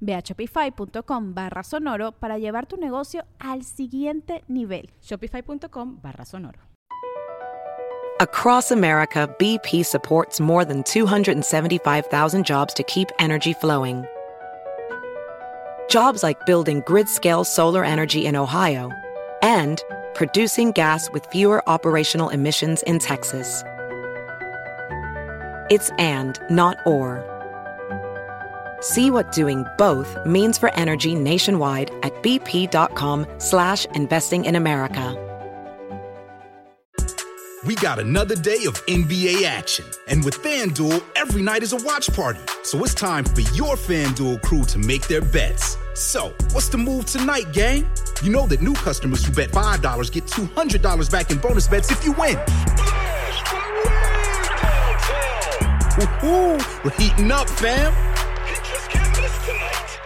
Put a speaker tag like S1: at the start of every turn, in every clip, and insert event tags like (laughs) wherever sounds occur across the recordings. S1: Ve a shopify.com barra sonoro para llevar tu negocio al siguiente nivel.
S2: Shopify.com barra sonoro.
S3: Across America, BP supports more than 275,000 jobs to keep energy flowing. Jobs like building grid scale solar energy in Ohio and producing gas with fewer operational emissions in Texas. It's and, not or. See what doing both means for energy nationwide at bp.com slash investing in America.
S4: We got another day of NBA action. And with FanDuel, every night is a watch party. So it's time for your FanDuel crew to make their bets. So, what's the move tonight, gang? You know that new customers who bet $5 get $200 back in bonus bets if you win. Woohoo! We're heating up, fam!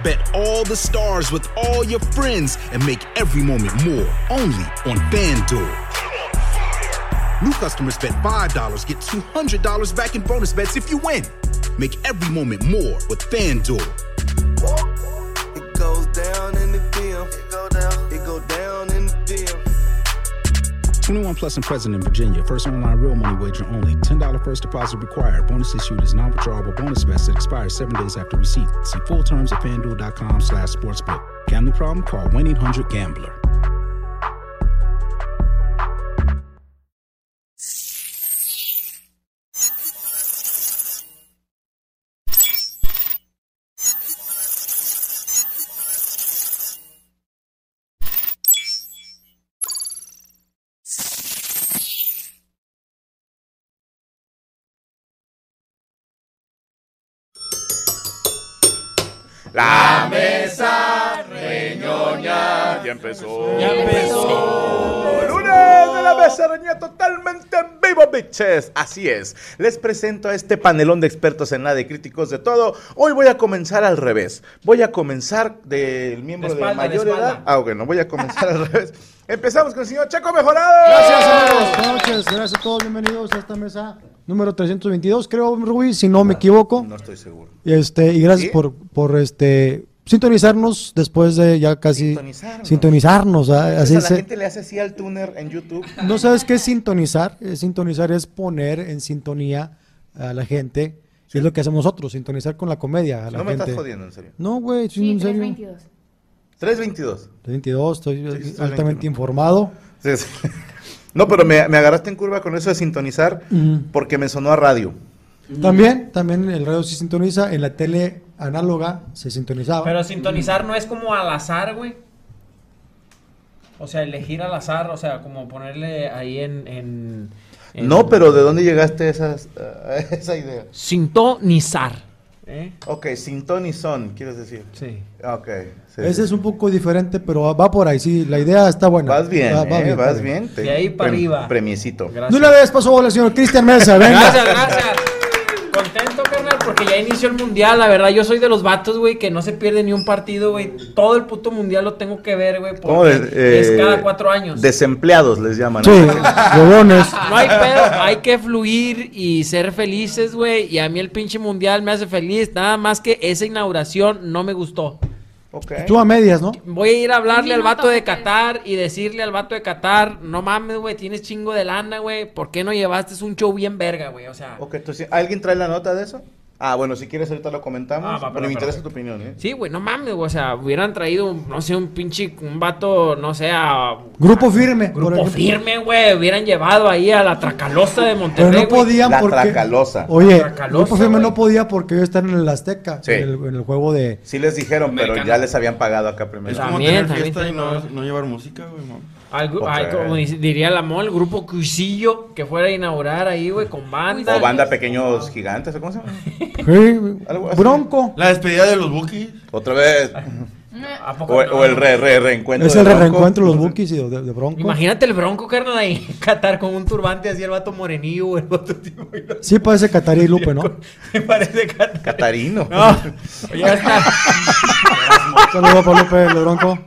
S4: Bet all the stars with all your friends and make every moment more only on FanDuel. New customers bet $5, get $200 back in bonus bets if you win. Make every moment more with FanDuel.
S5: It goes down in the field. It go down. It go down in the field.
S6: 21 plus and present in Virginia. First online real money wager only. $10 first deposit required. Bonus issued is non-withdrawable bonus vest that expires seven days after receipt. See full terms at fanduel.com slash sportsbook. Gambling problem? Call 1-800-GAMBLER.
S7: La mesa reñoña ya empezó.
S8: Ya empezó.
S7: Lunes de la mesa reñoña totalmente en vivo, bitches. Así es. Les presento a este panelón de expertos en nada y críticos de todo. Hoy voy a comenzar al revés. Voy a comenzar del miembro de,
S8: espalda,
S7: mayor
S8: de espalda.
S7: edad. Ah, bueno, voy a comenzar al revés. Empezamos con el señor Checo Mejorado.
S9: Gracias, amigos. Buenas noches. Gracias a todos. Bienvenidos a esta mesa número 322, creo, Rubí, si no me equivoco.
S7: No estoy seguro.
S9: Y, este, y gracias
S7: ¿Sí?
S9: por, por este, sintonizarnos después de ya casi
S7: Sintonizarnos.
S9: sintonizarnos, ah,
S7: Entonces,
S9: así
S7: a la
S9: se-
S7: gente le hace así al tuner en YouTube.
S9: ¿No sabes qué es sintonizar? Eh, sintonizar es poner en sintonía a la gente. Y es lo que hacemos nosotros, sintonizar con la comedia a la
S7: No me
S9: gente.
S7: estás jodiendo, en serio.
S9: No, güey, sí, en serio.
S7: 322.
S9: 22, estoy
S7: Sí, sí, soy
S9: altamente
S7: 21.
S9: informado.
S7: Sí, sí. (laughs) No, pero me, me agarraste en curva con eso de sintonizar porque me sonó a radio.
S9: También, también el radio se sintoniza, en la tele análoga se sintonizaba.
S8: Pero sintonizar no es como al azar, güey. O sea, elegir al azar, o sea, como ponerle ahí en. en- en-
S7: No, pero ¿de dónde llegaste a esas, a (laughs) esa idea?
S10: Sintonizar.
S8: ¿Eh?
S7: Ok, sintonizón, quieres decir.
S8: Sí.
S7: Ok. sí,
S9: Ese
S7: sí.
S9: es un poco diferente, pero va por ahí, sí, la idea está buena.
S7: Vas bien,
S9: Va- va
S7: eh,
S9: bien,
S7: vas
S9: va bien.
S7: bien. te-
S8: De ahí para
S7: prem-
S8: arriba.
S7: Premiecito.
S9: De
S8: Gracias.
S9: una vez pasó bola, señor Cristian Mesa, venga.
S8: Gracias, gracias. Contento, carnal, porque ya inició el mundial. La verdad, yo soy de los vatos, güey, que no se pierde ni un partido, güey. Todo el puto mundial lo tengo que ver, güey.
S7: ¿Cómo
S8: Porque
S7: les-
S8: es
S7: eh,
S8: cada cuatro años.
S7: Desempleados les llaman.
S9: Sí, (laughs) huevones.
S8: (laughs)
S10: No hay pedo, hay que fluir y ser felices, güey. Y a mí el pinche mundial me hace feliz. Nada más que esa inauguración no me gustó.
S7: Ok.
S9: Tú a medias, ¿no?
S10: Voy a ir a hablarle al
S11: minuto,
S10: vato de
S11: porque-
S10: Qatar y decirle al vato de Qatar, no mames, güey, tienes chingo de lana, güey. ¿Por qué no llevaste un show bien verga, güey? O sea,
S7: Ok, tú sí- ¿Alguien trae la nota de eso? Ah, bueno, si quieres ahorita lo comentamos.
S12: Ah, va,
S7: pero
S12: pero-
S7: me interesa
S12: pero-
S7: tu opinión, ¿eh?
S10: Sí, güey, no mames, güey. O sea, hubieran traído, no sé, un pinche, un vato, no sé, a.
S9: Grupo firme. por
S10: Grupo
S9: ejemplo.
S10: firme, güey. Hubieran llevado ahí a la Tracalosa de
S9: Pero
S10: Monterrey.
S9: no
S10: güey.
S9: podían
S7: La
S9: porque.
S7: Tracalosa.
S9: Oye,
S10: Tracalosa,
S9: Grupo firme
S10: güey.
S9: no podía porque ellos están en el Azteca.
S7: Sí.
S9: En, el, en el juego de.
S7: Sí les dijeron, pero ya
S11: Americano.
S7: les habían pagado acá primero.
S11: Es como
S10: También,
S11: tener
S10: también
S11: fiesta y
S10: tengo-
S11: no, no llevar música, güey, no.
S10: Al gru-
S7: Ok.
S10: ay, como dice- diría la mol, grupo Cuisillo, que fuera a inaugurar ahí, güey, con banda.
S7: O banda pequeños gigantes, ¿o ¿cómo se llama?
S9: Sí,
S7: Algo así.
S9: bronco.
S11: La despedida de los Bookies.
S7: Otra vez.
S10: ¿A
S7: O,
S10: poco no?
S7: o el re, re, reencuentro.
S9: Es
S7: de
S9: el
S7: Bronco.
S9: reencuentro de los Bookies y de, de- de Bronco.
S10: Pues, Imagínate el bronco, carnal, ahí (laughs) en Qatar con un turbante así, el vato morenillo, güey, el vato tipo. y lo- (laughs)
S9: Sí, parece Catarí y Lupe, ¿no?
S10: Me parece Qatar.
S7: Catarino.
S10: (laughs) No, ya está.
S9: Saludos para Lupe, el de Bronco.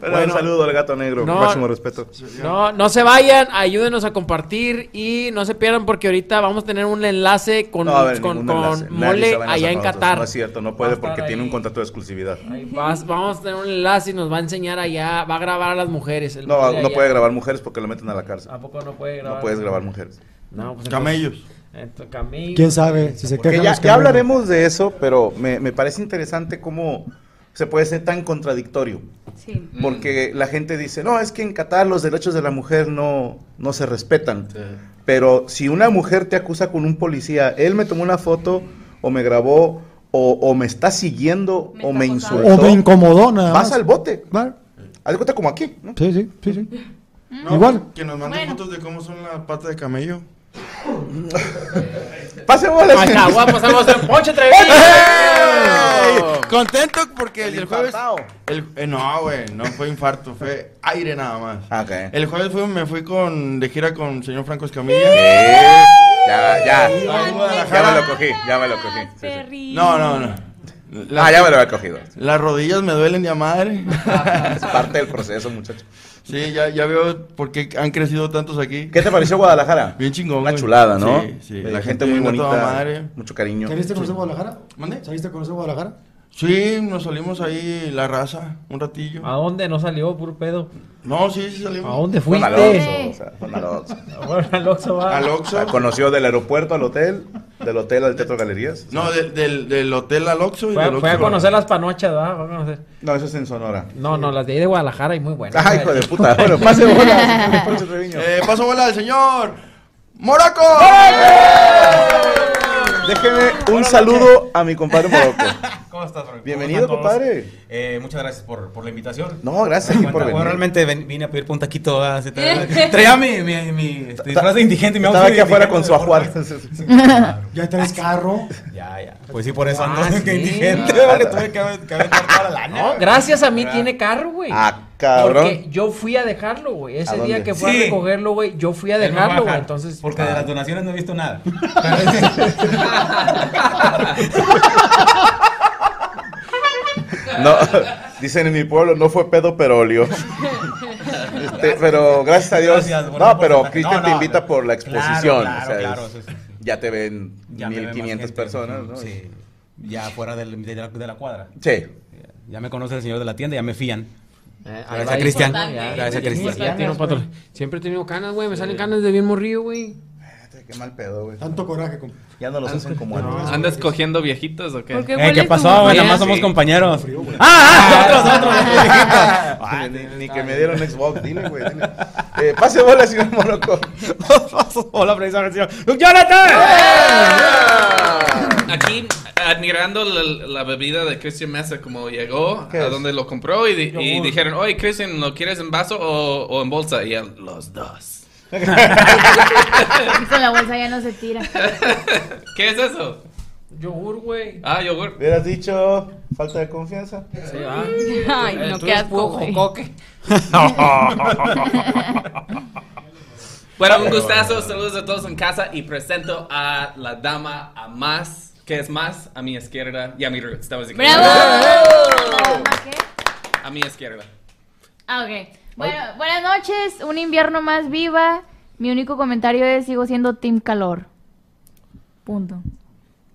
S7: Pero un saludo al gato negro.
S10: No.
S7: Máximo respeto.
S10: No, no se vayan, ayúdenos a compartir y no se pierdan porque ahorita vamos a tener un enlace con,
S7: No va a haber
S10: con,
S7: ningún
S10: con
S7: enlace. Nadie se
S10: Mole
S7: va a enlazar
S10: allá en
S7: con nosotros.
S10: Qatar.
S7: No es cierto, no
S10: Va a
S7: puede
S10: estar
S7: porque tiene un
S10: ahí.
S7: contrato de exclusividad.
S10: Ahí vas- vamos a tener un enlace y nos va a enseñar allá, va a grabar a las mujeres. el
S7: No,
S10: Mole
S7: no
S10: allá.
S7: puede grabar mujeres porque lo meten a la cárcel.
S10: ¿A poco no puede grabar?
S7: No puedes grabar mujeres.
S10: No, pues
S11: Camellos.
S10: entonces- camellos.
S9: Quién sabe si se
S7: Que
S9: quejan
S7: ya,
S9: los
S7: ya
S9: cabrones.
S7: hablaremos de eso, pero me, me parece interesante cómo se puede ser tan contradictorio.
S13: Sí.
S7: Porque
S11: Mm.
S7: la gente dice, no, es que en Qatar los derechos de la mujer no, no se respetan. Pero si una mujer te acusa con un policía, él me tomó una foto o me grabó o, o me está siguiendo
S13: Me
S7: o
S13: está
S7: me
S13: acosando.
S7: insultó,
S9: O me incomodó nada
S7: vas
S9: más.
S7: al bote.
S9: Va.
S7: Haz de cuenta como aquí. ¿no?
S9: Sí, sí, sí, sí.
S11: No,
S9: Igual.
S11: Que nos manden
S13: Bueno.
S11: fotos de cómo son las patas de camello.
S7: (laughs) Pase bola,
S10: Acá,
S7: señor.
S10: guapos, estamos en Poncho Treviño.
S11: ¡Ey! Contento porque el,
S7: El
S11: jueves.
S7: infartado.
S11: el- eh, no, güey, no fue infarto, fue aire nada más.
S7: Ah, ok.
S11: El jueves fui- me fui con, de gira con señor Franco Escamilla.
S7: Eh, Ya, ya.
S11: Ay,
S7: Ya me
S11: Guadalajara.
S7: lo cogí, ya me lo cogí. sí, sí.
S11: No, no, no. La-
S7: Ah, ya me lo había cogido.
S11: Las rodillas me duelen de
S7: (laughs)
S11: a madre.
S7: (laughs) Es parte del proceso, muchacho.
S11: Sí, ya, ya veo por qué han crecido tantos aquí.
S7: ¿Qué te pareció Guadalajara?
S11: Bien chingón,
S7: Una
S11: güey.
S7: chulada, ¿no?
S11: Sí, sí.
S7: La,
S11: La
S7: gente
S11: gente
S7: muy
S11: vino a
S7: bonita.
S11: toda madre.
S7: Mucho cariño.
S9: ¿Saliste con ese Guadalajara?
S11: ¿Mande?
S9: ¿Saliste con ese Guadalajara?
S11: Sí, nos salimos ahí la raza un ratillo.
S10: ¿A dónde no salió, puro pedo?
S11: No, sí, sí
S10: ¿A
S11: salimos.
S10: dónde
S7: Con
S10: fuiste?
S7: Alonso, o sea, con (laughs) Alonso.
S10: Bueno, al Oxxo va.
S11: Al
S7: O
S11: Oxxo.
S7: sea, conoció del aeropuerto al hotel, del hotel al Teatro Galerías.
S11: No, del, del, del hotel al Oxxo y
S10: Fue,
S11: del
S10: a- fue a
S11: Oxxo.
S10: conocer las panochas, ¿verdad? Fue a conocer.
S7: No, eso es en Sonora.
S10: No, no, las de ahí de Guadalajara y muy buenas.
S7: Ah, hijo de puta. Bueno, pase
S10: (laughs)
S7: bola. Poncho Treviño.
S11: Eh, paso bola del señor Moraco.
S7: Déjeme un saludo a mi compadre Morocco.
S14: (laughs) ¿Cómo estás, Frank?
S7: Bienvenido,
S14: ¿Cómo están todos?
S7: compadre.
S14: Eh, muchas gracias por, por la invitación.
S7: No, gracias a ti por
S14: Bueno,
S7: venir.
S14: realmente ven- vine a pedirte un taquito. ah,
S10: (laughs)
S14: se te- Traía mi, mi, mi este, disfraz de indigente. y mi
S7: Estaba
S14: outfit
S7: aquí
S14: de
S7: afuera
S14: indigente
S7: con su
S14: de Fortnite.
S7: ajuar.
S9: Ya traes carro.
S14: Ya, ya. (laughs) Pues sí, por eso ando
S10: Ah,
S14: de
S10: sí.
S14: indigente. porque tuve que, haber- que aventar toda la lana.
S10: Ah, No, gracias a mí tiene carro, güey.
S7: Ah, cabrón.
S10: Porque yo fui a dejarlo, güey.
S7: ¿A
S10: Ese
S7: dónde?
S10: día que fui a
S14: Sí.
S10: recogerlo, güey, yo fui a
S14: Él me va a
S10: dejarlo, güey.
S14: bajar,
S10: Entonces,
S14: Porque
S7: Ah.
S14: de las donaciones no he visto nada.
S7: No, (laughs) dicen en mi pueblo, no fue pedo, pero olió.
S14: (laughs)
S7: (laughs) Este, pero gracias a Dios.
S14: Gracias, bueno,
S7: no, pero
S14: porcentaje.
S7: Cristian
S14: No,
S7: te
S14: no,
S7: invita
S14: no.
S7: por la exposición.
S14: Claro,
S7: o sea,
S14: claro,
S7: es-
S14: claro, sí, sí, sí.
S7: Ya te ven
S14: Ya me ve más
S7: 1500
S14: gente,
S7: personas, ¿no?
S14: Sí. Ya fuera del- de, la, de la cuadra.
S7: Sí.
S14: Ya me conoce el señor de la tienda, ya me fían.
S10: eh, ahí
S14: Gracias
S10: va,
S14: a Cristian.
S10: ahí va, ahí va.
S14: Gracias a Cristian.
S10: Ya tiene un patrón. Siempre he tenido canas, güey. Me salen canas de bien morrido, güey.
S7: Qué mal pedo, güey.
S9: Tanto coraje. compa.
S7: Ya no los hacen como antes.
S11: ¿Andas cogiendo viejitos o
S15: Porque
S14: Eh, ¿Qué pasó?
S10: güey?
S14: Nada más
S10: Sí.
S14: somos compañeros.
S7: (laughs)
S14: ¡Ah! ah,
S7: Ah, ni, ni que me dieron Xbox, dile, güey. dile. Eh, pase bola, señor Moroco.
S14: ¡Otros, otros! Hola, precisamente, señor. ¡Luke ¡Jonathan!
S11: Ah, Aquí admirando la, bebida de Christian Mesa como llegó,
S7: ¿Qué a es? donde
S11: lo compró y,
S10: Yogur.
S11: dijeron, oye Christian, ¿lo quieres en vaso o, en bolsa? Y él, los dos.
S15: Con la bolsa ya no se (laughs) tira.
S11: ¿Qué es eso?
S10: Yogur, güey.
S11: Ah, yogur.
S7: Hubieras dicho falta de confianza.
S10: Sí, va.
S15: ah. (laughs) Ay,
S10: Eh,
S15: no,
S10: tú
S15: qué
S10: eres
S15: asco,
S10: puro
S15: güey. (laughs)
S14: (laughs)
S10: jocoque.
S11: (laughs) Bueno, un gustazo, saludos a todos en casa y presento a la dama a más, que es más, a mi izquierda y a mi roots. That was the-
S15: ¡Bravo!
S11: A mi izquierda.
S15: Ah, ok. Bueno, buenas noches. Un invierno más viva. Mi único comentario es sigo siendo Team Calor. Punto.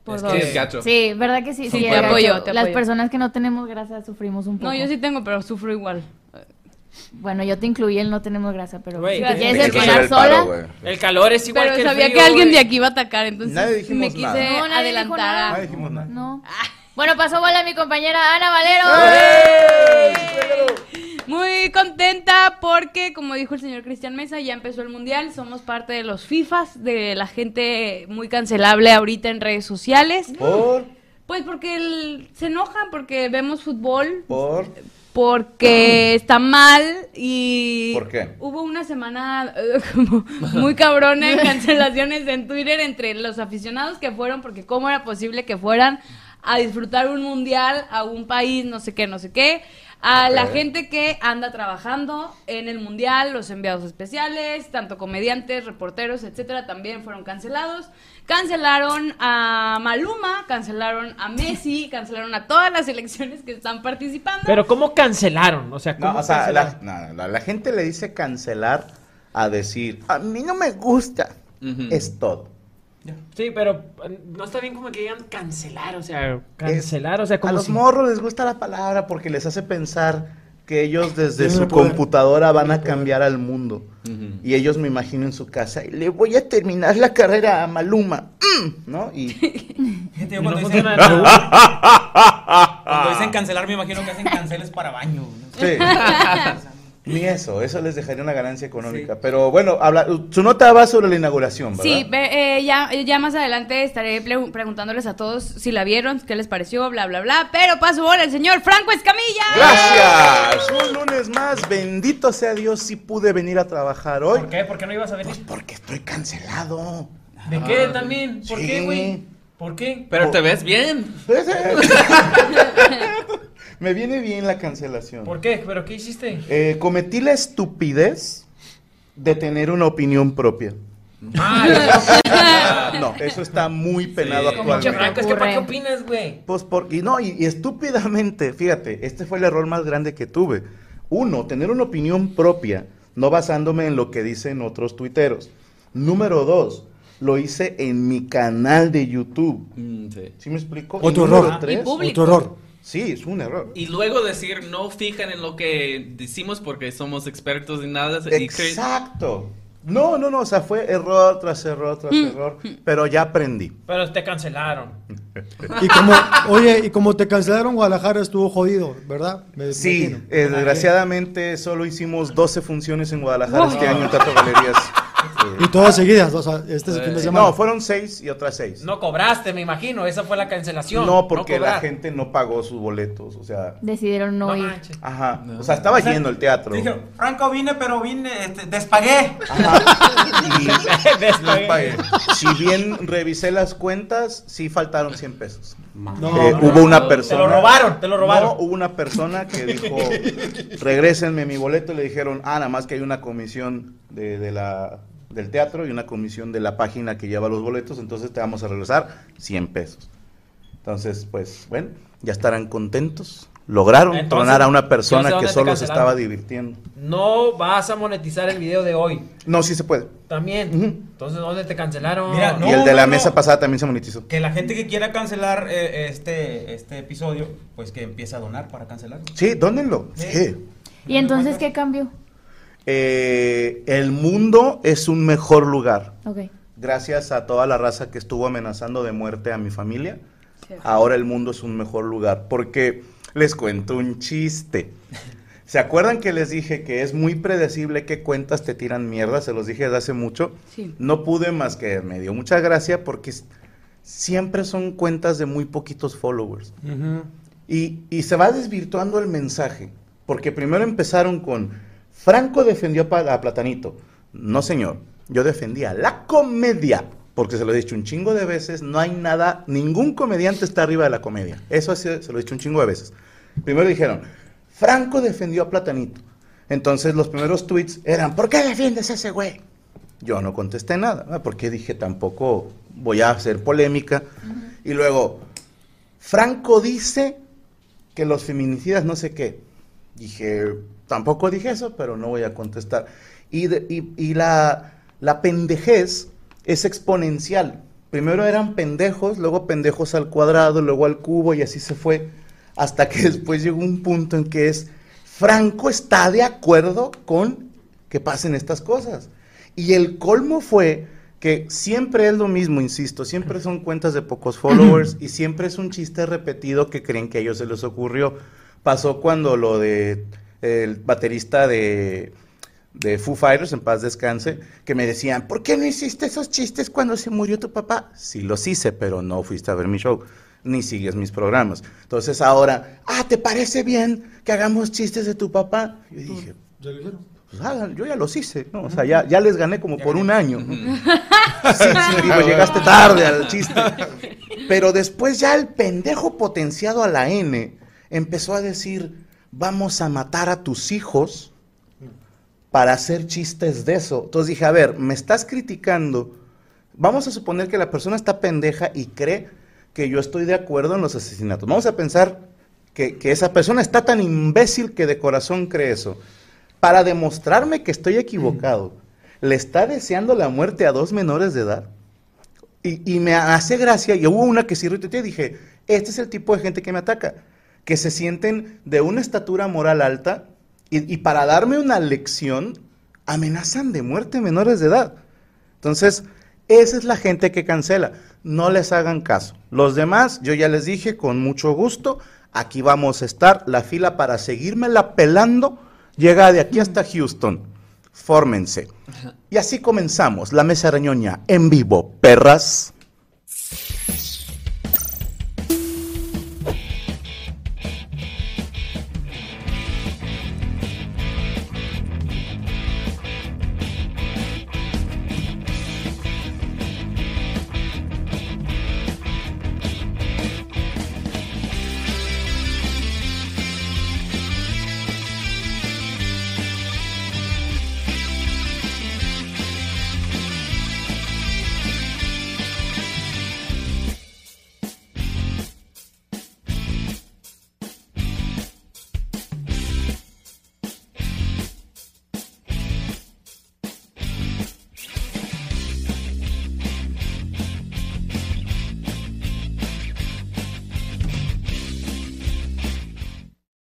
S15: Por
S11: Es
S15: dos.
S11: que es gacho.
S15: Sí, verdad que sí.
S13: Sí,
S15: sí,
S13: te
S15: es
S13: apoyo,
S15: gacho.
S13: te
S15: Las
S13: apoyo.
S15: personas que no tenemos grasa sufrimos un poco.
S13: No, yo sí tengo, pero sufro igual.
S15: Bueno, yo te incluí el no tenemos grasa, pero
S10: Güey,
S15: si
S10: te-
S15: te quieres
S10: te quiero
S15: empezar
S10: hacer el
S15: sola.
S10: paro, güey. El calor es igual
S15: Pero
S10: que el
S15: sabía
S10: frío,
S15: que alguien
S10: güey.
S15: de aquí iba a atacar, entonces
S10: Nadie dijimos
S15: me quise
S10: nada. No, nadie dijo
S15: adelantar.
S10: nada.
S15: a- Ah.
S10: Nadie dijimos nada.
S15: No. Bueno, pasó bola mi compañera (laughs) Ana Valero.
S13: Muy contenta porque, como dijo el señor Cristian Mesa, ya empezó el mundial. Somos parte de los FIFAs, de la gente muy cancelable ahorita en redes sociales.
S7: ¿Por?
S13: Pues porque el- se enojan, porque vemos fútbol,
S7: ¿Por?
S13: porque está mal y.
S7: ¿Por qué?
S13: Hubo una semana (laughs) eh, como muy
S15: (laughs)
S13: cabrona en (laughs) cancelaciones en Twitter entre los aficionados que fueron, porque cómo era posible que fueran a disfrutar un mundial a un país, no sé qué, no sé qué. A la
S15: Ok.
S13: gente que anda trabajando en el mundial, los enviados especiales, tanto comediantes, reporteros, etcétera, también fueron cancelados. Cancelaron a Maluma, cancelaron a Messi, cancelaron a todas las elecciones que están participando.
S10: Pero ¿cómo cancelaron? O sea, ¿cómo
S7: No, o sea,
S10: cancelaron?
S7: la, no, no, la gente le dice cancelar a decir, a mí no me gusta. Es todo.
S10: Sí, pero eh, no está bien como que digan cancelar, o sea, cancelar, o sea,
S7: a
S10: como
S7: los
S10: si...
S7: morros les gusta la palabra porque les hace pensar que ellos desde
S10: Tienen
S7: su
S10: el poder.
S7: computadora van a cambiar al mundo. Y ellos me imagino en su casa, le voy a terminar la carrera a Maluma, Mm", ¿no? Y
S14: Fíjate,
S7: Y
S14: yo cuando,
S7: no
S14: dicen,
S7: funciona de nada.
S14: cuando dicen cancelar, me imagino que hacen canceles para baño. ¿no?
S7: sí.
S16: (laughs)
S7: Ni eso, eso les dejaría una ganancia económica. Pero bueno, habla, su nota va sobre la inauguración, ¿verdad?
S13: Sí, ve- eh, ya, ya más adelante estaré ple- preguntándoles a todos si la vieron, qué les pareció, bla, bla, bla. Pero paso ahora el señor Franco Escamilla.
S7: Gracias. Un lunes más, bendito sea Dios, si pude venir a trabajar hoy.
S10: ¿Por qué? pues, ¿Por qué no ibas a venir?
S7: porque estoy cancelado.
S10: ¿De qué también? ¿Por
S7: Sí.
S10: qué, güey? ¿Por qué?
S11: Pero te ves bien.
S7: Me viene bien la cancelación.
S10: ¿Por qué? ¿Pero qué hiciste?
S7: Eh, cometí la estupidez de tener una opinión propia. (laughs) no, eso está muy penado
S10: Pinche Franco,
S7: actualmente.
S10: es que ¿para qué opinas, güey?
S7: Pues por- y no, y, y estúpidamente, fíjate, este fue el error más grande que tuve. Uno, tener una opinión propia, no basándome en lo que dicen otros tuiteros. Número dos, lo hice en mi canal de YouTube.
S10: Mm,
S7: sí. me explico? Y
S9: Otro
S7: número
S9: error.
S7: tres-
S11: Y público. Otro error.
S7: Sí, es un error.
S11: Y luego decir, no fijan en lo que decimos porque somos expertos en nada. y cre-
S7: Exacto. No, no, no, o sea, fue error tras error tras
S11: Mm.
S7: error, pero ya aprendí.
S10: Pero te cancelaron.
S9: Y como, oye, y como te cancelaron, Guadalajara estuvo jodido, ¿verdad? Me- me
S7: Sí,
S9: imagino.
S7: eh, desgraciadamente solo hicimos 12 funciones en Guadalajara
S9: Uy.
S7: este año en Tato Galerías.
S9: Y todas seguidas, o sea, este es el fin de
S7: Eh,
S9: semana.
S7: no, fueron 6 y otras 6.
S10: No cobraste, me imagino. Esa fue la cancelación.
S7: No, porque la
S10: cobrar.
S7: gente no pagó sus boletos, o sea,
S15: Decidieron no, ir.
S7: ajá, o sea, estaba
S14: O sea,
S7: lleno el teatro.
S14: Dijeron, Franco, vine, pero vine, este, despagué. (laughs)
S7: No pagué. Si bien revisé las cuentas, sí faltaron 100 pesos.
S14: No,
S7: Eh,
S14: no,
S7: hubo
S14: no,
S7: una
S14: no.
S7: persona.
S14: Te lo robaron, te lo robaron.
S7: No, hubo una persona que dijo, regrésenme mi boleto. Y le dijeron, ah, nada más que hay una comisión de, de la, del teatro y una comisión de la página que lleva los boletos. Entonces te vamos a regresar 100 pesos. Entonces, pues, bueno, ya estarán contentos. Lograron
S10: Entonces,
S7: tronar a una
S10: ya sé
S7: persona
S10: dónde
S7: que
S10: te
S7: solo se
S10: cancelaron.
S7: estaba divirtiendo.
S10: No vas a monetizar el video de hoy.
S7: No, sí se puede.
S10: También. Entonces, ¿dónde te cancelaron?
S14: Mira, no,
S7: y el de la
S14: no, no.
S7: mesa pasada también se monetizó.
S14: Que la gente que quiera cancelar eh, este, este episodio, pues que empiece a donar para cancelarlo.
S7: Sí, dónenlo. Sí.
S15: ¿Y entonces qué cambió?
S7: Eh, el mundo es un mejor lugar.
S15: Ok.
S7: Gracias a toda la raza que estuvo amenazando de muerte a mi familia,
S15: Sí.
S7: ahora el mundo es un mejor lugar. Porque les cuento un chiste. ¿Se acuerdan que les dije que es muy predecible qué cuentas te tiran mierda? Se los dije desde hace mucho.
S13: Sí.
S7: No pude más que me dio mucha gracia porque s- siempre son cuentas de muy poquitos followers. Y, y se va desvirtuando el mensaje, porque primero empezaron con, Franco defendió pa- a Platanito. No, señor, yo defendía la comedia, porque se lo he dicho un chingo de veces, no hay nada, ningún comediante está arriba de la comedia. Eso así se lo he dicho un chingo de veces. Primero dijeron, Franco defendió a Platanito. Entonces los primeros tweets eran, ¿por qué defiendes a ese güey? Yo no contesté nada, ¿verdad? porque dije tampoco voy a hacer polémica. Y luego, Franco dice que los feminicidas no sé qué. Dije, tampoco dije eso, pero no voy a contestar. Y, de- y- y la, la pendejez es exponencial. Primero eran pendejos, luego pendejos (laughs) al cuadrado, luego al cubo y así se fue. Hasta que después llegó un punto en que es Franco está de acuerdo con que pasen estas cosas. Y el colmo fue que siempre es lo mismo, insisto, siempre son cuentas de pocos followers y siempre es un chiste repetido que creen que a ellos se les ocurrió. Pasó cuando lo de el baterista de, de Foo Fighters, en paz descanse, que me decían, ¿por qué no hiciste esos chistes cuando se murió tu papá? Sí los hice, pero no fuiste a ver mi show, ni sigues mis programas. Entonces ahora, ah, ¿te parece bien que hagamos chistes de tu papá? Yo dije, pues hagan, yo ya los hice, ¿no? O sea, ya, ya les gané como por un año. ¿no? (laughs) Sí, sí, digo, llegaste tarde al chiste. Pero después ya el pendejo potenciado a la N empezó a decir, vamos a matar a tus hijos para hacer chistes de eso. Entonces dije, a ver, me estás criticando. Vamos a suponer que la persona está pendeja y cree que yo estoy de acuerdo en los asesinatos. Vamos a pensar que, que esa persona está tan imbécil que de corazón cree eso. Para demostrarme que estoy equivocado, le está deseando la muerte a dos menores de edad. Y, y me hace gracia, y hubo una que sí retuiteé, dije, este es el tipo de gente que me ataca, que se sienten de una estatura moral alta y, y para darme una lección amenazan de muerte a menores de edad. Entonces, esa es la gente que cancela, no les hagan caso. Los demás, yo ya les dije, con mucho gusto, aquí vamos a estar, la fila para seguirme la pelando llega de aquí hasta Houston, fórmense. Y así comenzamos, la mesa reñoña en vivo, perras.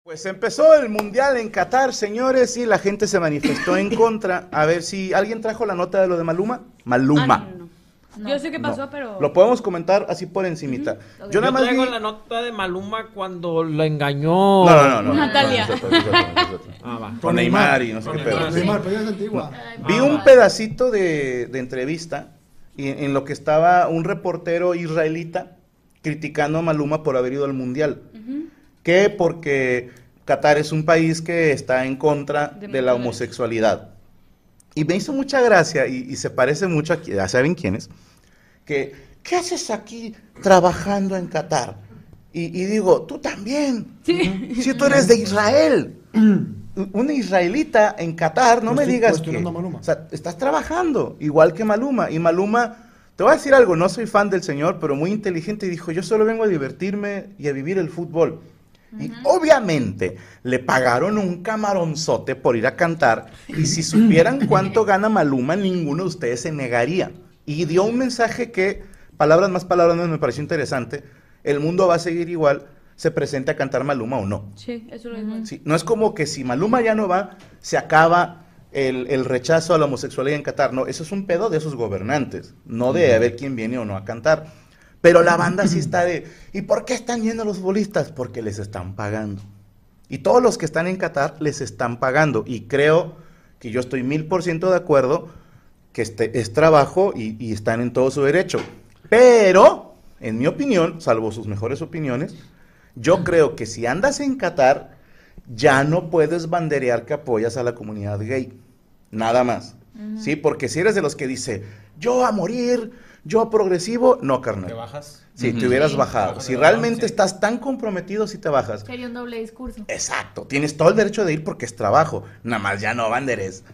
S7: Pues empezó el mundial en Qatar, señores, y la gente se manifestó (laughs) en contra. A ver si alguien trajo la nota de lo de Maluma. Maluma.
S9: Ah,
S16: Yo sé qué pasó,
S7: No.
S16: pero.
S7: Lo podemos comentar así por encimita.
S10: Yo,
S7: Yo nada más
S10: traigo
S7: vi-
S10: la nota de Maluma cuando lo
S7: No,
S10: engañó.
S7: no, no, no.
S16: Natalia.
S7: No, no, no, no, no, no, no, no.
S10: Ah, va.
S7: Con Neymar y no sé
S10: Con
S7: qué pedo.
S10: Neymar.
S9: Neymar, pero ya es antigua. Ah,
S7: Vi un pedacito de, de entrevista y- en lo que estaba un reportero israelita criticando a Maluma por haber ido al mundial. que porque Qatar es un país que está en contra de, la homosexualidad. Y me hizo mucha gracia y, y se parece mucho a, qui- ya saben quién es, que, ¿qué haces aquí (laughs) trabajando en Qatar? Y, y digo, tú también. Si tú eres de Israel.
S9: Mm.
S7: Una israelita en Qatar, no me
S9: Cuestion-
S7: digas que...
S9: cuestionando a
S7: O sea, estás trabajando, igual que Maluma. Y Maluma... Te voy a decir algo, no soy fan del señor, pero muy inteligente y dijo, yo solo vengo a divertirme y a vivir el fútbol. Y obviamente le pagaron un camaronzote por ir a cantar y si supieran cuánto gana Maluma, ninguno de ustedes se negaría. Y dio un mensaje que, palabras más palabras menos, me pareció interesante, el mundo va a seguir igual, se presente a cantar Maluma o no.
S16: Sí, eso lo digo.
S7: Sí, No es como que si Maluma ya no va, se acaba el, el rechazo a la homosexualidad en Qatar. No, eso es un pedo de esos gobernantes, no de a ver quién viene o no a cantar. Pero la banda sí está de, ¿y por qué están yendo los futbolistas? Porque les están pagando. Y todos los que están en Qatar les están pagando. Y creo que yo estoy mil por ciento de acuerdo que este es trabajo y, y están en todo su derecho. Pero, en mi opinión, salvo sus mejores opiniones, yo creo que si andas en Qatar, ya no puedes banderear que apoyas a la comunidad gay. Nada más. Sí, porque si eres de los que dice, yo a morir, yo a progresivo, no, carnal.
S17: ¿Te bajas?
S7: Si
S17: Ujú.
S7: te hubieras
S17: Sí.
S7: bajado.
S17: Bajas
S7: Si
S17: de balón,
S7: realmente estás tan comprometido, si te bajas.
S15: Sería un doble discurso.
S7: Exacto. Tienes todo el derecho de ir porque es trabajo. Nada más ya no banderes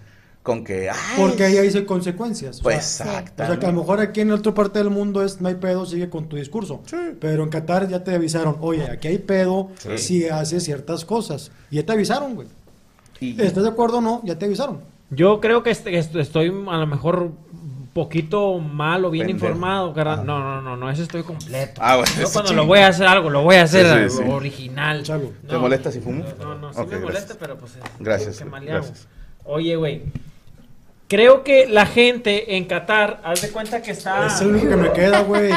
S7: con que. "Ay,
S9: Porque ahí hay consecuencias. o sea,
S7: Pues, exactamente.
S9: O sea, que a lo mejor aquí en otra parte del mundo es no hay pedo, sigue con tu discurso. Pero en Qatar ya te avisaron, oye, aquí hay pedo
S7: Sí.
S9: si haces ciertas cosas. Y ya te avisaron, güey.
S7: Y- (laughs)
S9: ¿Estás de acuerdo o no? Ya te avisaron.
S10: este, Yo creo que est- est- estoy a lo mejor poquito mal o bien
S8: Pendejo.
S10: informado, carnal. No, no, no, no, eso estoy completo.
S7: Ah, bueno,
S10: Yo
S7: eso
S10: cuando
S7: sí.
S10: lo voy a hacer algo, lo voy a hacer
S7: Sí, sí,
S10: algo
S7: sí.
S10: original.
S7: ¿Te
S10: No.
S7: molesta si fumo?
S10: No, no, sí
S7: Ok,
S10: me molesta,
S7: gracias.
S10: pero pues es-
S7: Gracias.
S10: qué mal le hago.
S7: gracias.
S10: Oye, güey. Creo que la gente en Qatar, haz de cuenta que está.
S9: Es el único que me queda, güey.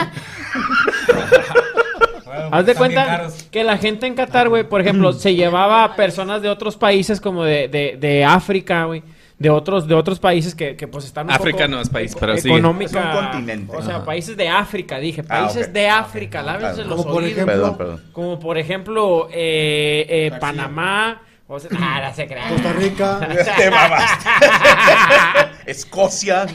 S10: Haz de
S9: están bien
S10: cuenta
S9: caros.
S10: que la gente en Qatar, güey, por ejemplo, se llevaba a personas de otros países como de, de, de África, güey. De otros, de otros países que, que pues están un
S11: África
S10: poco
S11: no es país, pero sí.
S10: económica.
S11: Es un continente.
S10: O sea,
S11: Ajá.
S10: países de África, dije.
S11: Ah,
S10: Países
S11: ok.
S10: de África, lávense
S11: claro.
S10: los
S11: Como por
S10: oídos.
S11: ejemplo-
S17: (laughs)
S7: (laughs)
S11: Perdón, perdón.
S10: Como por ejemplo, eh, eh, Panamá. O sea, nada, se crea. (laughs)
S9: Costa Rica.
S7: Te mamaste. Escocia.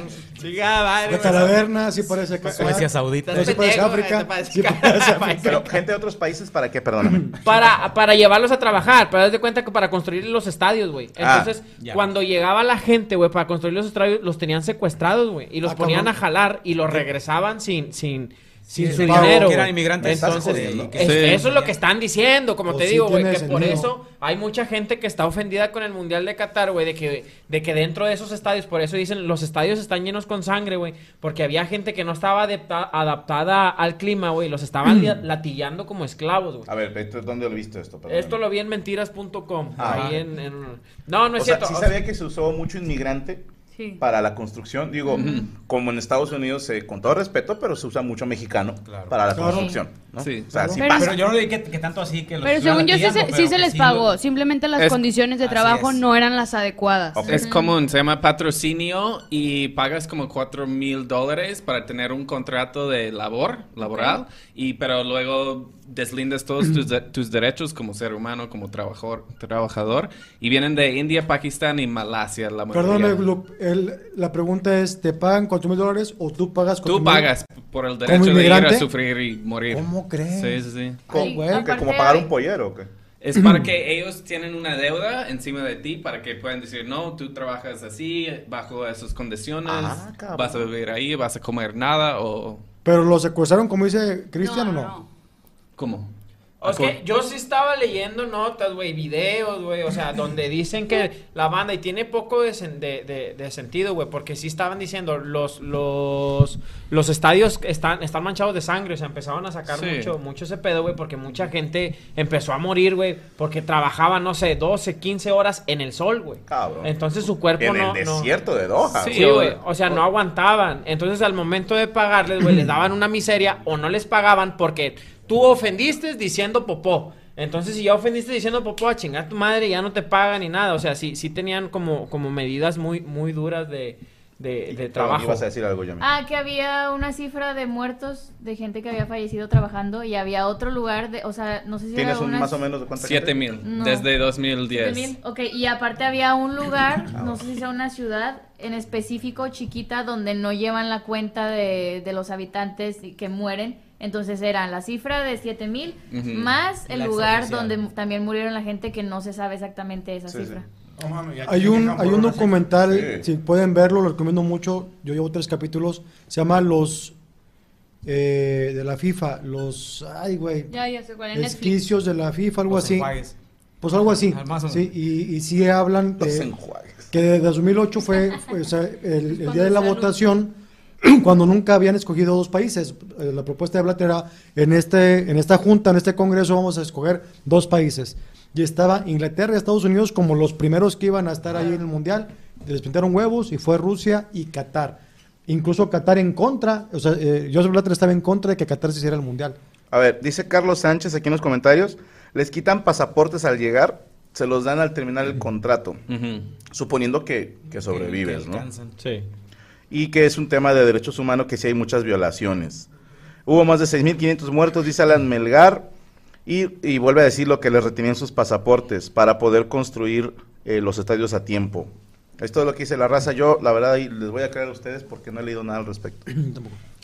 S9: De Talaverna, sí parece que
S7: Suecia Saudita.
S9: Sí parece
S10: Pendejo, (laughs)
S9: África.
S10: te parece
S9: Sí
S10: cara.
S9: parece
S7: Pero gente de otros países, ¿para qué? Perdóname.
S10: para, para llevarlos a trabajar, pero haz de cuenta que para construir los estadios, güey.
S7: Ah,
S10: Entonces,
S7: ya.
S10: cuando llegaba la gente, güey, para construir los estadios, los tenían secuestrados, güey. Y los
S17: Ah,
S10: ponían
S17: cabrón.
S10: a jalar y los regresaban sin, sin, sin
S17: Sí,
S10: su
S17: el pago,
S10: dinero.
S17: que eran
S10: güey.
S17: inmigrantes.
S10: Entonces,
S17: Estás jodiendo.
S10: es-
S17: Sí.
S10: eso es lo que están diciendo, como
S17: Pues
S10: te
S17: sí
S10: digo, güey, que
S17: tiene
S10: por
S17: sentido.
S10: eso hay mucha gente que está ofendida con el Mundial de Qatar, güey, de que, de que dentro de esos estadios, por eso dicen, los estadios están llenos con sangre, güey, porque había gente que no estaba adepta- adaptada al clima, güey, los estaban li-
S17: Mm.
S10: latillando como esclavos, güey.
S7: A ver, esto- ¿dónde lo he visto esto? Perdóname.
S10: Esto lo vi en mentiras.com.
S7: Ah.
S10: Ahí en, en- No, no es
S7: o
S10: cierto.
S7: Sea, sí
S10: O
S7: sabía
S10: sea,
S7: que se usó mucho inmigrante
S10: Sí.
S7: para la construcción. Digo,
S10: Ujú.
S7: como en Estados Unidos, eh, con todo respeto, pero se usa mucho mexicano para la
S17: Claro.
S7: construcción. ¿no?
S11: Sí.
S7: O sea, sí
S17: pero,
S7: pasa.
S17: yo no le dije que, que tanto así que los
S16: Pero según yo sí
S17: latillando,
S16: se,
S17: pero
S16: sí se
S17: que
S16: les
S17: sí
S16: pagó, simplemente las
S11: Es-
S16: condiciones de trabajo no eran las adecuadas.
S11: Es
S16: Ujú.
S11: común, se llama patrocinio y pagas como 4 mil dólares para tener un contrato de labor, laboral, y pero luego deslindas todos tus, de- tus derechos como ser humano, como trabajador, trabajador, y vienen de India, Pakistán y Malasia la mayoría.
S9: Perdón, Lup, el- la pregunta es, ¿te pagan cuatro mil dólares o tú pagas cuatro
S11: Tú
S9: mil?
S11: pagas por el
S9: ¿Como
S11: derecho de ir a
S9: inmigrante?
S11: sufrir y morir.
S9: ¿Cómo crees?
S11: Sí, sí, sí.
S7: Co-
S9: Ay,
S7: ¿Cómo,
S9: aparte
S7: ¿Como pagar
S9: hay-
S7: un pollero o qué? (clears throat)
S11: Es para que ellos tienen una deuda encima de ti para que puedan decir, no, tú trabajas así, bajo esas condiciones,
S7: Ah, cabrón.
S11: vas a vivir ahí, vas a comer nada o...
S9: ¿Pero lo secuestraron como dice Cristian o no?
S11: ¿Cómo?
S10: es que yo sí estaba leyendo notas, güey, videos, güey, o sea, donde dicen que la banda, y tiene poco de, sen- de- de- de sentido, güey, porque sí estaban diciendo, los, los, los estadios están, están manchados de sangre, o sea, empezaron a sacar
S11: Sí.
S10: mucho, mucho ese pedo, güey, porque mucha gente empezó a morir, güey, porque trabajaba, no sé, 12, 15 horas en el sol, güey. Entonces su cuerpo
S7: En el
S10: no... no-
S7: desierto de Doha.
S10: Sí, güey. O sea, no aguantaban. Entonces, al momento de pagarles, güey, les daban una miseria o no les pagaban porque tú ofendiste diciendo popó. Entonces, si ya ofendiste diciendo popó, a chingar a tu madre, ya no te pagan ni nada. O sea, sí, sí tenían como, como medidas muy, muy duras de, de, de trabajo.
S7: ibas a decir algo, Yami.
S15: Ah, que había una cifra de muertos de gente que había fallecido trabajando y había otro lugar de, o sea, no sé si
S11: ¿Tienes
S15: era
S11: un
S15: una-
S11: más o menos de cuánta gente?
S15: 7,000, No.
S11: desde
S15: 7,000,
S11: 2010.
S15: Ok, y aparte había un lugar,
S11: (clears throat)
S15: no sé si sea una ciudad en específico chiquita donde no llevan la cuenta de, de los habitantes y que mueren. Entonces eran la cifra de 7000
S11: Ujú.
S15: más el
S11: La
S15: lugar
S11: extraoficial.
S15: donde mu- también murieron la gente que no se sabe exactamente esa cifra.
S9: Hay un, hay un documental,
S7: Sí.
S9: si pueden verlo, lo recomiendo mucho. Yo llevo tres capítulos. Se llama Los eh, de la FIFA, los ay güey,
S16: Ya, ya sé cuál, en Netflix.
S9: esquicios de la FIFA, algo
S17: Los
S9: así.
S17: enjuagues.
S9: Pues algo así.
S17: Más o menos.
S9: Sí, y, y sí hablan de- que desde 2008 fue, fue, o sea, el, el día de la votación (clears throat) cuando nunca habían escogido dos países. Eh, La propuesta de Blatter era en este en esta junta, en este congreso vamos a escoger dos países. Y estaba Inglaterra y Estados Unidos como los primeros que iban a estar ahí en el mundial. Les pintaron huevos y fue Rusia y Qatar. Incluso Qatar en contra, o sea, eh, Joseph Blatter estaba en contra de que Qatar se hiciera el mundial.
S7: A ver, dice Carlos Sánchez aquí en los comentarios, les quitan pasaportes al llegar, se los dan al terminar el contrato, suponiendo que, que sobrevives, ¿no?
S10: Sí.
S7: Y que es un tema de derechos humanos que sí hay muchas violaciones. Hubo más de 6.500 muertos, dice Alan Melgar, y, y vuelve a decir lo que les retenían sus pasaportes para poder construir eh, los estadios a tiempo. Esto es lo que dice la raza. Yo, la verdad, y les voy a creer a ustedes porque no he leído nada al respecto.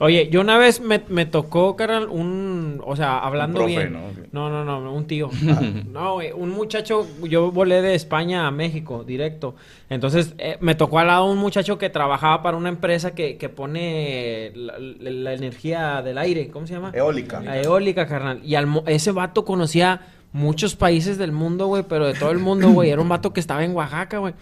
S10: Oye, yo una vez me, me tocó, carnal, un... O sea, hablando
S7: profe,
S10: bien.
S7: ¿no? Ah.
S10: ¿no? no, no, un tío. (laughs) No, güey, un muchacho... Yo volé de España a México, directo. Entonces, eh, me tocó al lado un muchacho que trabajaba para una empresa que, que pone la, la- la energía del aire. ¿Cómo se llama?
S7: Eólica.
S10: La eólica, carnal. Y al mo- ese vato conocía muchos países del mundo, güey, pero de todo el mundo, güey. Era un vato que estaba en Oaxaca, güey.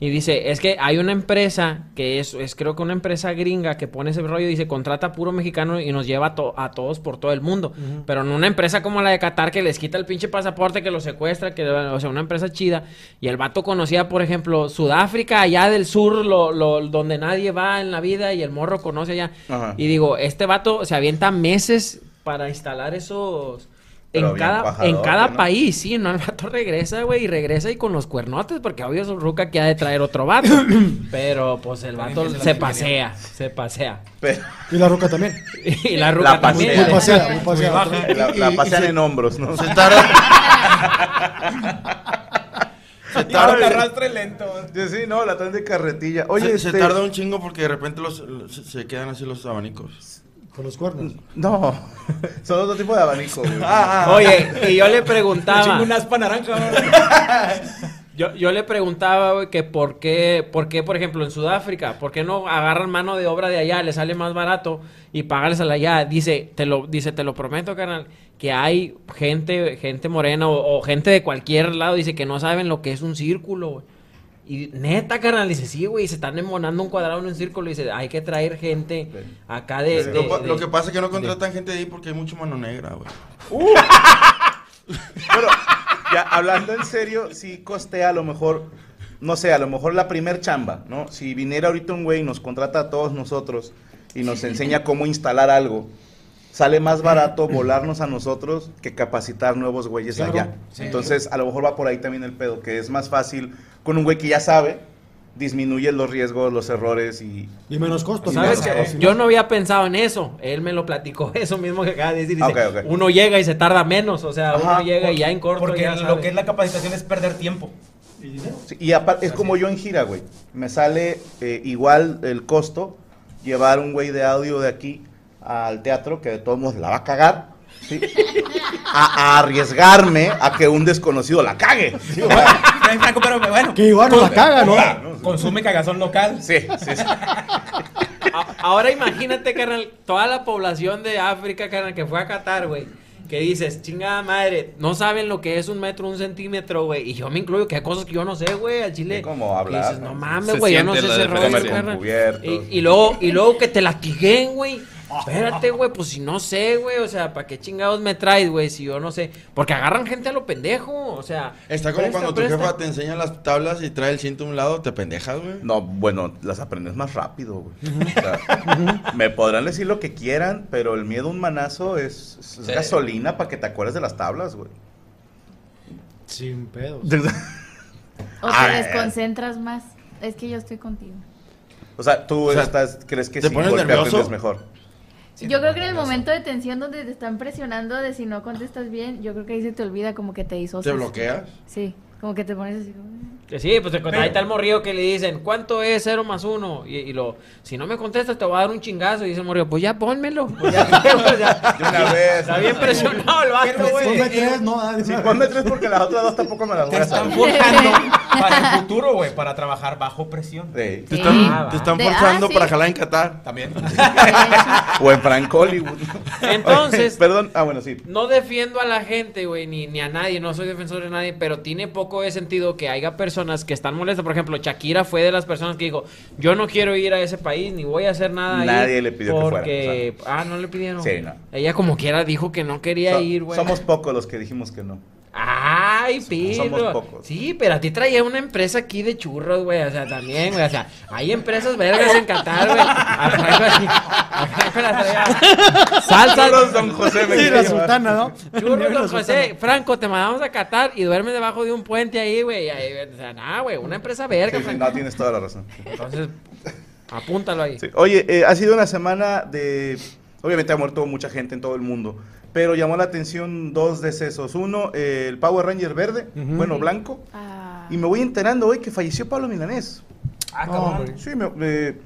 S10: Y dice, es que hay una empresa que es, es creo que una empresa gringa que pone ese rollo y dice, contrata puro mexicano y nos lleva a, to- a todos por todo el mundo.
S8: Ujú.
S10: Pero no una empresa como la de Qatar que les quita el pinche pasaporte, que los secuestra, que, o sea, una empresa chida. Y el vato conocía, por ejemplo, Sudáfrica, allá del sur, lo, lo- donde nadie va en la vida y el morro conoce allá.
S7: Ajá. (laughs)
S10: Y digo, este vato se avienta meses para instalar esos...
S7: Pero
S10: en
S7: bien
S10: cada, en
S7: cuajadote,
S10: cada
S7: ¿no?
S10: país, sí, ¿no? El vato regresa, güey, y regresa y con los cuernotes, porque obvio su ruca que ha de traer otro vato. Pero pues el vato
S9: que se la
S10: se
S9: chuparía.
S10: pasea, se pasea.
S9: Y la roca también.
S10: y la ruca también.
S9: La pasea, la pasea.
S7: La, la pasean en hombros, ¿no?
S9: se
S18: (laughs)
S7: Se
S18: tarda- Y
S5: (laughs)
S18: ahora arrastre lento.
S7: Sí, no, la traen de carretilla. Oye,
S18: se, se
S7: este-
S18: tarda un chingo porque de repente los, los- se- se quedan así los abanicos.
S9: Con los cuernos. Ah,
S7: No, (laughs) son otro tipo de abanico, güey.
S10: Oye, y yo le
S7: Me
S10: preguntaba.
S7: chingo
S10: una
S18: aspa naranja.
S10: Yo, yo le preguntaba, güey, que por qué, por qué, por ejemplo, en Sudáfrica, por qué no agarran mano de obra de allá, le sale más barato y pagarles a la allá. Dice, te lo, dice, te lo prometo, carnal, que hay gente, gente morena o, o gente de cualquier lado, dice que no saben lo que es un círculo, güey. Y neta, carnal, dice, sí, güey, se están emmonando un cuadrado en un círculo. Dice, hay que traer gente acá de...
S18: lo,
S10: de-
S18: pa-
S10: de-
S18: lo que pasa es que no
S10: de-
S18: contratan gente de ahí porque hay mucho mano negra, güey.
S7: Ya, hablando en serio, sí costea a lo mejor, no sé, a lo mejor la primer chamba, ¿no? Si viniera ahorita un güey y nos contrata a todos nosotros y nos enseña cómo instalar algo, sale más barato volarnos a nosotros que capacitar nuevos güeyes
S18: Claro.
S7: allá.
S18: Sí.
S7: Entonces, a lo mejor va por ahí también el pedo, que es más fácil con un güey que ya sabe, disminuye los riesgos, los errores y...
S9: Y menos costo.
S10: ¿Sabes
S9: menos
S10: qué?
S9: costo.
S10: Yo no había pensado en eso. Él me lo platicó, (laughs) eso mismo que acaba de decir. Dice,
S7: Ok, ok.
S10: Uno llega y se tarda menos, o sea, uno
S7: Ajá,
S10: llega y
S7: porque-
S10: ya en corto.
S7: porque
S10: ya
S7: lo
S10: sabe.
S7: que es
S17: La capacitación es perder
S10: (laughs)
S17: tiempo.
S7: Sí, y aparte, es como yo en gira, güey. Me sale eh, igual el costo llevar un güey de audio de aquí al teatro, que de todos modos la va a cagar, ¿sí? (laughs) a, a arriesgarme a que un desconocido la cague. ¿sí? O sea,
S17: Franco, pero bueno.
S9: Que igual no la caga, ¿no?
S17: Consume cagazón local.
S7: Sí, sí, sí.
S10: A- Ahora imagínate, carnal, toda la población de África, carnal, que fue a Qatar, güey. Que dices, chingada madre, no saben lo que es un metro, un centímetro, güey. Y yo me incluyo, que hay cosas que yo no sé, güey, al chile.
S7: ¿Cómo
S10: Que
S7: hablar?
S10: dices, no mames,
S7: Se
S10: güey, yo no sé
S7: siente la
S10: ese rollo,
S7: diferencia. Comer con
S10: carnal.
S7: cubiertos.
S10: Y, y luego, y luego que te latiguen, güey. Espérate, güey, pues si no sé, güey, o sea, ¿para qué chingados me traes, güey? Si yo no sé. Porque agarran gente a lo pendejo, o sea.
S18: Está como
S10: presta,
S18: cuando tu
S10: presta.
S18: jefa te enseña las tablas y trae el cinto a un lado, te pendejas, güey.
S7: No, bueno, las aprendes más rápido, güey. O sea, me podrán decir lo que quieran, pero el miedo a un manazo es, es
S18: Sí.
S7: gasolina para que te acuerdes de las tablas, güey.
S9: Sin pedos.
S15: O
S7: Ah,
S15: te
S7: eh.
S15: desconcentras más. Es que yo estoy contigo.
S7: O sea, tú
S18: O sea,
S7: estás, crees que
S18: ¿te
S7: sí,
S18: pones
S7: golpe
S18: nervioso?
S7: aprendes mejor.
S15: yo creo que en el momento de tensión donde te están presionando de si no contestas bien, yo creo que ahí se te olvida como que te hizo.
S10: ¿Te bloqueas?
S15: Sí, como que te pones así como...
S10: Que sí, pues te con- ahí está el morrillo que le dicen, ¿cuánto es 0 más 1? Y, y lo, si no me contestas, te voy a dar un chingazo. Y dice el morrillo, pues ya pónmelo. Pues ya, (laughs) o sea, Está bien (laughs) presionado el vato, güey.
S9: Ponme tres, no. ah,
S7: Sí, ponme tres porque las otras dos tampoco me las voy
S17: (laughs)
S7: a
S17: Están
S7: saber.
S17: forjando para el futuro, güey, para trabajar bajo presión.
S7: Sí.
S18: Te están, te están
S17: De- ah,
S18: forzando
S17: sí.
S18: para
S17: (laughs)
S18: jalar en Qatar.
S17: También.
S7: (laughs) O en Frank Hollywood.
S10: Entonces-
S7: Oye, (laughs) Perdón, ah, bueno, sí.
S10: No defiendo a la gente, güey, ni, ni a nadie, no soy defensor de nadie, pero tiene poco de sentido que haya personas que están molestas. Por ejemplo, Shakira fue de las personas que dijo, yo no quiero ir a ese país, ni voy a hacer nada. ahí
S7: Nadie le pidió que fuera,
S10: porque... Ah, no le pidieron.
S7: Sí, no.
S10: Ella como quiera dijo que no quería
S7: So-
S10: ir, güey.
S7: Somos pocos los que dijimos que no.
S10: Ay,
S7: somos
S10: Pedro.
S7: pocos.
S10: Sí, pero a ti traía una empresa aquí de churros, güey. O sea, también, güey. O sea, hay empresas vergas en Qatar, güey. A Franco así- a Franco la traía. Salsa.
S7: Churros Don José, me
S10: Sí,
S7: quería
S10: la
S7: llevar.
S9: sultana, ¿no?
S10: Churros
S9: La
S10: Don José.
S9: sultana.
S10: Franco, te mandamos a Qatar y duermes debajo de un puente ahí, güey. Y ahí, O sea, nada, güey. Una empresa verga,
S7: Sí, sí,
S10: Franco.
S7: no, tienes toda la razón.
S10: Entonces, apúntalo ahí.
S7: Oye, eh, ha sido una semana de... Obviamente ha muerto mucha gente en todo el mundo, pero llamó la atención dos decesos. Uno, eh, el Power Ranger verde, bueno, blanco.
S15: Ah.
S7: Y me voy enterando hoy que falleció Pablo Milanés.
S10: Ah,
S9: cabrón.
S7: Sí, me, eh,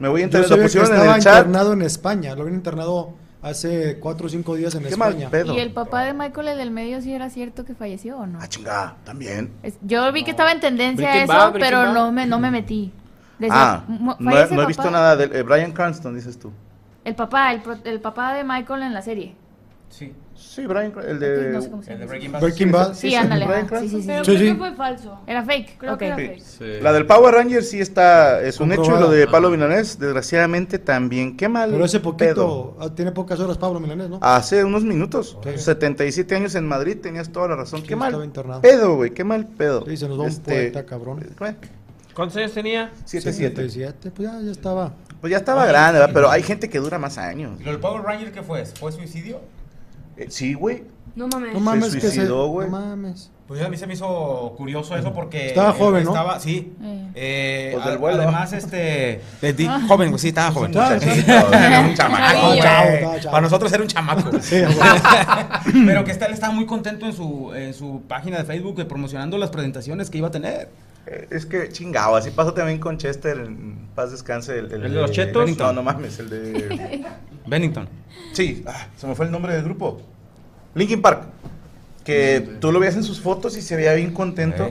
S7: me voy
S9: Yo
S7: enterando. Lo
S9: sabía que
S7: pusieron en
S9: estaba
S7: el chat.
S9: internado en España. Lo habían internado hace cuatro o cinco días en
S7: Qué mal
S9: España.
S7: pedo.
S15: Y el papá de Michael, el del medio, sí era cierto que falleció o no.
S7: Ah, Chinga, también.
S15: Es- Yo vi que estaba en tendencia a
S7: Breaking
S15: eso,
S7: Bad, Breaking
S15: pero
S7: Bad.
S15: no me, no me metí. Decía,
S7: Ah,
S15: "Mu-
S7: no, he-
S15: fallece
S7: no he
S15: papá".
S7: visto nada de Brian eh, Cranston, dices tú.
S15: El papá, el, pro- el papá de Michael en la serie.
S17: Sí.
S7: Sí, Brian, Cra- el de,
S17: No sé cómo se llama. El de Breaking Bad.
S7: Breaking Bad.
S15: Sí, ándale.
S7: Bryan
S15: ajá.
S7: Cranston.
S15: Sí, sí, sí.
S7: Sí,
S15: Pero
S7: sí.
S15: creo que fue falso. Era fake. Creo que era
S7: Sí.
S15: fake.
S7: La del Power Ranger sí está, es un hecho. Y lo
S9: Comprobada.
S7: de Pablo Milanés, desgraciadamente también. Qué mal.
S9: Pero hace poquito,
S7: pedo. Ah,
S9: ah, tiene pocas horas Pablo Milanés, ¿no?
S7: Hace unos minutos.
S9: Sí.
S7: 77 años en Madrid, tenías toda la razón. Qué
S9: estaba
S7: mal
S9: internado.
S7: pedo, güey. Qué mal pedo. Este, eh,
S9: Sí, se nos va un poeta, cabrón.
S10: ¿Cuántos años tenía?
S9: 77, pues ya, ya estaba. Ah,
S7: Pues ya estaba grande, ¿verdad? Pero hay gente que dura más años.
S17: ¿Lo del Power Ranger qué fue? ¿Fue suicidio?
S7: Eh, sí, güey.
S17: No
S7: mames. No mames,
S17: que
S7: que se- suicidó, güey. no
S9: mames.
S17: Pues a mí se me hizo curioso eso porque.
S9: Estaba
S17: él
S9: joven, ¿no?
S17: Estaba, sí. Eh,
S9: Pues
S17: a-
S9: del vuelo.
S17: Además, este.
S19: Le di-
S17: Ah.
S19: Joven, güey, sí, estaba joven.
S17: Muchachito,
S19: Estaba
S17: un chamaco.
S19: Chavillo.
S17: güey.
S19: Chavo, chavo.
S17: Para nosotros era un chamaco.
S7: Eh,
S17: (laughs) Pero que está, él estaba muy contento en su, en su página de Facebook eh, promocionando las presentaciones que iba a tener.
S7: Eh, Es que chingado, así pasó también con Chester en paz descanse. El,
S17: ¿El de los Chetos?
S7: No, no mames, el de.
S19: Bennington.
S7: Sí, ah, se me fue el nombre del grupo. Linkin Park. Que tú lo veías en sus fotos y se veía bien contento.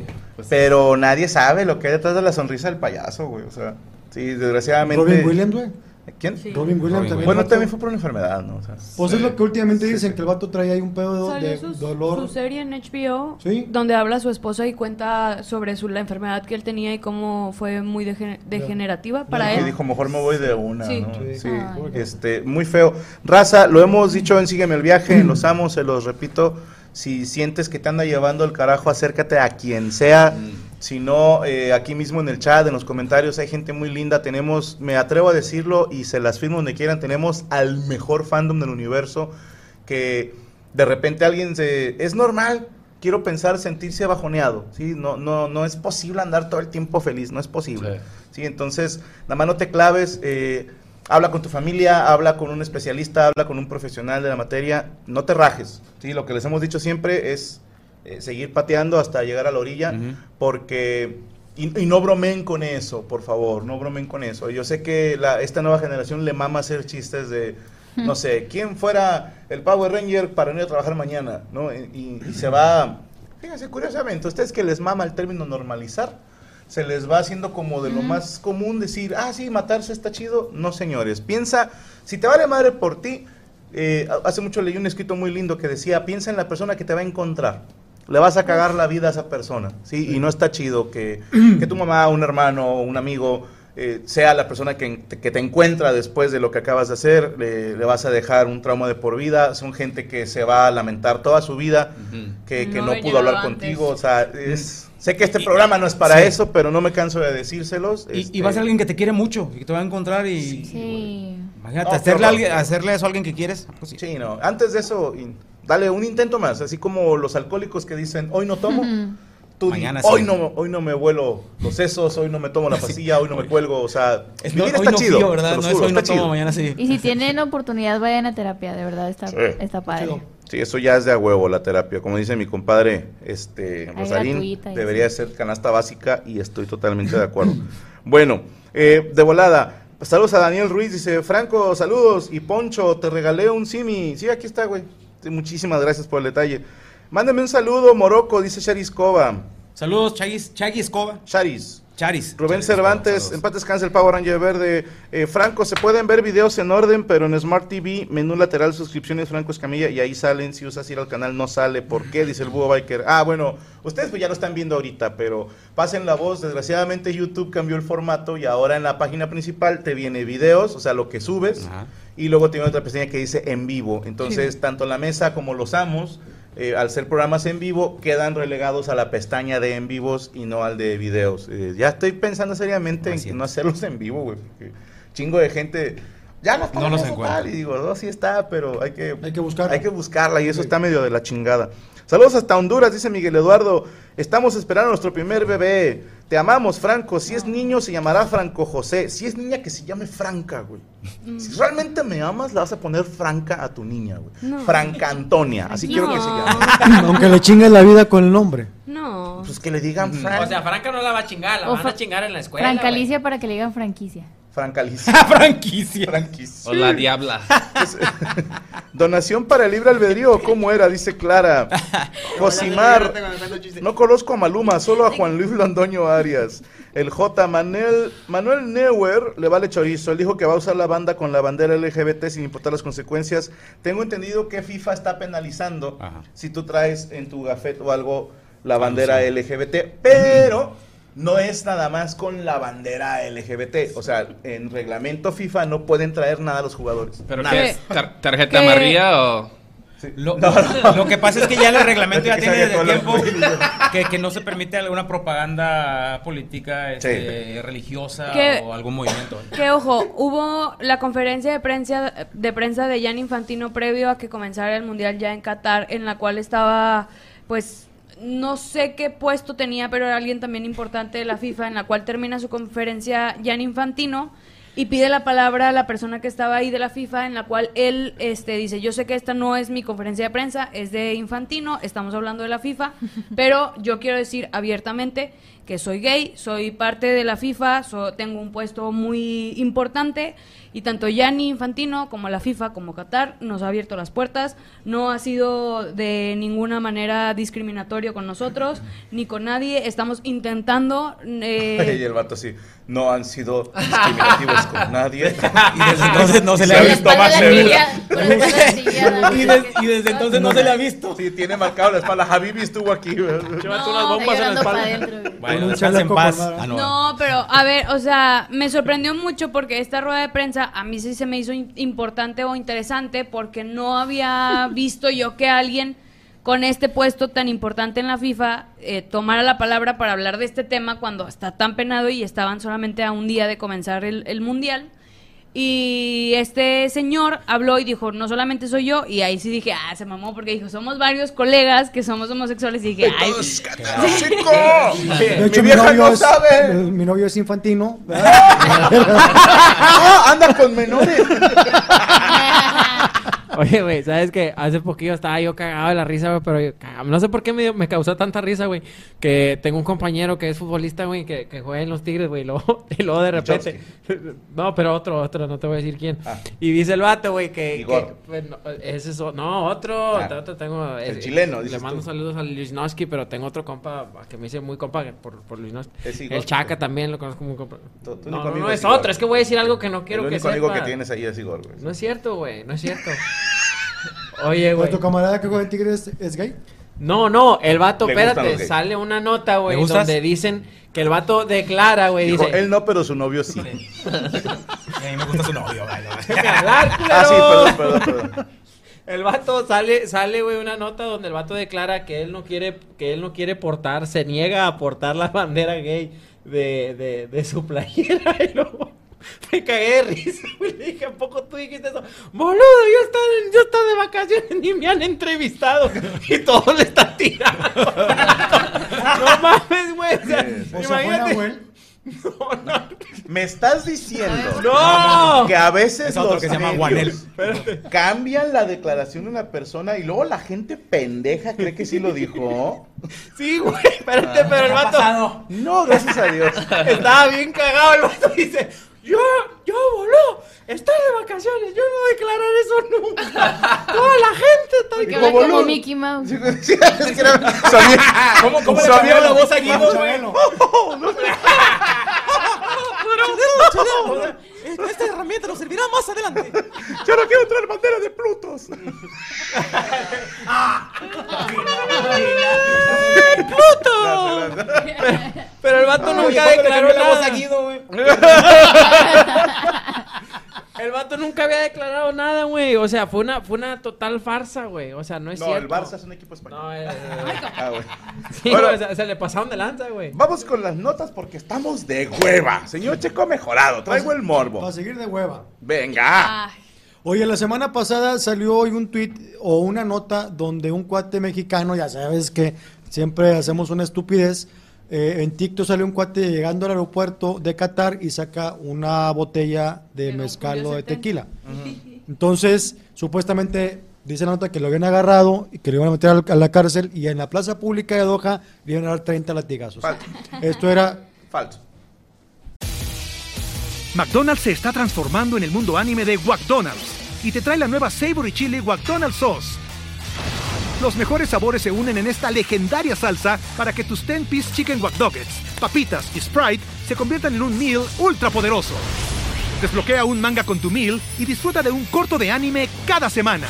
S7: pero nadie sabe lo que hay detrás de la sonrisa del payaso, güey. O sea, sí, desgraciadamente.
S9: Robin Williams, güey.
S7: ¿Eh, ¿Quién?
S9: Robin Williams Robin también.
S7: Bueno,
S9: Williams.
S7: también fue por una enfermedad, ¿no? O sea,
S9: Pues es lo que últimamente dicen, que el vato trae ahí un pedo
S13: Salió
S9: de
S13: sus-
S9: dolor.
S13: su serie en HBO,
S9: Sí.
S13: donde habla su esposa y cuenta sobre su, la enfermedad que él tenía y cómo fue muy degen- degenerativa para
S7: Y
S13: él.
S7: dijo, mejor me voy de una,
S13: Sí.
S7: ¿no?
S13: Sí.
S7: Sí, este, muy feo. Raza, lo hemos dicho en Sígueme el
S13: (clears throat)
S7: Viaje, en Los Amos, se los repito, si sientes que te anda llevando el carajo, acércate a quien sea, si no, eh, aquí mismo en el chat, en los comentarios, hay gente muy linda, tenemos, me atrevo a decirlo y se las firmo donde quieran, tenemos al mejor fandom del universo, que de repente alguien se... Es normal, quiero pensar, sentirse bajoneado, ¿sí? No, no, no es posible andar todo el tiempo feliz, no es posible. Sí, entonces, nada más no te claves, eh, habla con tu familia, habla con un especialista, habla con un profesional de la materia, no te rajes, ¿sí? Lo que les hemos dicho siempre es eh, seguir pateando hasta llegar a la orilla, porque... Y, y no bromen con eso, por favor, no bromen con eso. Yo sé que la- esta nueva generación le mama hacer chistes de, no sé, ¿quién fuera el Power Ranger para no ir a trabajar mañana? ¿no? Y, y- y se va, fíjense, curiosamente, a ustedes que les mama el término normalizar, se les va haciendo como de lo más común decir, ah, sí, matarse está chido. No, señores, piensa, si te vale madre por ti, eh, ha- hace mucho leí un escrito muy lindo que decía, piensa en la persona que te va a encontrar. Le vas a cagar la vida a esa persona, ¿sí? Y no está chido que, que tu mamá, un hermano, un amigo, eh, sea la persona que, en- que te encuentra después de lo que acabas de hacer, le, le vas a dejar un trauma de por vida. Son gente que se va a lamentar toda su vida, que, que
S17: No
S7: no,
S17: haber
S7: pudo hablar
S17: llegado antes.
S7: contigo. O sea, es- sé que este programa no es para
S17: Mm. sí.
S7: eso, pero no me canso de decírselos.
S17: Y,
S7: este,
S17: y va a ser alguien que te quiere mucho y que te va a encontrar y.
S15: Sí.
S17: Imagínate,
S7: No, qué
S17: hacerle, a
S7: horror.
S17: alguien- hacerle eso a alguien que quieres. pues sí.
S7: Sí, no. Antes de eso, in- dale un intento más. Así como los alcohólicos que dicen, hoy no tomo. Tú di,
S17: Mañana sí.
S7: hoy, no, hoy no me vuelo los sesos, hoy no me
S17: (laughs)
S7: tomo la pastilla, hoy no me cuelgo. O sea,
S17: Es
S7: vivir
S17: no- hoy
S7: está
S17: no
S7: chido.
S17: fío, ¿verdad?
S7: se los
S17: No es
S7: juro,
S17: hoy no
S7: está
S17: tomo,
S7: chido.
S17: mañana sí.
S15: Y si tienen oportunidad, vayan a terapia, de verdad, está,
S7: Sí.
S15: está padre.
S7: Sí, eso ya es de a huevo la terapia. Como dice mi compadre, este Rosarín,
S15: gratuita y
S7: debería ser canasta básica y estoy totalmente de acuerdo. (laughs) bueno, eh, de volada. Saludos a Daniel Ruiz, dice Franco, saludos. Y Poncho, te regalé un simi. Sí, aquí está, güey. Sí, Muchísimas gracias por el detalle. Mándame un saludo, Morocco, dice Charis Cova.
S17: Saludos, Chagis, Chagis Cova.
S7: Charis.
S17: Charis.
S7: Rubén Cervantes, en paz descanse el Power Ranger Verde. Eh, Franco, se pueden ver videos en orden, pero en Smart TV, menú lateral, suscripciones, Franco Escamilla, y ahí salen. Si usas ir al canal, no sale. ¿Por qué? Dice el Búho Biker. Ah, bueno, ustedes pues ya lo están viendo ahorita, pero pasen la voz. Desgraciadamente, YouTube cambió el formato y ahora en la página principal te viene videos, o sea, lo que subes, y luego tiene otra pestaña que dice en vivo. Entonces, tanto la mesa como los amos. eh, al ser programas en vivo, quedan relegados a la pestaña de en vivos y no al de videos. Eh, ya estoy pensando seriamente en no hacerlos en vivo, güey. porque Chingo de gente. Ya los
S17: No los
S7: ponemos
S17: encuentra.
S7: tal, Y digo, no, sí está, pero hay que, hay que buscarla. Hay que buscarla y eso está medio de la chingada. Saludos hasta Honduras, dice Miguel Eduardo. Estamos esperando a nuestro primer bebé. Te amamos, Franco. Si es niño, se llamará Franco José. Si es niña, que se llame Franca, güey. Si realmente me amas, la vas a poner Franca a tu niña, güey.
S13: No.
S7: Franca Antonia. Así quiero que se llame.
S9: (laughs) Aunque le chingue la vida con el nombre.
S13: No.
S7: Pues que le digan
S9: (laughs)
S10: O sea, Franca no la va a chingar, la
S15: O
S10: van a
S15: Fra-
S10: chingar en la escuela. güey.
S15: Francalicia para que le digan franquicia.
S7: (laughs) Francalicia.
S10: Franquicia.
S7: Franquicia.
S11: O la diabla.
S7: (laughs) Pues, Donación para el libre albedrío, ¿cómo era? Dice
S11: (laughs)
S7: Clara. Josimar. No conozco a Maluma, solo a Juan Luis Londoño Arias. El J. Manuel, Manuel Neuer le vale chorizo. Él dijo que va a usar la banda con la bandera LGBT sin importar las consecuencias. Tengo entendido que FIFA está penalizando si tú traes en tu gafet o algo la bandera LGBT, pero no es nada más con la bandera LGBT. O sea, en reglamento FIFA no pueden traer nada a los jugadores.
S11: ¿Pero
S7: Nada.
S11: qué es? ¿Tar- ¿Tarjeta amarilla o...?
S17: Lo,
S7: No, no.
S17: (laughs) lo que pasa es que ya el
S7: (laughs)
S17: reglamento ya
S7: Que
S17: tiene
S7: sabía
S17: desde
S7: todo lo
S17: tiempo
S7: que-
S17: que, que no se permite alguna propaganda política, este, religiosa
S13: Que-
S17: o algún movimiento.
S13: Que ojo, hubo la conferencia de prensa de prensa de Jan Infantino previo a que comenzara el mundial ya en Qatar, en la cual estaba, pues, no sé qué puesto tenía, pero era alguien también importante de la FIFA, en la cual termina su conferencia Jan Infantino y pide la palabra a la persona que estaba ahí de la FIFA, en la cual él, este, dice, yo sé que esta no es mi conferencia de prensa, es de Infantino, estamos hablando de la FIFA, pero yo quiero decir abiertamente que soy gay, soy parte de la FIFA, so- tengo un puesto muy importante y tanto Gianni Infantino como la FIFA como Qatar nos ha abierto las puertas, no ha sido de ninguna manera discriminatorio con nosotros ni con nadie, estamos intentando...
S7: (laughs)
S13: eh,
S7: Y el vato así, no han sido discriminativos (laughs) con nadie. Y desde
S17: entonces no se le ha visto más severo. Y des- y desde entonces no se le ha
S7: visto. Sí, tiene marcado la espalda. Habibi estuvo aquí.
S17: Llévate
S13: unas bombas en la llorando espalda. pa'
S17: Bueno,
S7: Un
S17: descansa en
S7: chaleco
S17: paz.
S7: con-
S17: Ah, no.
S13: No, pero a ver, o sea, me sorprendió mucho porque esta rueda de prensa a mí sí se me hizo in- importante o interesante porque no había visto yo que alguien con este puesto tan importante en la FIFA eh, tomara la palabra para hablar de este tema cuando está tan penado y estaban solamente a un día de comenzar el, el mundial. Y este señor habló y dijo, no solamente soy yo, y ahí sí dije, ah, se mamó, porque dijo, somos varios colegas que somos homosexuales, y dije, ay, (laughs)
S9: De hecho, mi,
S7: vieja
S9: novio
S7: no
S9: es,
S7: sabe.
S9: eh, mi novio es infantino.
S7: (laughs) Ah, anda con menores.
S10: Oye, güey, ¿sabes qué? Hace poquillo estaba yo cagado de la risa, güey, pero yo cagado. no sé por qué me, dio- me causó tanta risa, güey, que tengo un compañero que es futbolista, güey, que, que juega en los Tigres, güey, y luego, (laughs) y luego de repente... (laughs) No, pero otro, otro, no te voy a decir quién. Y dice el vato, güey, que...
S7: Ah. Igor.
S10: que- pues, no, ese es o- no, otro,
S7: Ah.
S10: otro tengo...
S7: El
S10: eh,
S7: chileno,
S10: Le
S7: dices
S10: mando
S7: tú.
S10: saludos a Lusnowski, pero tengo otro compa que me dice muy compa por, por Lusnowski.
S7: Es Igor.
S10: El Chaca también lo conozco muy compa.
S7: Tu- tu
S10: No,
S7: único
S10: no,
S7: amigo
S10: no,
S7: es
S10: es
S7: Igor.
S10: otro, es que voy a decir algo que no quiero
S7: El
S10: que
S7: único amigo que
S10: sepan.
S7: tienes ahí es Igor, güey.
S10: No es cierto, güey, no es cierto. (laughs) Oye, güey.
S9: ¿Tu camarada que juega en Tigres es gay?
S10: No, no, el vato,
S9: Le gustan los
S10: espérate,
S9: gays.
S10: sale una nota, güey,
S9: ¿Le gustas?
S10: donde dicen que el vato declara, güey,
S7: Dijo,
S10: dice...
S7: (laughs) él no, pero su novio sí.
S10: A
S17: mí me gusta su novio, güey.
S10: Déjame hablar,
S7: (laughs)
S10: culero.
S7: Ah, sí, perdón, perdón, perdón.
S10: (laughs) El vato sale, sale, güey, una nota donde el vato declara que él no quiere, que él no quiere portar, se niega a portar la bandera gay de, de, de su playera. (laughs) Y luego me cagué de (laughs) risa, güey. Le dije, ¿a poco tú dijiste eso? Boludo, yo estaba, yo estaba de vacaciones, ni me han entrevistado. Y todos le están tirando. (laughs) no mames, güey. O sea,
S7: O sea,
S10: imagínate.
S7: fue Me estás diciendo
S10: (laughs) ¡No!
S7: que a veces
S10: Es otro
S7: los
S10: que se llama
S7: medios
S10: Guanel.
S7: (laughs) cambian la declaración de una persona y luego la gente pendeja cree que sí lo dijo.
S10: Sí, güey, espérate,
S7: Ah.
S10: pero el
S7: ¿Qué ha
S10: vato.
S7: No, gracias a Dios.
S10: Estaba bien cagado el vato dice, yo, yo, boludo, estoy de vacaciones, yo no declararé eso nunca. Toda la gente está
S15: Porque
S10: declarando
S15: habla como Mickey Mouse.
S7: ¿Cómo,
S17: cómo le cambió la voz a Guido, güey?
S7: (laughs)
S14: Esta herramienta nos servirá más adelante.
S7: Yo no quiero traer bandera de Plutos.
S10: ¡Pluto! Pero el vato
S17: Ay,
S10: nunca
S17: ¿cuándo le
S10: declaró
S17: cambió la voz
S10: nada.
S17: a Guido, güey?
S10: (laughs) el vato nunca había declarado nada, güey. O sea, fue una, fue una total farsa, güey. O sea, no es
S7: No,
S10: cierto.
S7: el Barça es un equipo español.
S10: No,
S13: eh,
S7: Ah, güey.
S10: (laughs) Sí,
S7: Bueno.
S10: güey, o sea, se le pasaron de lanza, güey.
S7: Vamos con las notas porque estamos de hueva. Señor Checo mejorado, traigo el morbo.
S9: Para seguir de hueva.
S7: Venga.
S9: Oye, la semana pasada salió hoy un tweet o una nota donde un cuate mexicano, ya sabes que siempre hacemos una estupidez, eh, en TikTok salió un cuate llegando al aeropuerto de Qatar y saca una botella de mezcal o de tequila. Entonces, supuestamente, dice la nota que lo habían agarrado y que lo iban a meter al- a la cárcel y en la plaza pública de Doha le iban a dar 30 latigazos. Esto era
S7: Falso.
S20: McDonald's se está transformando en el mundo anime de McDonald's y te trae la nueva Savory Chili McDonald's Sauce. Los mejores sabores se unen en esta legendaria salsa para que tus 10-piece chicken wack doggets, papitas y Sprite se conviertan en un meal ultra poderoso. Desbloquea un manga con tu meal y disfruta de un corto de anime cada semana.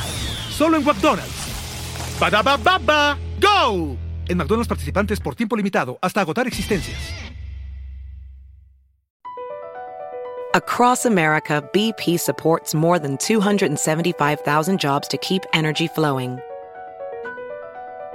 S20: Solo en McDonald's. Badaba baba, go. En McDonald's participantes por tiempo limitado hasta agotar existencias.
S3: Across America, BP supports more than 275,000 jobs to keep energy flowing.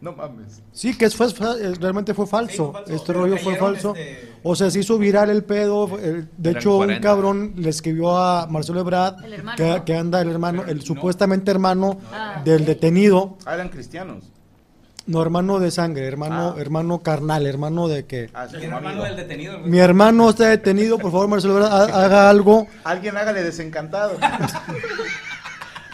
S7: No
S15: (laughs)
S7: mames.
S9: Sí, que fue, fue- eh, realmente fue falso. Este rollo fue
S17: cayeron,
S9: falso. O sea, se hizo viral el pedo. eh, de
S17: Eran
S9: hecho,
S17: 40.
S9: un cabrón le escribió a Marcelo Ebrard,
S7: El hermano,
S9: que,
S7: ¿no?
S9: que anda el hermano, el supuestamente hermano del detenido.
S7: Ah, eran cristianos.
S9: No, hermano de sangre, hermano, hermano carnal, hermano de que...
S7: Ah, sí, como amigo.
S9: Mi hermano está detenido, por favor, Marcelo Ebrard, ha- haga algo.
S7: Alguien hágale desencantado.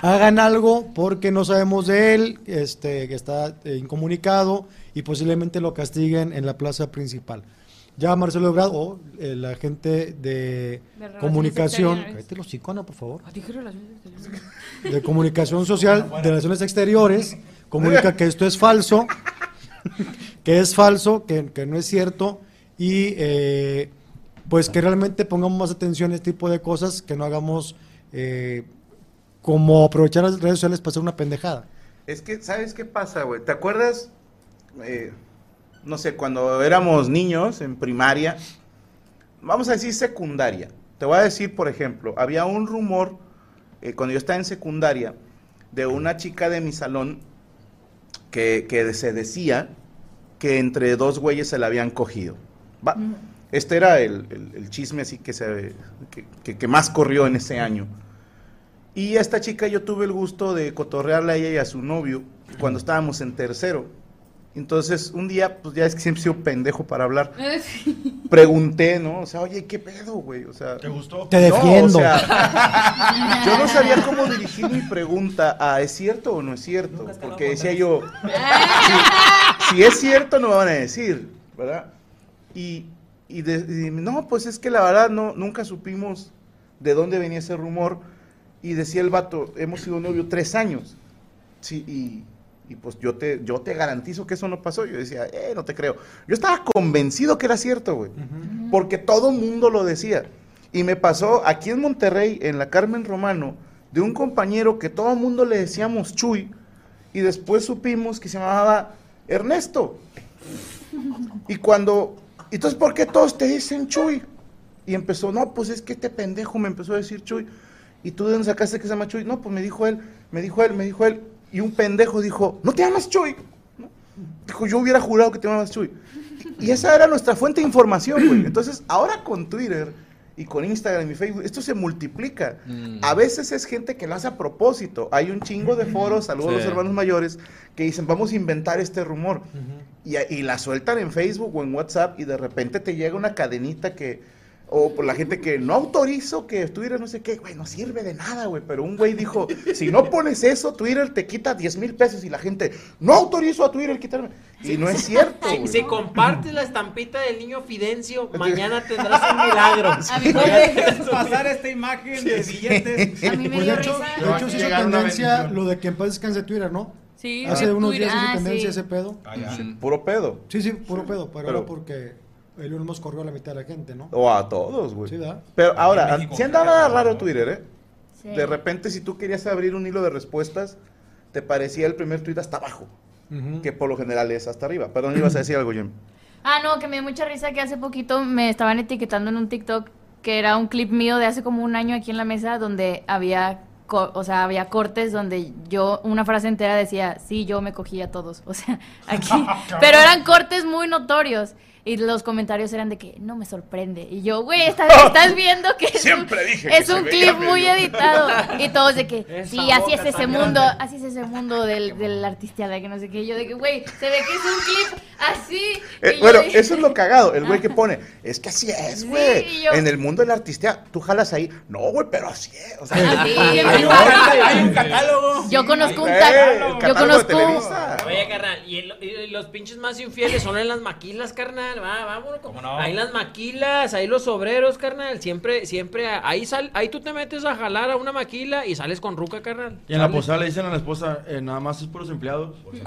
S9: hagan algo porque no sabemos de él, este, que está eh, incomunicado y posiblemente lo castiguen en la plaza principal. Ya Marcelo Ebrard o eh, la gente de,
S13: relaciones
S9: comunicación,
S13: exteriores.
S9: cállate los hocico, Ana, por favor,
S13: Ah, dije relaciones exteriores.
S9: de comunicación social, de relaciones exteriores, comunica que esto es falso, que es falso, que, que no es cierto y eh, pues que realmente pongamos más atención a este tipo de cosas, que no hagamos eh, como aprovechar las redes sociales para hacer una pendejada.
S7: (laughs) Es que, ¿sabes qué pasa, güey? ¿Te acuerdas? eh, no sé, cuando éramos niños en primaria, vamos a decir secundaria. Te voy a decir, por ejemplo, había un rumor eh, cuando yo estaba en secundaria de una chica de mi salón que, que se decía que entre dos güeyes se la habían cogido. Va, Este era el, el- el chisme así que, se, que- que- que más corrió en ese año. Y esta chica yo tuve el gusto de cotorrearla a ella y a su novio cuando estábamos en tercero. Entonces, un día, pues ya es que siempre he sido pendejo para hablar. Pregunté, ¿no? O sea, oye, ¿qué pedo, güey? O sea, ¿te gustó?
S9: Te defiendo.
S7: yo no sabía cómo dirigir mi pregunta a ¿es cierto o no es cierto? Porque decía yo, si, si es cierto no me van a decir, ¿verdad? Y, y de- y no, pues es que la verdad no, nunca supimos de dónde venía ese rumor. Y decía el vato, hemos sido novio tres años. Sí, y, y pues yo te, yo te garantizo que eso no pasó. Yo decía, eh, no te creo. Yo estaba convencido que era cierto, güey. Porque todo mundo lo decía. Y me pasó aquí en Monterrey, en la Carmen Romano, de un compañero que todo mundo le decíamos Chuy. Y después supimos que se llamaba Ernesto. Y cuando, entonces, ¿por qué todos te dicen Chuy? Y empezó, no, pues es que este pendejo me empezó a decir Chuy. ¿Y tú de dónde sacaste que se llama Chuy? No, pues me dijo él, me dijo él, me dijo él. Y un pendejo dijo, no te llamas Chuy. ¿No? Dijo, yo hubiera jurado que te llamabas Chuy. Y esa era nuestra fuente de información, güey. Entonces, ahora con Twitter y con Instagram y Facebook, esto se multiplica. A veces es gente que lo hace a propósito. Hay un chingo de foros, saludos a los
S17: Sí.
S7: hermanos mayores, que dicen, vamos a inventar este rumor. y, y la sueltan en Facebook o en WhatsApp y de repente te llega una cadenita que... O por la gente que no autorizo que Twitter no sé qué, güey, no sirve de nada, güey. Pero un güey dijo, si no pones eso, Twitter te quita 10 mil pesos y la gente, no autorizo a Twitter quitarme. Y no es cierto,
S10: Si,
S7: güey.
S10: si compartes la estampita del niño
S7: (laughs)
S10: Fidencio, mañana tendrás un milagro.
S7: A mí me
S17: No dejes pasar esta imagen de billetes.
S9: A mí me Pues de dio hecho- risa. De hecho, se hizo tendencia lo de que en paz descanse Twitter, ¿no?
S17: Sí,
S9: Hace
S17: Ah,
S9: unos
S17: Twitter,
S9: días se
S17: (laughs)
S9: hizo
S17: ah,
S9: tendencia
S17: sí.
S9: ese pedo.
S7: Sí, Puro pedo.
S9: Sí, sí, puro pedo, pero,
S7: Pero- Oh.
S9: ahora porque Elon Musk corrió a la mitad de la gente, ¿no?
S7: O a todos, güey.
S9: Sí, ¿verdad?
S7: Pero ahora, si andaba raro Twitter, ¿eh?
S9: Sí.
S7: De repente, si tú querías abrir un hilo de respuestas, te parecía el primer tweet hasta abajo, que por lo general es hasta arriba. Perdón, ibas a decir algo, Jim.
S15: Ah, no, que me dio mucha risa que hace poquito me estaban etiquetando en un TikTok que era un clip mío de hace como un año aquí en la mesa donde había, co- o sea, había cortes donde yo una frase (laughs) entera decía, sí, yo me cogí a todos, o sea, aquí, pero eran cortes muy notorios. Y los comentarios eran de que no me sorprende. Y yo, güey, estás, estás viendo que es
S7: Siempre
S15: un,
S7: dije (laughs) que
S15: es
S7: se
S15: un
S7: veía
S15: clip muy
S7: medio-
S15: editado.
S7: (laughs)
S15: Y todos de que,
S7: Esa
S15: sí, así
S7: boca
S15: es ese
S7: tan
S15: mundo,
S7: grande.
S15: así es ese mundo del, del artisteada, que no sé qué. Y yo de que, güey, se ve que es un clip así.
S7: Eh,
S15: Y yo
S7: bueno,
S15: dije,
S7: eso es lo cagado. El güey que pone, es que así es, güey.
S15: y yo-
S7: En el mundo del artista, tú jalas ahí. No, güey, pero así es. O sea,
S15: Así es.
S7: hay un-
S15: Hay un
S7: catálogo.
S15: Yo conozco un
S7: Eh,
S15: tal,
S7: el catálogo
S15: yo
S7: de
S15: conozco
S7: Televisa.
S10: Oye, carnal, y, el- y los pinches más infieles son en las maquilas, carnal. Va, vámonos. como no? Ahí las maquilas, ahí los obreros, carnal. Siempre, siempre. Ahí, sal, ahí tú te metes a jalar a una maquila y sales con ruca, carnal.
S18: Y en la
S10: Sales.
S18: posada le dicen a la esposa, eh, nada más es por los empleados.
S17: Oye,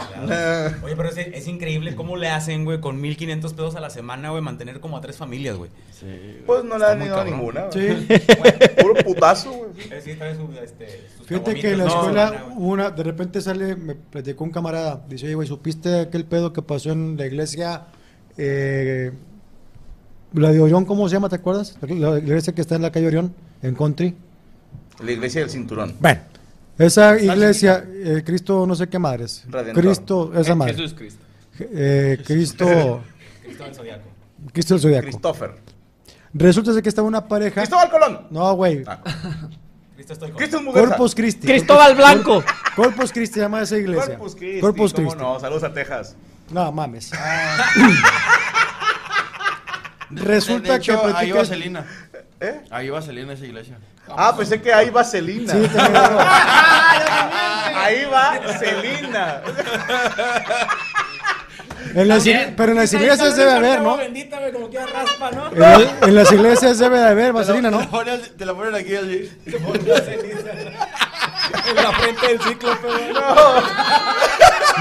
S17: pero es, es increíble cómo le hacen, güey, con 1500 pesos a la semana, güey, mantener como a tres familias, güey.
S7: Pues no le
S17: Está
S7: han
S17: muy
S7: ido a
S17: cabrón.
S7: ninguna. güey.
S9: Sí.
S7: Puro putazo, güey.
S17: Eh, Sí, trae su, este, sus
S9: Fíjate que en la
S17: caguamitas, ¿no?
S9: escuela hubo una, de repente sale, me platicó un camarada, dice, oye, güey, ¿supiste aquel pedo que pasó en la iglesia? Eh, la de Orión, ¿cómo se llama? ¿Te acuerdas? La la iglesia que está en la calle Orión, en Country.
S7: La iglesia del cinturón.
S9: Bueno, esa iglesia, eh, Cristo, no sé qué madres.
S7: Redentor.
S9: Cristo, esa
S7: Eh,
S9: madre.
S7: Jesús Cristo.
S9: Eh, Cristo.
S7: Cristo del Zodiaco.
S9: Cristo del Zodiaco.
S7: Christopher.
S9: Resulta ser que estaba una pareja.
S7: Cristóbal Colón. Ah.
S9: No, güey. (laughs)
S17: Cristo estoy con-
S7: Cristo Muguerza.
S9: Corpus Christi.
S7: Cristóbal
S9: Blanco. Corpus Christi se llama esa iglesia.
S7: Corpus Christi.
S9: Corpus
S7: ¿cómo
S9: Christi.
S7: No, saludos a Texas.
S9: No, mames. Resulta
S18: De hecho,
S9: que
S18: ahí
S9: platicas-
S18: vaselina.
S7: ¿Eh?
S18: Ahí vaselina esa (laughs) iglesia.
S7: Ah, pensé que ahí va Celina.
S18: Sí, también.
S7: Ah, ahí va Celina.
S9: En las ig- pero en las iglesias debe haber, ¿no?
S17: Bendita, güey, como quiera raspa, ¿no?
S9: En, la- en las iglesias debe de haber vaselina, (laughs) ¿no?
S18: Te la ponen aquí así.
S17: En la frente del cíclope, güey.
S9: No,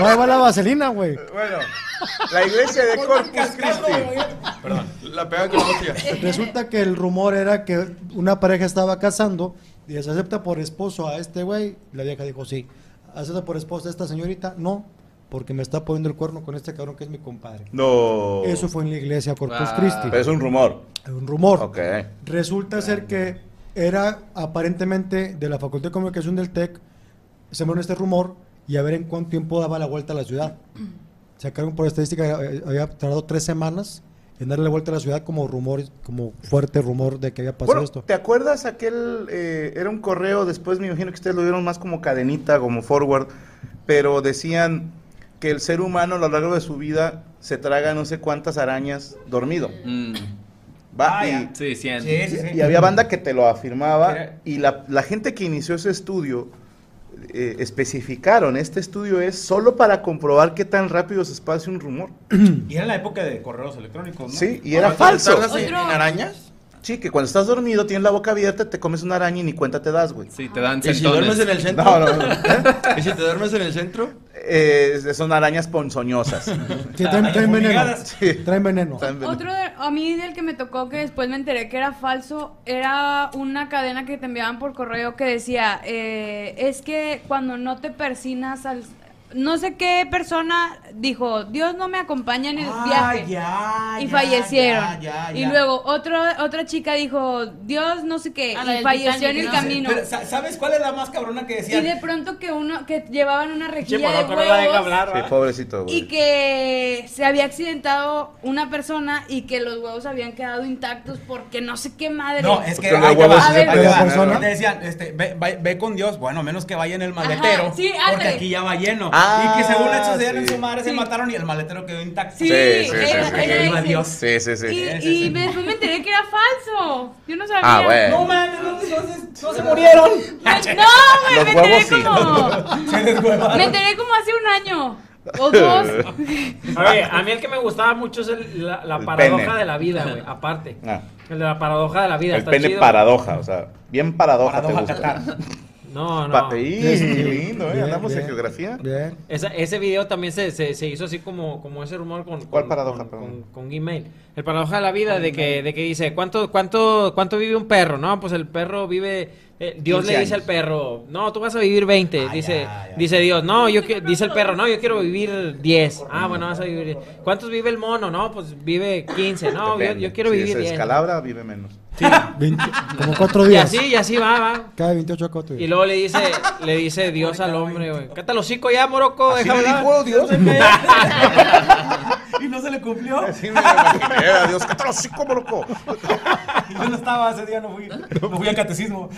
S9: ahí va la vaselina, güey.
S7: Bueno, la iglesia de Corpus Christi.
S18: Perdón. La pegan con la hostia.
S9: (laughs) Resulta que el rumor era que una pareja estaba casando y se acepta por esposo a este güey. La vieja dijo, sí. ¿Acepta por esposa a esta señorita? No, porque me está poniendo el cuerno con este cabrón que es mi compadre.
S7: No.
S9: Eso fue en la iglesia Corpus
S7: Ah.
S9: Christi.
S7: Pero es un rumor.
S9: Es un rumor.
S7: Ok.
S9: Resulta ser que era aparentemente de la Facultad de Comunicación del TEC, sembraron este rumor y a ver en cuánto tiempo daba la vuelta a la ciudad. Sacaron por estadística, eh, había tardado tres semanas en darle la vuelta a la ciudad como rumor, como fuerte rumor de que había pasado
S7: Bueno,
S9: esto.
S7: ¿te acuerdas aquel? eh, era un correo, después me imagino que ustedes lo vieron más como cadenita, como forward, pero decían que el ser humano a lo largo de su vida se traga no sé cuántas arañas dormido. Va, y-
S11: mm. Sí, cien.
S7: y, y había banda que te lo afirmaba y la, la gente que inició ese estudio eh, especificaron, este estudio es solo para comprobar qué tan rápido se espacia un rumor.
S17: Y era la época de correos electrónicos, ¿no?
S7: Sí, y era
S17: ¿Cuánto
S7: falso.
S17: tardas en- en arañas?
S7: Sí, que cuando estás dormido tienes la boca abierta, te comes una araña y ni cuenta te das, güey.
S11: Sí, te dan
S18: ¿Y si duermes en el centro? ¿Eh?
S7: No, no,
S18: (laughs)
S7: no.
S18: ¿Y si te duermes en el centro?
S7: Eh, son arañas ponzoñosas.
S9: Sí, traen, traen veneno. Traen veneno.
S13: Otro de- a mí del que me tocó que después me enteré que era falso era una cadena que te enviaban por correo que decía eh, es que cuando no te persinas al no sé qué persona dijo Dios no me acompaña en el viaje
S16: Ah, ya,
S13: y
S16: ya,
S13: fallecieron
S16: ya, ya,
S13: y
S16: ya.
S13: luego otra otra chica dijo Dios no sé qué
S16: Ah, la
S13: y
S16: del
S13: falleció en
S16: Titanic,
S13: el
S16: ¿no?
S13: camino
S16: Pero, ¿sa-
S17: ¿Sabes cuál es la más cabrona que
S13: y
S17: decían?
S13: de pronto que uno que llevaban una
S17: Che,
S13: rejilla de
S17: Poloco no la deja
S13: huevos
S17: hablar,
S7: Sí,
S17: ¿va?
S7: pobrecito, güey.
S13: y que se había accidentado una persona y que los huevos habían quedado intactos porque no sé qué madre.
S17: No, es que
S7: Porque los
S17: ahí te
S7: huevos
S17: va,
S7: se
S17: ahí te
S7: pegan,
S17: va.
S7: persona.
S17: Porque Te decían, este, ve, ve- ve con Dios, bueno, a menos que vaya en el maletero,
S13: sí,
S17: porque
S13: ándale.
S17: aquí ya va lleno.
S7: Ah,
S17: y que según hechos de
S7: sí.
S17: su madre se
S13: Sí.
S17: mataron y el maletero quedó intacto.
S13: Sí, Sí, sí, sí, era- sí, sí. era
S17: Viva
S13: ese.
S17: Dios.
S7: Sí, sí, sí.
S13: Y, y me- después me enteré que era falso. Yo no sabía.
S7: Ah, bueno.
S13: No,
S7: No
S13: mames,
S17: no, se murieron. (laughs)
S13: No,
S7: Ah, Los
S13: güey, me
S7: huevos
S13: enteré
S7: sí.
S13: como. Me enteré como hace un año. O dos.
S10: Oye, a mí el que me gustaba mucho es el- la, la paradoja de la vida, güey. Aparte.
S7: Ah,
S10: El de la paradoja de la vida.
S7: el
S10: está
S7: pene
S10: chido.
S7: paradoja, o sea, bien
S9: Ah,
S7: paradoja, te gusta.
S10: (laughs) No,
S7: Pa-
S10: no.
S7: ¡Ih,
S10: Este,
S7: lindo, eh!
S10: bien,
S7: Andamos
S10: bien,
S7: en geografía.
S9: Bien.
S10: Esa- ese video también se, se- se hizo así como, como ese rumor con, con-
S7: ¿Cuál paradoja,
S10: con, con, con Gmail. El paradoja de la vida
S9: Ah,
S10: de que, de que dice, ¿cuánto, cuánto, ¿cuánto vive un perro? No, pues el perro vive... eh, Dios
S11: 15
S10: le dice
S11: años.
S10: al perro, no, tú vas a vivir
S9: Ah,
S10: 20. dice, dice Dios, no, yo que- dice el perro, no, yo quiero vivir 10. Ah, bueno, vas a vivir 10. ¿Cuántos vive el mono? No, pues vive 15. No, yo, yo quiero
S7: Este si
S10: vivir
S7: se
S10: 10.
S7: descalabra, vive menos.
S9: Como cuatro
S10: (laughs)
S9: días.
S10: Y así, y así va, va.
S9: Cada 28 a cuatro
S10: Y
S9: días.
S10: luego le dice, le dice Dios
S7: "Oh,
S5: (laughs)
S10: al hombre, güey. Cállate los hocico ya, moroco, déjame hablar.
S7: Dios.
S10: y no
S5: se le cumplió.
S7: Sí, me imaginé, adiós, cántalo así como loco.
S5: Yo no estaba ese día, no fui. No fui al catecismo.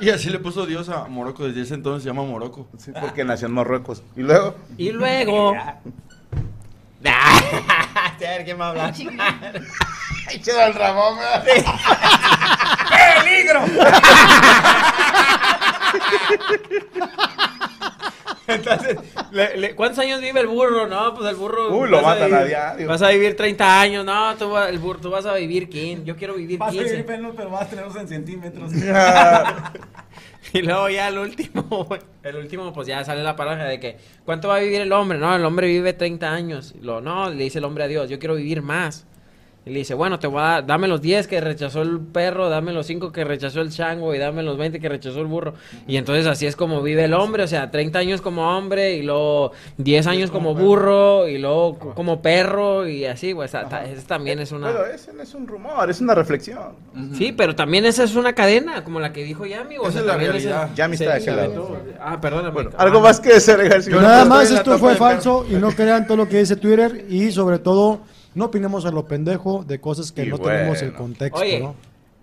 S18: Y así le puso Dios a Morocco. Desde ese entonces se llama Morocco.
S7: Sí, porque nació en Marruecos. Y luego.
S21: Y
S7: (laughs)
S21: luego.
S10: A ver, ¿quién va a (laughs) hablar?
S7: Ay, chido el Ramón.
S10: (laughs) ¡Peligro! Entonces, le- le- ¿cuántos años vive el burro? No, pues el burro.
S7: Uy, lo
S10: vas
S7: matan a
S10: vivir-
S7: diario.
S10: Vas a vivir 30 años. No, tú, va- el burro, tú vas a vivir 15. Yo quiero vivir
S5: Vas a
S10: 15.
S5: vivir menos, pero vas a tenerlos en
S7: (laughs)
S5: centímetros.
S10: (laughs) y luego ya el último, (laughs) güey, el último, pues ya sale la paraja de que, ¿cuánto va a vivir el hombre? No, el hombre vive 30 años. Y Lo, no, le dice el hombre a Dios, yo quiero vivir más. Y le dice, bueno, te voy a dar, dame los 10 que rechazó el perro, dame los 5 que rechazó el chango y dame los 20 que rechazó el burro. Y entonces así es como vive el hombre, o sea, 30 años como hombre y luego 10 años como burro y luego co- como perro y así, güey. o sea, ta- eso también es una...
S7: Eh, Pero ese no es un rumor, es una reflexión.
S10: Sí, pero también esa es una cadena, como la que dijo Yami. o
S7: Esa
S10: sea,
S7: es la
S10: también
S7: realidad. Yami está de aquel lado.
S10: Ah, perdóname.
S7: Algo más que decir, García.
S9: Nada más esto fue falso y no crean todo lo que dice Twitter y sobre todo no opinemos a lo pendejo de cosas que
S10: Y
S9: no tenemos el
S10: bueno.
S9: contexto,
S10: Oye,
S9: ¿no?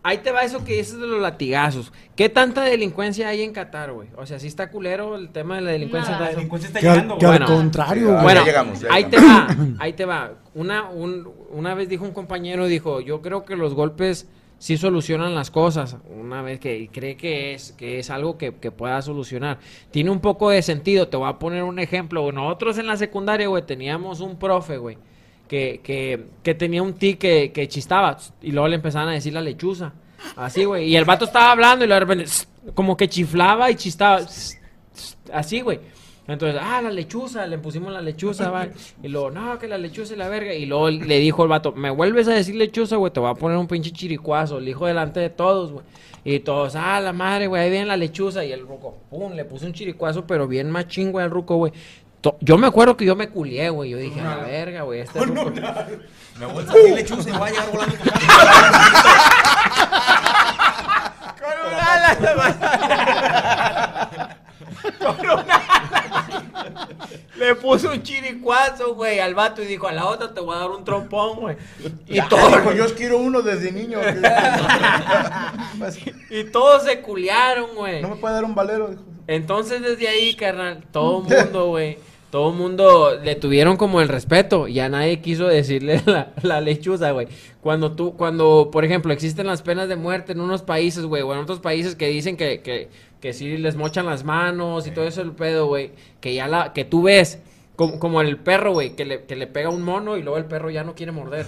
S10: Ahí te va eso que dices de los latigazos. ¿Qué tanta delincuencia hay en Qatar, güey? O sea, sí está culero el tema de la delincuencia.
S5: Nada.
S10: La
S5: delincuencia
S9: está Que al- llegando, que al contrario, güey.
S10: Bueno,
S9: Ya llegamos, ya
S10: ahí te va,
S9: llegamos.
S10: ahí te va. Una, un- una vez dijo un compañero, dijo, yo creo que los golpes sí solucionan las cosas. Una vez que y cree que es, que es algo que, que pueda solucionar. Tiene un poco de sentido. Te voy a poner un ejemplo. güey. Nosotros en la secundaria, güey, teníamos un profe, güey que, que, que tenía un tic que, que chistaba tss, y luego le empezaban a decir la lechuza. Así, güey. Y el vato estaba hablando y luego de repente tss, como que chiflaba y chistaba. tss, tss, Así, güey. Entonces, ah, la lechuza, le pusimos la lechuza, va. Y luego, no, que la lechuza y la verga. Y luego le dijo el vato, me vuelves a decir lechuza, güey, te voy a poner un pinche chiricuazo. Le dijo delante de todos, güey. Y todos, ah, la madre, güey, ahí viene la lechuza. Y el ruco, pum, le puso un chiricuazo, pero bien machín, güey, al ruco, güey. To- Yo me acuerdo que yo me culié, güey. Yo dije, a la verga, güey, este ruco-
S5: Me voy a salir
S10: Uh.
S5: lechuza y voy a llegar volando tu casa.
S10: Con un ala se
S5: (laughs)
S10: va. Con un ala. Le puso un chiricuazo, güey, al vato y dijo, a la otra te voy a dar un trompón, güey.
S5: (laughs)
S10: Y todo.
S7: pues, yo quiero uno desde niño. (laughs)
S10: Y todos se culiaron, güey. No me
S7: puede dar un valero,
S10: Entonces desde ahí, carnal,
S7: (laughs)
S10: todo el mundo, güey. Todo el mundo le tuvieron como el respeto. Ya nadie quiso decirle (laughs) la, la lechuza, güey. Cuando tú, cuando, por ejemplo, existen las penas de muerte en unos países, güey, o en otros países que dicen que, que, que sí les mochan las manos y todo eso el pedo, güey. Que ya la, que tú ves, como, como el perro, güey, que le, que le pega un mono y luego el perro ya no quiere morder.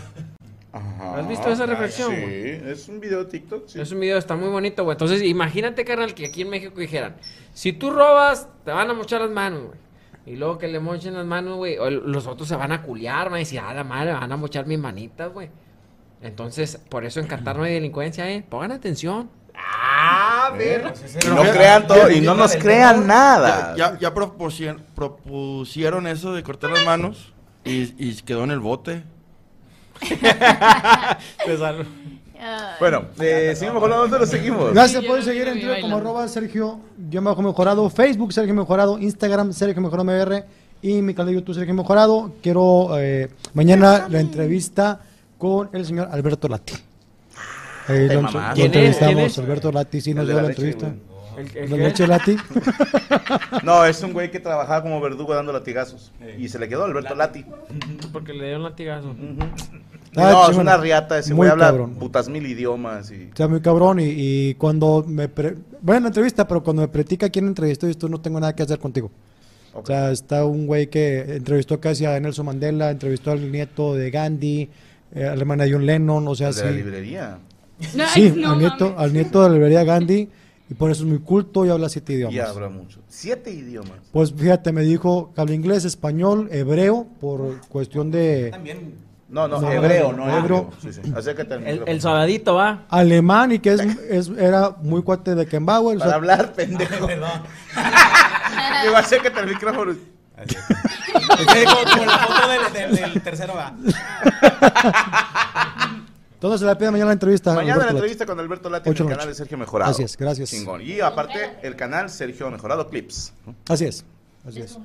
S10: ¿Has visto esa reflexión,
S7: Sí,
S10: güey?
S7: es un video de TikTok. sí.
S10: Es un video, está muy bonito, güey. Entonces, imagínate, carnal, que aquí en México dijeran, si tú robas, te van a mochar las manos, güey. Y luego que le mochen las manos, güey, o el- los otros se van a culiar, van a decir, ah, la madre, van a mochar mis manitas, güey. Entonces, por eso en Qatar no hay delincuencia, ¿eh? Pongan atención. ¡Ah, perro!
S7: No crean todo y no nos crean nada.
S18: Ya, ya, ya propusieron, propusieron eso de cortar las manos y, y quedó en el bote.
S7: Bueno, eh, seguimos con dónde lo seguimos.
S9: Gracias, pueden seguir en Twitter como arroba Sergio guión bajo Mejorado, Facebook Sergio Mejorado, Instagram Sergio Mejorado MR y mi canal de YouTube Sergio Mejorado. Quiero eh, mañana la entrevista con el señor Alberto Lati. Ahí
S7: Te
S9: lo,
S7: mamaste.
S9: lo
S7: ¿Quién es? ¿Quién
S9: entrevistamos,
S7: es?
S9: Alberto Lati, sí
S7: El
S9: nos
S7: de la
S9: dio la
S7: leche,
S9: entrevista.
S7: güey.
S10: ¿El- el
S9: ¿La
S10: qué?
S9: leche Lati?
S7: (laughs) No, es un güey que trabajaba como verdugo dando latigazos. Y se le quedó Alberto Lati.
S10: Porque le dio un latigazo.
S9: Ah,
S7: no, es
S9: chingón.
S7: una riata, ese
S9: Muy
S7: güey habla
S9: cabrón.
S7: putas mil idiomas y...
S9: Está muy cabrón y, y cuando me... pre- Bueno, en la entrevista, pero cuando me platica quién entrevistó, yo no tengo nada que hacer contigo. O sea, está un güey que entrevistó casi a Nelson Mandela, entrevistó al nieto de Gandhi, eh, a la hermana de John Lennon, o sea,
S7: de
S9: Ah, sí.
S7: la librería.
S9: Sí, al, nieto, al nieto de la librería Gandhi, y por eso es muy culto y habla siete idiomas.
S7: Y habla mucho. Siete idiomas.
S9: (laughs) Pues fíjate, me dijo que habla inglés, español, hebreo, por cuestión de...
S7: No, no,
S9: No,
S7: hebreo, no
S9: hebreo.
S7: hebreo. Sí, sí. Acércate al
S10: El,
S7: micrófono.
S10: el sabadito, va.
S9: Alemán y
S7: (laughs)
S9: que es, es- era muy cuate de Kembauer. o
S7: Para
S9: sea,
S7: hablar, pendejo. Digo, acércate al micrófono.
S5: Ah, Es como, como la foto del, del- del tercero A.
S9: (laughs) Entonces se la pide mañana la entrevista. a
S7: Mañana
S9: Alberto
S7: la
S9: Lati.
S7: entrevista con Alberto Lati en
S9: Ocho Ah,
S7: el
S9: de la
S7: canal de
S9: noche.
S7: Sergio Mejorado.
S9: Gracias, gracias.
S7: Chingón. Y aparte, el canal Sergio Mejorado Clips.
S9: Así es, así es.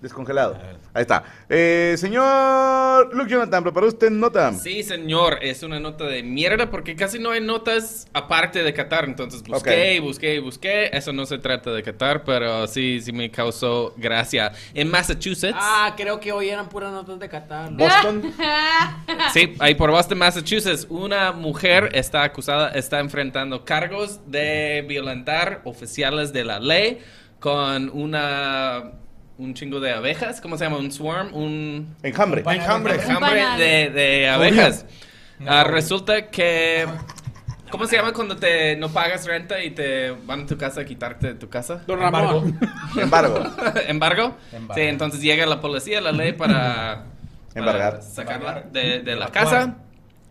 S7: Descongelado.
S11: Ah.
S7: Ahí está. Eh, señor Luke Jonathan, ¿preparó usted nota?
S11: Sí, señor, es una nota de mierda porque casi no hay notas aparte de Qatar. Entonces busqué,
S7: Ok.
S11: y busqué, y busqué. Eso no se trata de Qatar, pero sí, sí me causó gracia. En Massachusetts.
S10: Ah, creo que hoy eran puras notas de Qatar.
S11: Boston. Sí, ahí por Boston, Massachusetts, una mujer está acusada, está enfrentando cargos de violentar oficiales de la ley con una un chingo de abejas, ¿cómo se llama? Un swarm, un
S7: enjambre,
S11: enjambre,
S7: Un
S11: enjambre
S7: panal.
S11: de, de
S7: Jodido.
S11: abejas. Ah, resulta que ¿Cómo se llama cuando te no pagas renta y te van a tu casa a quitarte de tu casa?
S10: Don Ramón.
S7: Embargo.
S11: (laughs) Embargo.
S10: Embargo.
S11: Sí, entonces llega la policía, la ley para, para
S7: Embargar.
S11: sacarla de, de la
S7: Evacuar.
S11: casa.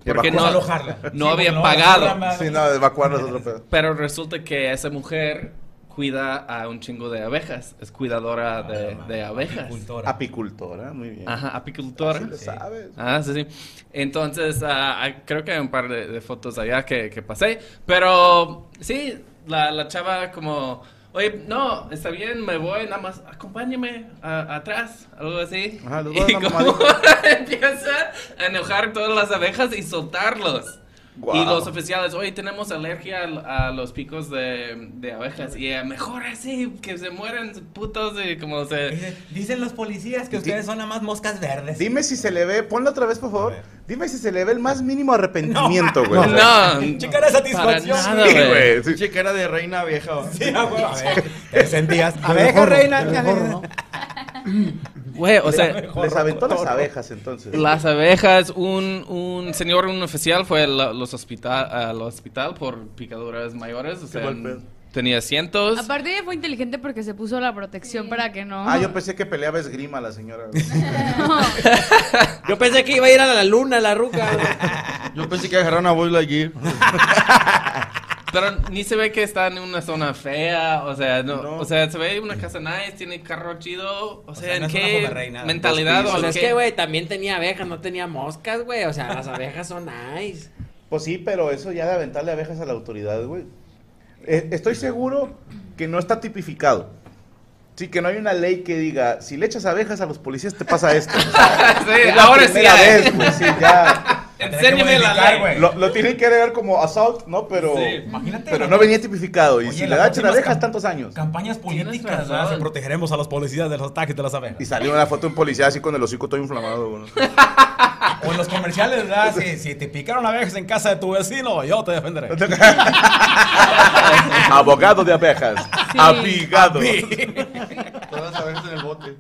S11: Porque no,
S7: Alojarla.
S11: no
S7: Sí,
S11: había
S7: porque no,
S11: pagado.
S7: Sí, no, evacuar es otro pedo.
S11: Pero resulta que esa mujer cuida a un chingo de abejas. Es cuidadora de, de abejas.
S7: Apicultora. Apicultora, muy bien.
S11: Ajá, apicultora.
S7: Así lo sabes.
S11: Ah, sí, sí. Entonces, ah, ah, creo que hay un par de, de fotos allá que, que pasé. Pero sí, la, la chava como, oye, no, está bien, me voy, nada más, acompáñeme a- atrás, algo así.
S7: Ajá, los dos
S11: y
S7: andan
S11: como
S7: mamados.
S11: (laughs) empieza a enojar todas las abejas y soltarlos.
S7: Guau.
S11: Y los oficiales, oye, tenemos alergia al- a, los picos de, de abejas. Y ella, mejor así, que se mueran putos y como se...
S17: Dicen los policías que ustedes son las más moscas verdes.
S7: Dime si se le ve, ponlo otra vez, por favor. Dime si se le ve el más mínimo (laughs) arrepentimiento,
S11: No.
S7: güey.
S11: No, no. (laughs) Chica de satisfacción. Para nada,
S7: Sí,
S11: güey.
S7: güey. sí.
S18: Che, cara de reina vieja. ¿va?
S17: Te sentías.
S18: De
S17: Abeja
S18: mejor,
S17: reina.
S18: de
S17: ya
S18: mejor,
S17: le-
S18: ¿no?
S11: Güey, o sea...
S7: les aventó las abejas entonces.
S11: Las abejas, un, un señor, un oficial fue al los hospital, al hospital por picaduras mayores. O sea,
S7: mal pedo.
S11: tenía cientos.
S13: Aparte ella fue inteligente porque se puso la protección para que no...
S7: Ah, yo pensé que peleaba esgrima la señora.
S10: Yo pensé que iba a ir a la luna, la ruca.
S18: (laughs) Yo pensé que agarraron a Boy Lightyear.
S11: Pero ni se ve que está en una zona fea. O sea, no, o sea se ve una casa nice, tiene carro chido. O sea,
S10: sea,
S11: ¿en
S10: no es una
S11: qué
S10: joverreina,
S11: mentalidad?
S10: dos
S11: o
S10: pisos.
S11: en
S10: Pues Es
S11: qué-
S10: que, güey, también tenía abejas, no tenía moscas, güey. O sea, las abejas son nice.
S7: Pues sí, pero eso ya de aventarle abejas a la autoridad, güey. Eh, estoy seguro que no está tipificado. Sí, que no hay una ley que diga, si le echas abejas a los policías te pasa esto. O sea,
S11: (laughs) Sí,
S7: es la
S11: ahora sí
S7: primera
S11: hay.
S7: vez, güey, sí, ya.
S11: Enséñame la ley.
S7: Lo, lo tienen que agregar como assault, ¿no? Pero, pero no venía tipificado. Y
S17: Oye,
S7: si
S17: la
S7: le echan
S17: próxima
S7: abejas
S17: cam-
S7: tantos años.
S17: Campañas políticas, ¿verdad? Se protegeremos a los policías de los ataques de las abejas.
S7: Y salió una foto de un policía así con el hocico todo
S17: (laughs)
S7: inflamado, güey.
S17: O en los comerciales, ¿verdad? Si, si te picaron abejas en casa de tu vecino, yo te defenderé.
S7: (laughs) Abogado de abejas.
S17: Sí.
S7: Abigado.
S18: Todas las abejas en el bote.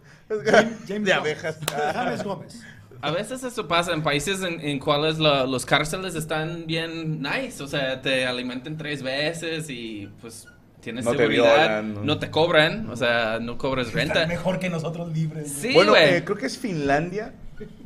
S7: de abejas.
S18: James
S9: Gómez.
S11: A veces eso pasa en países en, en cuales la- los cárceles están bien nice, o sea, te alimentan tres veces y pues tienes
S7: No te
S11: seguridad,
S7: violan, ¿no?
S11: no te cobran, o sea, no cobras renta.
S17: Están mejor que nosotros libres.
S11: Sí,
S7: bueno,
S11: güey.
S7: eh, creo que es Finlandia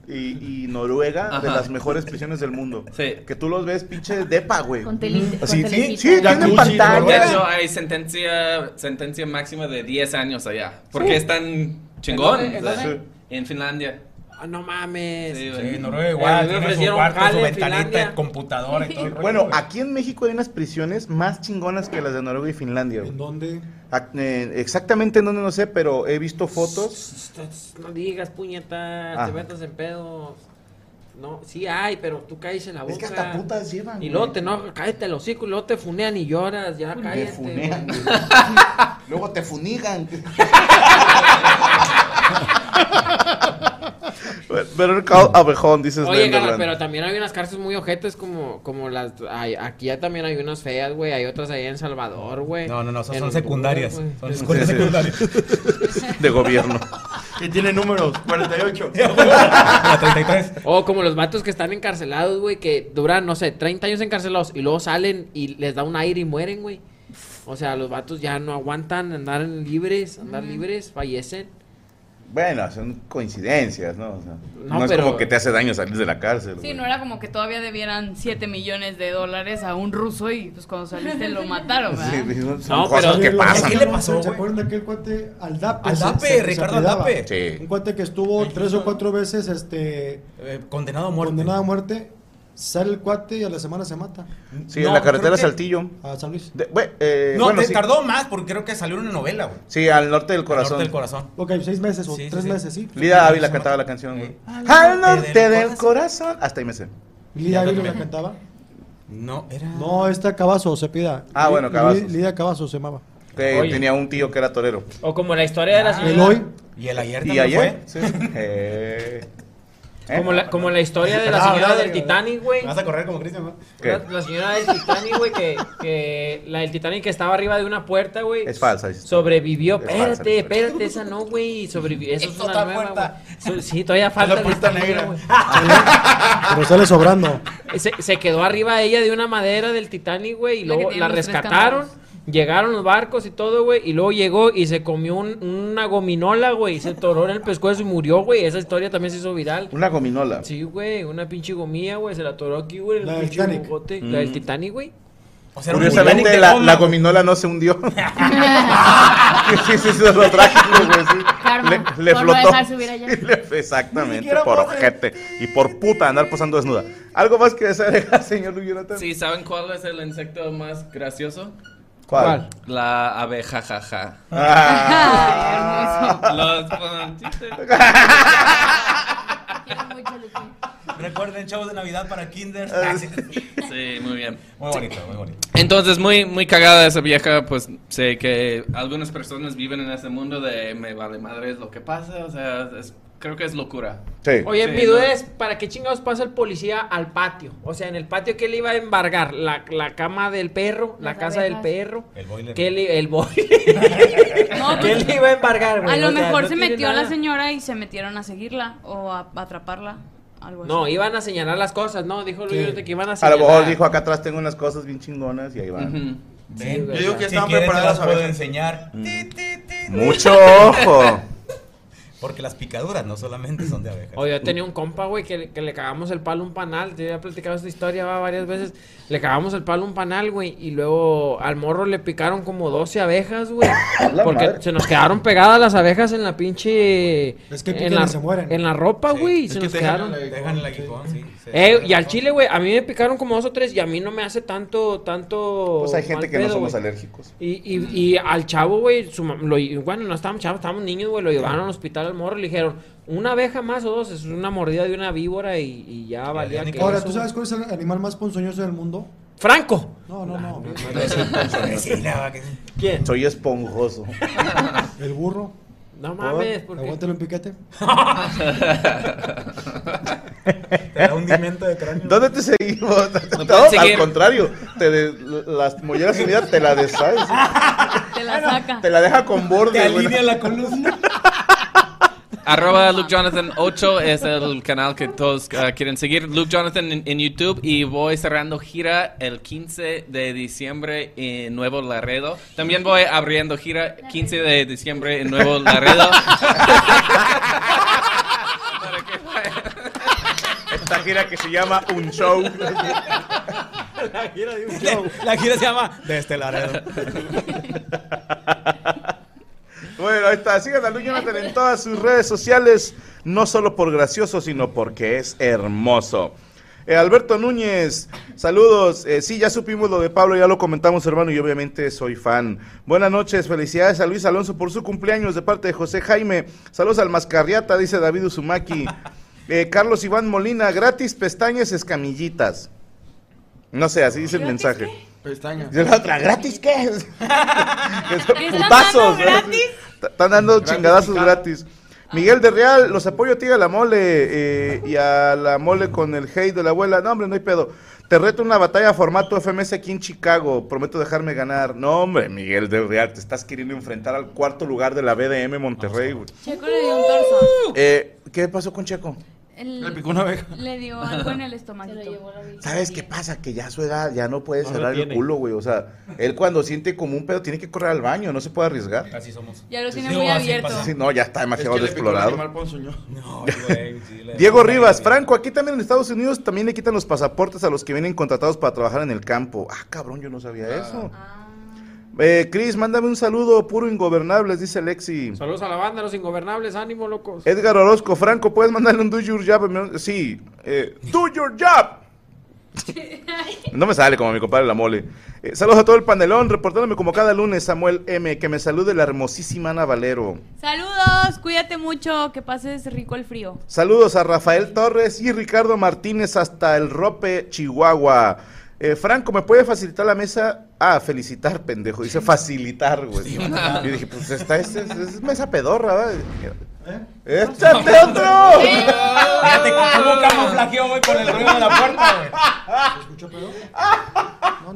S7: y, y Noruega de
S11: Ajá.
S7: las mejores prisiones del mundo. Que tú los ves pinche depa, güey.
S15: Con telita- con
S7: Así, sí,
S15: telecita.
S7: sí, tienen
S15: Jacuzzi,
S11: De
S7: pantalla.
S11: hecho, hay sentencia, sentencia máxima de 10 años allá, porque
S10: Sí.
S11: están chingón.
S10: ¿En dónde? ¿En
S11: o sea,
S10: dónde?
S11: En Finlandia.
S10: Ah, no mames.
S11: Sí,
S17: Sí,
S11: güey.
S17: Noruega igual,
S11: Eh, me
S17: tiene su
S11: ofrecieron
S17: cuarto, su
S11: jale en
S17: ventanita,
S11: Finlandia.
S17: computadora y todo el rollo.
S7: Bueno, aquí en México hay unas prisiones más chingonas que las de Noruega y Finlandia. ¿En
S9: dónde?
S7: exactamente en dónde no sé, pero he visto fotos.
S10: No digas, puñetas,
S7: Ah.
S10: te metas en pedos. No, sí hay, pero tú caes en la boca.
S7: que hasta putas llevan,
S10: Y
S7: güey.
S10: luego te no, cállate el hocico y luego te funean y lloras, ya cállate.
S7: funean,
S10: güey.
S7: (laughs) Luego te funigan. Better call abejón, dices
S10: Oye,
S7: Slender
S10: Carla,
S7: Land.
S10: pero también hay unas cárceles muy ojetes como, como las... hay- aquí ya también hay unas feas, güey. Hay otras allá en Salvador, güey.
S17: No, no, no, esas
S10: En
S17: son
S10: Honduras,
S17: secundarias.
S10: güey.
S17: Son escuelas
S10: Sí, sí.
S17: secundarias.
S7: De gobierno.
S18: Que tiene números,
S17: (laughs)
S18: 48.
S10: O como los vatos que están encarcelados, güey, que duran, no sé, 30 años encarcelados y luego salen y les da un aire y mueren, güey. O sea, los vatos ya no aguantan andar libres, andar libres, fallecen.
S7: Bueno, son coincidencias, ¿no? O sea, no
S10: No,
S7: es
S10: pero-
S7: como que te hace daño salir de la cárcel.
S16: Sí,
S7: güey.
S16: no era como que todavía debieran 7 millones de dólares a un ruso y pues cuando saliste lo mataron, ¿verdad?
S7: Sí, son son cosas que
S9: Oye,
S7: pasan.
S9: ¿qué ¿Se acuerdan de aquel cuate Aldape?
S17: Al
S9: Se-
S17: Dape,
S9: se- se
S17: Ricardo
S9: apellidaba.
S17: Al Dape.
S7: Sí.
S9: Un cuate que estuvo tres o cuatro veces este
S17: Eh, condenado a muerte.
S9: Condenado a muerte Sale el cuate y a la semana se mata.
S7: Sí, en la carretera Saltillo. eh,
S9: A San Luis.
S17: No,
S7: bueno,
S17: te
S7: sí.
S17: tardó más porque creo que salió en una novela, güey.
S7: Sí, al norte del corazón.
S17: del corazón.
S9: Ok, seis meses o
S17: Sí, sí,
S9: tres
S17: sí.
S9: meses, sí.
S7: Lida Ávila cantaba la canción. güey. Al norte del corazón. Hasta ahí me sé.
S9: Lida Ávila la cantaba.
S17: No, era.
S9: No, esta Cavazo se pida.
S7: Ah, bueno, Cavazos.
S9: Lida Cavazo se llamaba.
S7: Que
S9: Oye.
S7: tenía un tío que era torero.
S10: O como la historia de la señora.
S9: El hoy.
S17: Ah. Y el ayer
S7: ¿Y ayer? Sí. Eh,
S10: Como la, como la historia de la
S17: Ah,
S10: señora
S17: ahora,
S10: del
S17: ahora.
S10: Titanic, güey.
S17: Vas a correr como Cristian, ¿no?
S10: La, la señora del Titanic, güey, que, que la del Titanic que estaba arriba de una puerta, güey.
S7: Es falsa. es-
S10: Sobrevivió.
S7: Es falsa la
S10: Espérate, espérate, esa no, güey. Sobrevivió. Eso es una nueva, güey. So- Sí, todavía falta. la historia, güey.
S9: Pero sale sobrando.
S10: Eh, Se, se quedó arriba ella de una madera del Titanic, güey, y
S16: La que
S10: luego
S16: tiene
S10: la
S16: los tres
S10: rescataron. Llegaron los barcos y todo, güey, y luego llegó y se comió un- una gominola, güey, y se toró en el pescuezo y murió, güey. Esa historia también se hizo viral.
S7: Una gominola.
S10: Sí, güey, una pinche gomía, güey, se la toró aquí, güey, en
S9: La
S10: el
S9: del
S10: pinche
S9: Titanic.
S10: bogote. La del
S7: Mm.
S10: Titanic, güey.
S17: (laughs) era un
S7: Curiosamente,
S17: Titanic
S7: la,
S17: de goma,
S7: la
S17: güey.
S7: gominola no se hundió.
S10: (laughs)
S7: sí, sí, se lo traje, güey. sí. Le, le
S15: por no
S7: flotó.
S15: dejar
S7: (laughs)
S15: subir allá.
S7: Sí, le- exactamente,
S15: siquiera
S7: por
S15: pose.
S7: ojete. Y por puta andar posando desnuda. ¿Algo más que (laughs) desear, señor Luis Jonathan?
S11: Sí, ¿saben cuál es el insecto más gracioso?
S7: ¿Cuál?
S11: La abeja jaja.
S7: Ah. (laughs)
S17: (laughs) Recuerden, chavos de Navidad para Kinder.
S7: Ah,
S11: sí, muy bien.
S17: Muy bonito, muy bonito.
S11: Entonces, muy, muy cagada esa vieja, pues sé que algunas personas viven en ese mundo de me vale madre es lo que pasa, o sea, es- creo que es locura.
S7: Sí.
S10: Oye,
S11: Sí,
S10: mi duda
S11: ¿no?
S10: es, ¿para qué chingados pasa el policía al patio? O sea, en el patio, ¿qué le iba a embargar? ¿La, la cama del perro? ¿La
S16: Las
S10: casa
S16: abejas.
S10: del perro?
S17: El boiler.
S10: ¿Qué le, el boiler?
S16: (laughs)
S10: (laughs)
S16: No,
S10: ¿Qué
S16: pues,
S10: le iba a embargar, güey?
S16: a lo
S10: O sea,
S16: mejor
S10: no
S16: se
S10: tiene
S16: metió
S10: nada.
S16: la señora y se metieron a seguirla o a, a atraparla. Algo
S10: No,
S16: así.
S10: iban a señalar las cosas, ¿no? Dijo Luis Llorente que iban a
S7: A
S10: señalar.
S7: lo mejor dijo, acá atrás tengo unas cosas bien chingonas y ahí van.
S10: Sí, güey,
S18: Yo digo
S7: (laughs)
S10: ya.
S18: que
S17: Si
S18: estaban
S17: quieren, te
S18: preparadas
S17: las
S18: las
S17: puedo
S18: abejas.
S17: enseñar.
S7: Mm. Mucho ojo.
S17: (laughs) Porque las picaduras no solamente son de abejas.
S10: Oye, yo tenía un compa, güey, que, que le cagamos el palo a un panal. Te había platicado esta historia va, varias veces. Le cagamos el palo a un panal, güey. Y luego al morro le picaron como 12
S7: (laughs)
S10: abejas, güey.
S9: La
S10: porque
S9: madre.
S10: se nos quedaron pegadas las abejas en la pinche.
S9: Es que pican
S10: en la,
S9: y se mueren.
S10: En la ropa, güey. y se
S17: que
S10: nos
S17: te dejan
S10: quedaron.
S17: el aguijón, Dejan el aguijón, (laughs) sí. Se-
S10: Eh, y al chile, güey, a mí me picaron como dos o tres y a mí no me hace tanto, tanto.
S7: Pues hay gente
S10: mal
S7: que no
S10: pedo,
S7: somos
S10: güey.
S7: alérgicos.
S10: Y, y, y al chavo, güey, su mam- lo lle- bueno, no estábamos chavos, estábamos niños, güey, lo llevaron al hospital al morro y le dijeron, una abeja más o dos, es una mordida de una víbora y, y ya valía que
S9: Ahora,
S10: eso,
S9: ¿tú
S10: güey.
S9: sabes cuál es el animal más ponzoñoso del mundo?
S10: ¡Franco!
S9: No, no, no.
S10: (laughs) ¿Quién?
S7: Soy esponjoso.
S9: (laughs) El burro.
S10: No mames, ¿por qué?
S9: Aguántalo
S10: (laughs)
S9: en piquete.
S17: Te da hundimiento de cráneo.
S7: ¿Dónde te seguimos? No,
S17: pueden seguir.
S7: al contrario. Te de- las molleras unidas te la deshaces.
S16: Te la saca.
S7: Te la deja con borde.
S17: Te
S7: güey.
S17: alinea la columna.
S11: Arroba Luke Jonathan 8 es el canal que todos uh, quieren seguir. Luke Jonathan en, en YouTube y voy cerrando gira el 15 de diciembre en Nuevo Laredo. También voy abriendo gira 15 de diciembre en Nuevo Laredo.
S7: Esta gira que se llama (laughs) Un Show.
S10: La gira de un
S17: La gira se llama este Desde Laredo.
S7: Bueno, ahí está. Sigan a Luis Jonathan en todas sus redes sociales, no solo por gracioso, sino porque es hermoso. Eh, Alberto Núñez, saludos. Eh, sí, ya supimos lo de Pablo, ya lo comentamos, hermano, y obviamente soy fan. Buenas noches, felicidades a Luis Alonso por su cumpleaños de parte de José Jaime. Saludos al Mascarriata, dice David Uzumaki. Eh, Carlos Iván Molina, gratis pestañas escamillitas. No sé, así dice el mensaje.
S18: Pestaña.
S7: Y la otra, ¿gratis
S18: (laughs)
S7: qué? es? Que son
S18: ¿Están
S7: putazos.
S18: dando
S7: ¿no?
S18: gratis?
S7: T- Están dando
S18: Gratis,
S7: chingadazos
S18: picado.
S7: gratis. Miguel de Real, los apoyo a ti y a la mole eh, y a la mole con el hate de la abuela. No, hombre, no hay pedo. Te reto una batalla formato FMS aquí en Chicago. Prometo dejarme ganar. No, hombre, Miguel de Real, te estás queriendo enfrentar al cuarto lugar de la BDM Monterrey, güey.
S16: Checo le dio un torso.
S7: Eh, ¿Qué pasó con Checo?
S16: El-
S7: Le picó una abeja.
S16: Le
S7: (laughs)
S16: dio algo en el estómago.
S7: ¿Sabes qué pasa? Que ya a su edad ya no puede
S17: No lo
S7: cerrar el
S17: tiene.
S7: culo, güey. O sea, él cuando siente como un pedo tiene que correr al baño, no se puede arriesgar.
S17: Así somos.
S16: Ya lo tiene
S17: Sí,
S16: muy
S17: así
S16: abierto.
S17: pasa.
S7: Sí, no, ya está demasiado
S18: Es que le picó un
S7: desplorado.
S18: animal ponzoñoso.
S7: (laughs) Diego Rivas, Franco, aquí también en Estados Unidos también le quitan los pasaportes a los que vienen contratados para trabajar en el campo. Ah, cabrón, yo no sabía
S10: Ah.
S7: eso. Eh, Cris, mándame un saludo puro ingobernables, dice Lexi.
S10: Saludos a la banda, los ingobernables, ánimo, locos.
S7: Edgar Orozco, Franco, ¿puedes mandarle un do your job? Sí, eh, do your job. No me sale como mi compadre la mole. Eh, saludos a todo el panelón, reportándome como cada lunes, Samuel M. Que me salude la hermosísima Ana Valero.
S16: Saludos, cuídate mucho, que pases rico el frío.
S7: Saludos a Rafael Torres y Ricardo Martínez hasta el Rope, Chihuahua. Eh, Franco, ¿me puede facilitar la mesa? Ah, felicitar, pendejo. Dice facilitar, güey. Yo dije, pues esta es, es- es mesa pedorra, ¿verdad? ¡Échate otro! (laughs)
S17: Fíjate cómo camuflajeó, güey, con el ruido de la puerta,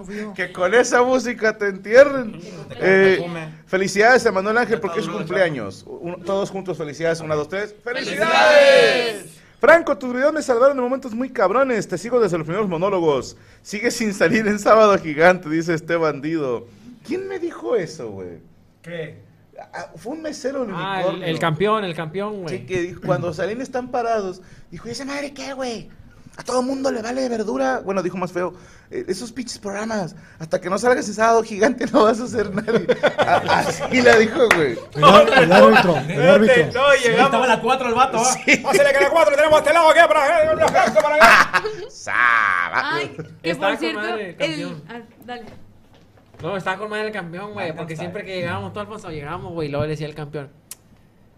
S17: güey.
S7: Que con esa música te entierren. Eh, felicidades a Manuel Ángel porque es su cumpleaños. Un- todos juntos, felicidades. Una, dos, tres. ¡Felicidades! Franco, tus videos me salvaron de momentos muy cabrones. Te sigo desde los primeros monólogos. Sigue sin salir en Sábado Gigante, dice este bandido. ¿Quién me dijo eso, güey?
S10: ¿Qué?
S7: Ah, Fue un mesero del
S10: Ah, el,
S7: unicornio. (laughs)
S10: el campeón, el campeón, güey.
S7: Sí, que dijo, cuando salen están parados. Dijo, ¿y esa madre qué, güey? A todo mundo le vale verdura. Bueno, dijo más feo. "eh, Esos pinches programas. Hasta que no salgas ese sábado gigante no vas a ser nadie. A- Así la dijo, güey.
S9: (laughs) El árbitro, el árbitro.
S17: Estaba la 4 el vato, ¿ah? ¿va?
S7: Sí.
S17: Pásale que la 4 tenemos a este lado, ¿qué? Para acá, para acá, para acá.
S16: Ay, que
S10: Ah, eh, Está
S16: por
S10: con
S16: cierto,
S10: madre,
S16: el-
S10: campeón.
S16: ah, dale.
S10: No, estaba con madre el campeón, güey. Porque siempre que llegábamos, todo Alfonso llegábamos, güey. y Luego le decía el campeón: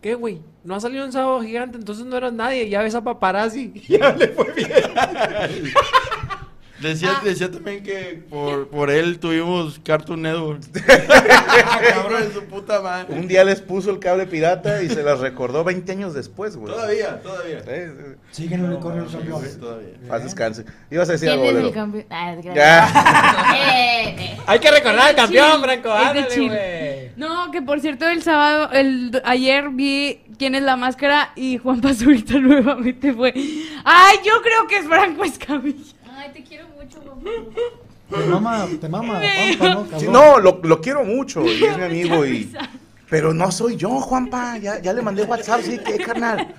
S10: ¿Qué, güey? No ha salido un sábado gigante, entonces no eras nadie. Ya ves a paparazzi. (laughs) Ya le fue bien. (laughs)
S18: Decía,
S16: Ah.
S18: decía también que por, por él tuvimos
S7: (laughs)
S18: Cartoon Network.
S7: Ah, Cabrón, su puta madre. Un día les puso el cable pirata y se las recordó 20 años después, güey.
S18: Todavía, todavía.
S9: Siguen el unicornio los campeones.
S7: Paz descanse. Ibas a decir
S15: ¿Quién
S7: algo,
S15: es
S7: bolero.
S15: el campeón? Ah, es (laughs) Eh,
S7: Ya.
S10: Hay que recordar al
S15: Es de
S10: campeón,
S15: Chile,
S10: Franco.
S15: es de
S10: Ándale,
S15: Chile.
S10: güey.
S16: No, que por cierto, el sábado, el d- ayer vi quién es la máscara y Juan Pazurita (laughs) nuevamente fue. Ay, yo creo que es Franco Escamilla.
S15: Ay, te quiero mucho,
S9: Te mama, te mama, Pampa, ¿no?
S7: Sí,
S9: Cabrón.
S7: no, lo, lo quiero mucho y es mi amigo y... Pero no soy yo, Juanpa. Ya, ya le mandé WhatsApp, sí, que carnal.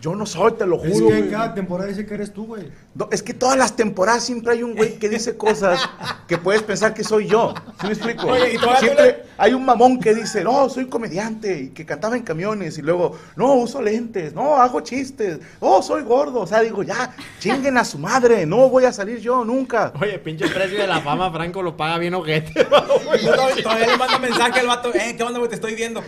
S7: Yo no soy, te lo
S9: Es
S7: juro.
S9: que en
S7: güey.
S9: cada temporada dice que eres tú, güey.
S7: No, es que todas las temporadas siempre hay un güey que dice cosas que puedes pensar que soy yo. ¿Sí me explico?
S17: Oye, y todavía
S7: siempre hay un mamón que dice, no, soy comediante y que cantaba en camiones y luego, no, uso lentes, no, hago chistes, no, soy gordo. O sea, digo, ya, chinguen a su madre, no voy a salir yo nunca.
S10: Oye, pinche precio de la fama, Franco lo paga bien ojete. (laughs)
S17: Yo todavía- todavía le mando mensaje al vato. Eh, ¿qué onda, güey? Te estoy viendo.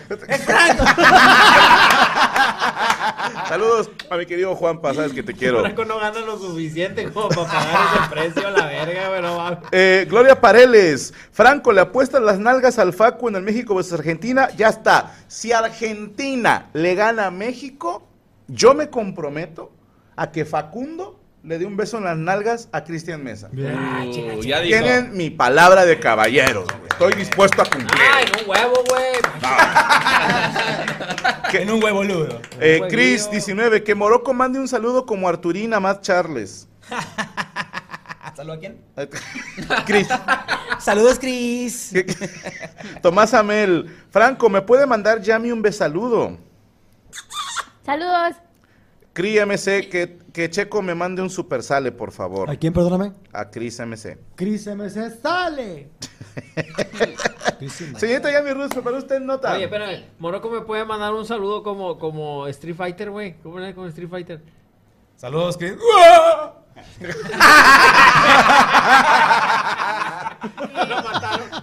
S7: Saludos a mi querido Juanpa, sabes que te (laughs) quiero.
S10: Franco no gana lo suficiente como para pagar
S7: (laughs)
S10: ese precio a la verga, güey. no mames.
S7: Eh, Gloria Pareles, Franco, le apuestan las nalgas al Facu en el México versus Argentina, ya está. Si Argentina le gana a México, yo me comprometo a que Facundo le dé un beso en las nalgas a Cristian Mesa.
S10: Ah,
S11: Uh, ya dijo.
S7: Tienen mi palabra de caballero. Estoy dispuesto a cumplir.
S10: Ay, no huevo, güey.
S7: En un huevo ludo. Eh, Cris 19, que Morocco mande un saludo como Arturina Matt Charles.
S10: Ah,
S17: ¿Saludos a quién?
S7: Cris.
S17: Saludos, Cris.
S7: (laughs) Tomás Amel, Franco, ¿me puede mandar Yami un besaludo?
S15: Saludos.
S7: Cris MC, que, que Checo me mande un super sale, por favor.
S9: ¿A quién, perdóname?
S7: A Cris MC.
S9: Cris MC sale.
S7: Señorita Yami Rus, preparó usted nota.
S10: Oye, espérame. Morocco me puede mandar un saludo como, como Street Fighter, güey. ¿Cómo era como Street Fighter?
S17: Saludos, Cris.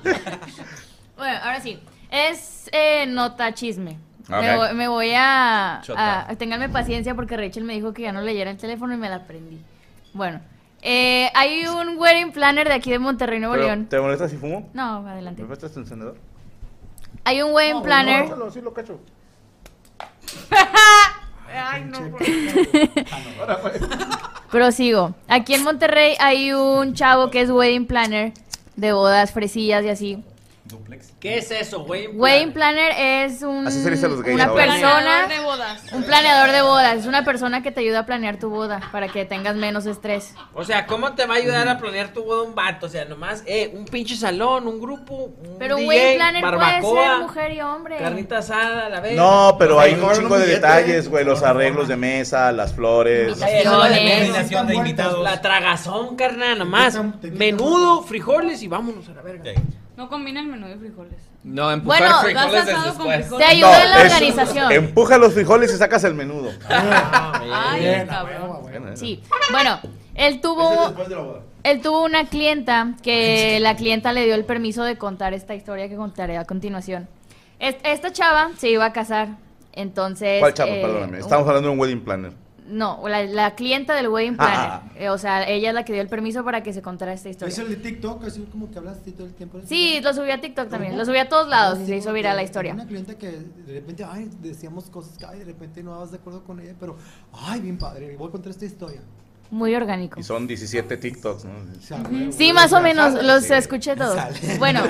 S15: Bueno, ahora sí. Es eh, nota chisme. Me
S13: Ok.
S15: voy, me voy a,
S13: Chota.
S15: a- Ténganme paciencia porque Rachel me dijo que ya no leyera el teléfono y me la aprendí. Bueno, eh, hay un wedding planner de aquí de Monterrey, Nuevo
S7: Pero,
S15: León.
S7: ¿Te molesta si fumo?
S15: No,
S7: ¿Me
S15: adelante.
S7: prestas tu encendedor?
S15: Hay un wedding planner.
S7: Échalo, sí lo
S15: (laughs)
S7: cacho.
S16: Ay, no.
S7: (laughs) pues.
S15: Prosigo. Aquí en Monterrey hay un chavo que es wedding planner de bodas, fresillas y así.
S10: ¿Qué es eso, güey?
S15: Wedding planner es un,
S7: Así se le dice a los gays
S15: una
S7: ahora.
S15: persona,
S16: Planeador de bodas.
S15: un planeador de bodas. Es una persona que te ayuda a planear tu boda para que tengas menos estrés.
S10: O sea, ¿cómo te va a ayudar a planear tu boda un vato? O sea, nomás, eh, un pinche salón, un grupo, un
S15: Pero un
S10: DJ,
S15: wedding planner puede
S10: barbacoa,
S15: ser mujer y hombre.
S10: carnita asada, la verga.
S7: No, pero hay un
S10: Mejor
S7: chingo de
S10: billete.
S7: detalles, güey. Los arreglos de mesa, las flores.
S10: Eh, no, la invitación
S17: de
S10: invitados. La tragazón, carnal, nomás. Menudo, frijoles y vámonos a la verga.
S16: No combina el menú de frijoles.
S11: No,
S16: empujar Bueno, frijoles vas asado con después. frijoles. Te
S7: No,
S16: ayuda en la
S7: es-
S16: organización.
S7: Empuja los frijoles y sacas el menudo.
S15: Ay, cabrón. Sí. Bueno, Él
S18: Ese es
S15: tuvo,
S18: después de la boda.
S15: él tuvo una clienta que la clienta le dio el permiso de contar esta historia que contaré a continuación. Es- Esta chava se iba a casar, entonces...
S7: ¿Cuál chavo?
S15: eh,
S7: Perdóname.
S15: un-
S7: Estamos hablando de un wedding planner.
S15: No, la, la clienta del wedding planner.
S7: Ah,
S15: Eh, o sea, ella es la que dio el permiso para que se contara esta historia.
S9: Es el de TikTok, así como que hablaste todo el tiempo.
S15: Sí, lo subí a TikTok también. Lo subí a todos lados y se hizo viral la historia.
S9: Una clienta que de repente, ay, decíamos cosas que, ay, de repente no estabas de acuerdo con ella, pero, ay, bien padre, voy a contar esta historia.
S15: Muy orgánico.
S7: Y son 17 TikToks, ¿no?
S15: Sí, más o menos, los escuché todos. Bueno,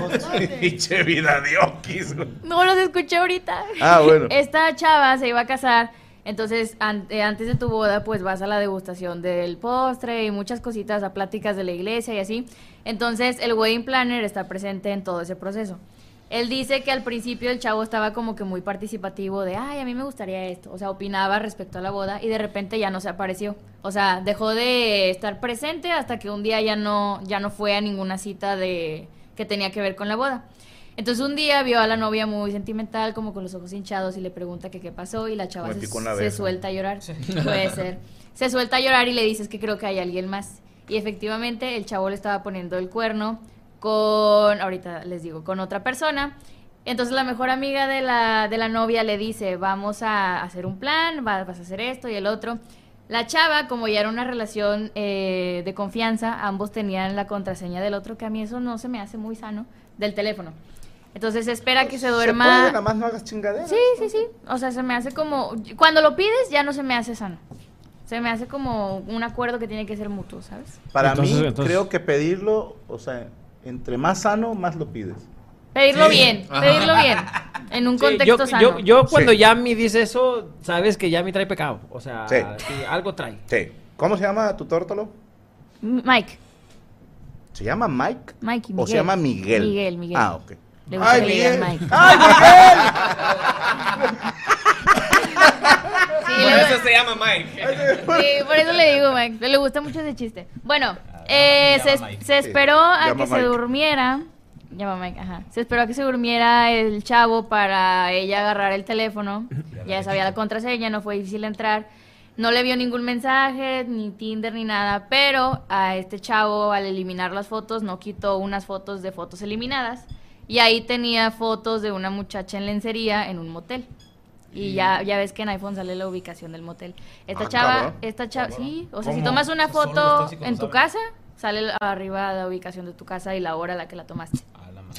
S7: Pinche vida de okis, güey.
S15: no los escuché ahorita.
S7: Ah, bueno.
S15: (laughs) Esta chava se iba a casar, entonces an- eh, antes de tu boda pues vas a la degustación del postre y muchas cositas, a pláticas de la iglesia y así. Entonces el wedding planner está presente en todo ese proceso. Él dice que al principio el chavo estaba como que muy participativo de, ay, a mí me gustaría esto. O sea, opinaba respecto a la boda y de repente ya no se apareció. O sea, dejó de estar presente hasta que un día ya no, ya no fue a ninguna cita de, que tenía que ver con la boda. Entonces un día vio a la novia muy sentimental, como con los ojos hinchados, y le pregunta que qué pasó, y la chava
S22: Me
S15: se,
S22: picó una
S15: se
S22: abeja.
S15: suelta a llorar. Puede ser. Se suelta a llorar y le dices que creo que hay alguien más. Y efectivamente el chavo le estaba poniendo el cuerno con, ahorita les digo, con otra persona. Entonces la mejor amiga de la, de la novia le dice, vamos a hacer un plan, va- vas a hacer esto y el otro. La chava, como ya era una relación eh, de confianza, ambos tenían la contraseña del otro, que a mí eso no se me hace muy sano, del teléfono. Entonces espera que se duerma.
S7: puede, nada más no hagas chingaderas.
S15: Sí, sí, sí. O sea, se me hace como. Cuando lo pides, ya no se me hace sano. Se me hace como un acuerdo que tiene que ser mutuo, ¿sabes?
S7: (laughs) Para
S10: Entonces,
S7: mí,
S10: entonces-
S7: creo que pedirlo, o sea, entre más sano, más lo pides.
S15: Pedirlo
S7: Sí.
S15: bien,
S7: Ajá.
S15: pedirlo bien. En un
S8: Sí,
S15: contexto
S8: yo, yo,
S15: sano.
S8: yo cuando
S7: Sí.
S8: Yami dice eso, sabes que Yami trae pecado. O
S10: Ah,
S8: sea,
S7: Sí.
S8: sí, algo trae.
S7: Sí. ¿Cómo se llama tu tórtolo?
S15: Mike,
S7: ¿Se llama Mike?
S15: Mike y
S7: ¿O
S15: Miguel.
S7: se llama Miguel?
S15: Miguel, Miguel.
S7: Ah, ok.
S15: Le gusta
S7: ¡Ay,
S15: que le digan
S7: Miguel!
S15: Mike.
S7: ¡Ay,
S11: Por eso se llama Mike.
S15: Sí, por eso le digo, Mike. Le gusta mucho ese chiste. Bueno, eh, se, es- se esperó a
S22: Llama
S15: que se
S22: Mike.
S15: durmiera. Llama Mike, ajá. Se esperó a que se durmiera el chavo para ella agarrar el teléfono. Ya sabía la contraseña, no fue difícil entrar. No le vio ningún mensaje, ni Tinder, ni nada. Pero a este chavo, al eliminar las fotos, no quitó unas fotos de fotos eliminadas. Y ahí tenía fotos de una muchacha en lencería en un motel. Y ya, ya ves que en iPhone sale la ubicación del motel. Esta
S22: Mm. Ah,
S15: chava,
S22: cabrón.
S15: esta chava, sí, o sea, si
S22: ¿Cómo?
S15: tomas una
S22: Solo los
S15: foto
S22: tóxicos
S15: en
S22: lo
S15: tu
S22: saben.
S15: casa, sale la- arriba la ubicación de tu casa y la hora a la que la tomaste.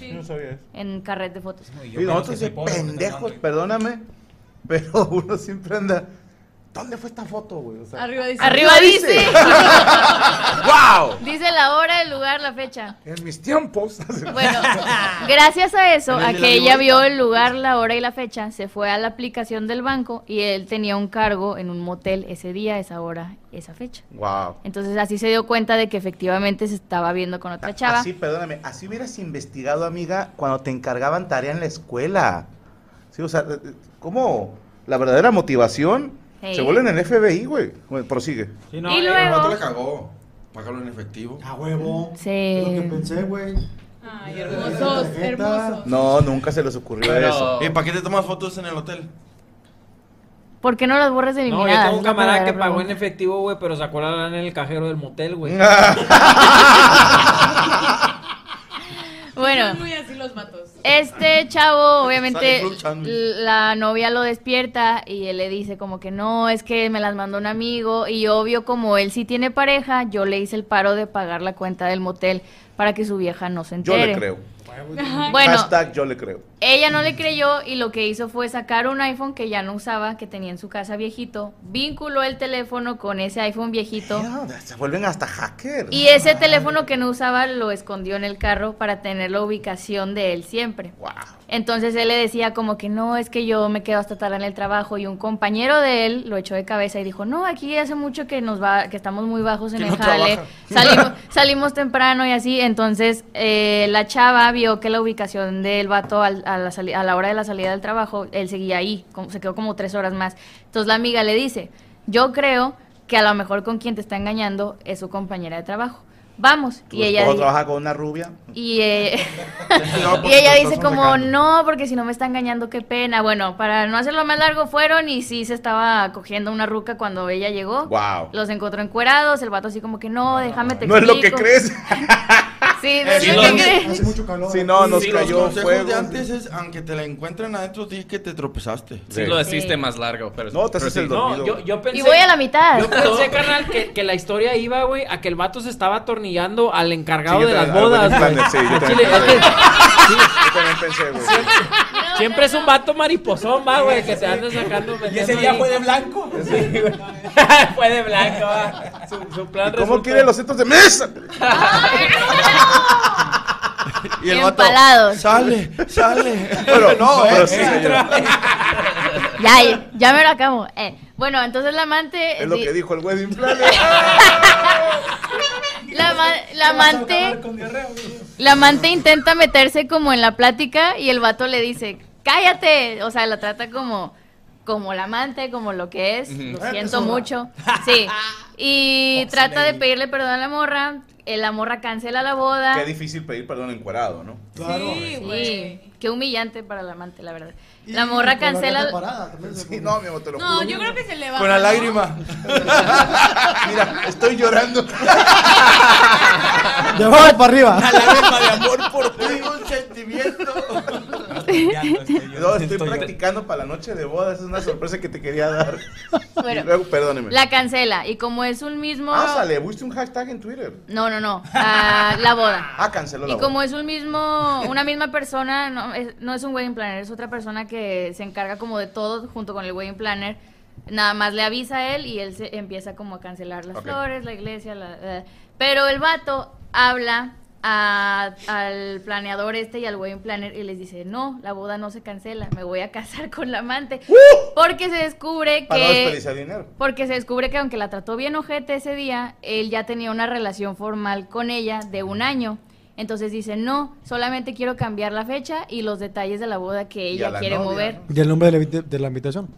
S7: Yo no sabía eso.
S15: En carret de fotos.
S7: Y nosotros sí, pendejos, perdóname, pero (laughs) uno siempre anda. ¿Dónde fue esta foto, güey? O sea,
S15: Arriba dice.
S7: ¡Arriba
S15: Arriba dice.
S7: ¡Wow!
S15: (laughs) Dice la hora, el lugar, la fecha.
S7: En mis tiempos.
S15: Bueno, Gracias a eso,
S7: En el
S15: a
S7: de la
S15: que ella
S7: libreta.
S15: vio el lugar, la hora y la fecha, se fue a la aplicación del banco y él tenía un cargo en un motel ese día, esa hora, esa fecha.
S7: ¡Wow!
S15: Entonces así se dio cuenta de que efectivamente se estaba viendo con
S8: Ah,
S15: otra chava.
S7: Así, perdóname, así hubieras investigado, amiga, cuando te encargaban tarea en la escuela. Sí, o sea, ¿cómo? La verdadera motivación
S15: Sí.
S7: se vuelve en el FBI, güey. Bueno, prosigue.
S15: Y eh, luego-
S18: El vato la cagó. Págalo en efectivo.
S9: A huevo.
S15: Sí.
S9: Lo que pensé, güey.
S16: Ay, hermosos, hermosos.
S7: No, nunca se les ocurrió
S18: Pero-
S7: eso.
S18: ¿Y para qué te tomas fotos en el hotel?
S15: ¿Por qué no las borras de
S8: No,
S15: eliminadas?
S8: yo tengo un
S15: Es la
S8: camarada que
S15: verdadera
S8: pagó en
S15: pregunta.
S8: efectivo, güey, pero se acuerdan en el cajero del motel,
S18: (laughs)
S8: güey.
S15: Bueno.
S16: Son muy así los matos.
S15: Este chavo, obviamente,
S16: Sale Club Sandwich.
S15: la novia lo despierta y él le dice como que no, es que me las mandó un amigo y obvio como él sí tiene pareja, yo le hice el paro de pagar la cuenta del motel para que su vieja no se
S7: Yo
S15: entere.
S7: le creo.
S15: Bueno.
S7: Hashtag yo le creo.
S15: Ella no le creyó y lo que hizo fue sacar un iPhone que ya no usaba, que tenía en su casa viejito, vinculó el teléfono con ese iPhone viejito
S7: Se vuelven hasta hackers.
S15: y ese teléfono que no usaba lo escondió en el carro para tener la ubicación de él siempre. Entonces él le decía como que no, es que yo me quedo hasta tarde en el trabajo y un compañero de él lo echó de cabeza y dijo, no, aquí hace mucho que nos va, que estamos muy bajos en
S22: Que
S15: el
S22: no
S15: jale,
S22: trabaja".
S15: salimos, salimos temprano y así. Entonces eh, la chava vio que la ubicación del vato al- a, la sali- a la hora de la salida del trabajo, él seguía ahí, como- se quedó como tres horas más. Entonces la amiga le dice, yo creo que a lo mejor con quien te está engañando es su compañera de trabajo. vamos. Y ella,
S7: ¿Puedo
S15: di-
S7: trabajar con una rubia?
S15: y, eh,
S7: (laughs) No,
S15: y
S7: porque
S15: ella dice
S7: estás
S15: como,
S7: manejando.
S15: no, porque si no me está engañando, qué pena. Bueno, para no hacerlo más largo, fueron y sí se estaba cogiendo una ruca cuando ella llegó.
S7: Wow.
S15: Los encontró encuerados, el vato así como que, no, déjame te
S7: No es lo que
S15: explico".
S7: crees.
S15: (laughs) (laughs)
S7: Eh,
S15: Sí, no es lo que crees.
S9: Hace mucho calor.
S7: Si no, nos
S18: Sí,
S7: cayó
S18: los consejos
S7: fuego.
S18: de antes es, aunque te la encuentren adentro, tienes que te tropezaste.
S11: Sí, lo hiciste más (laughs) largo, pero...
S7: No, te
S11: pero
S7: haces
S11: sí.
S7: el dormido.
S10: yo, yo pensé.
S15: Y voy a la mitad.
S10: Yo pensé, carnal, que, que la historia iba, güey, a que el vato se estaba atornillando al encargado
S7: Sí, yo
S10: de las
S7: también-
S10: bodas.
S7: ah, bueno,
S10: güey.
S7: sí, yo
S10: Al
S7: también
S10: chile,
S7: pensé.
S10: es que- (laughs) sí,
S7: Yo también pensé, güey.
S10: Siempre es un vato mariposón, va, güey, que se anda sacando.
S17: Y ese día fue de
S7: (laughs)
S10: blanco. (laughs) fue de blanco, va. Su, su plan
S7: ¿Cómo
S10: resultó-
S7: quiere los centros de mesa?
S18: Y el
S15: Empalados.
S18: Sale, sale.
S7: Pero no, eh. pero sí,
S15: Ya, ya, ya me lo acabo. Eh, Bueno, entonces la amante...
S7: Es lo
S15: di-
S7: que dijo el wedding
S17: (laughs)
S7: planner.
S15: La, ama- la amante... La amante intenta meterse como en la plática y el vato le dice, cállate. O sea, la trata como, como la amante, como lo que es.
S13: Ujú.
S15: Lo
S13: Ah,
S15: siento
S13: es una.
S15: mucho. Sí. Y trata de pedirle perdón a la morra. eh, La morra cancela la boda.
S7: Qué difícil pedir perdón encuerado, ¿no?
S15: Sí, güey. Qué humillante para la amante, la verdad. La
S9: Y
S15: morra
S9: con la
S15: cancela.
S9: neta parada,
S7: Sí, no, mi amor, te lo
S15: No,
S7: juro.
S15: yo creo que se le
S7: Con la
S15: (laughs)
S7: lágrima. Mira, estoy
S9: (laughs)
S7: llorando.
S9: De abajo para arriba.
S7: de
S15: (laughs)
S7: amor por ti. Un sentimiento. No, estoy practicando para la noche de bodas. Es una sorpresa que te quería dar.
S15: Bueno.
S7: Y luego, perdóneme.
S15: La cancela. Y como es un mismo.
S7: Ah, sale, busque un hashtag en Twitter.
S15: No, no, no. Ah, la boda.
S7: Ah, canceló la
S15: Y
S7: boda.
S15: como es un mismo, una misma persona, no es, no es un wedding planner, es otra persona que se encarga como de todo junto con el wedding planner. Nada más le avisa a él y él se empieza como a cancelar las
S13: Ok.
S15: flores, la iglesia, la- eh. pero el vato habla a- al planeador este y al wedding planner y les dice, no, la boda no se cancela, me voy a (laughs) casar con la amante. Porque se descubre
S7: ¡Uh! Para no
S15: que...
S7: desperdiciar dinero.
S15: Porque se descubre que aunque la trató bien ojete ese día, él ya tenía una relación formal con ella de un año. Entonces dice, no, solamente quiero cambiar la fecha y los detalles de la boda que
S9: Y
S15: ella
S9: a la
S15: quiere
S9: novia,
S15: mover.
S9: Y el nombre de la, invita- de la invitación.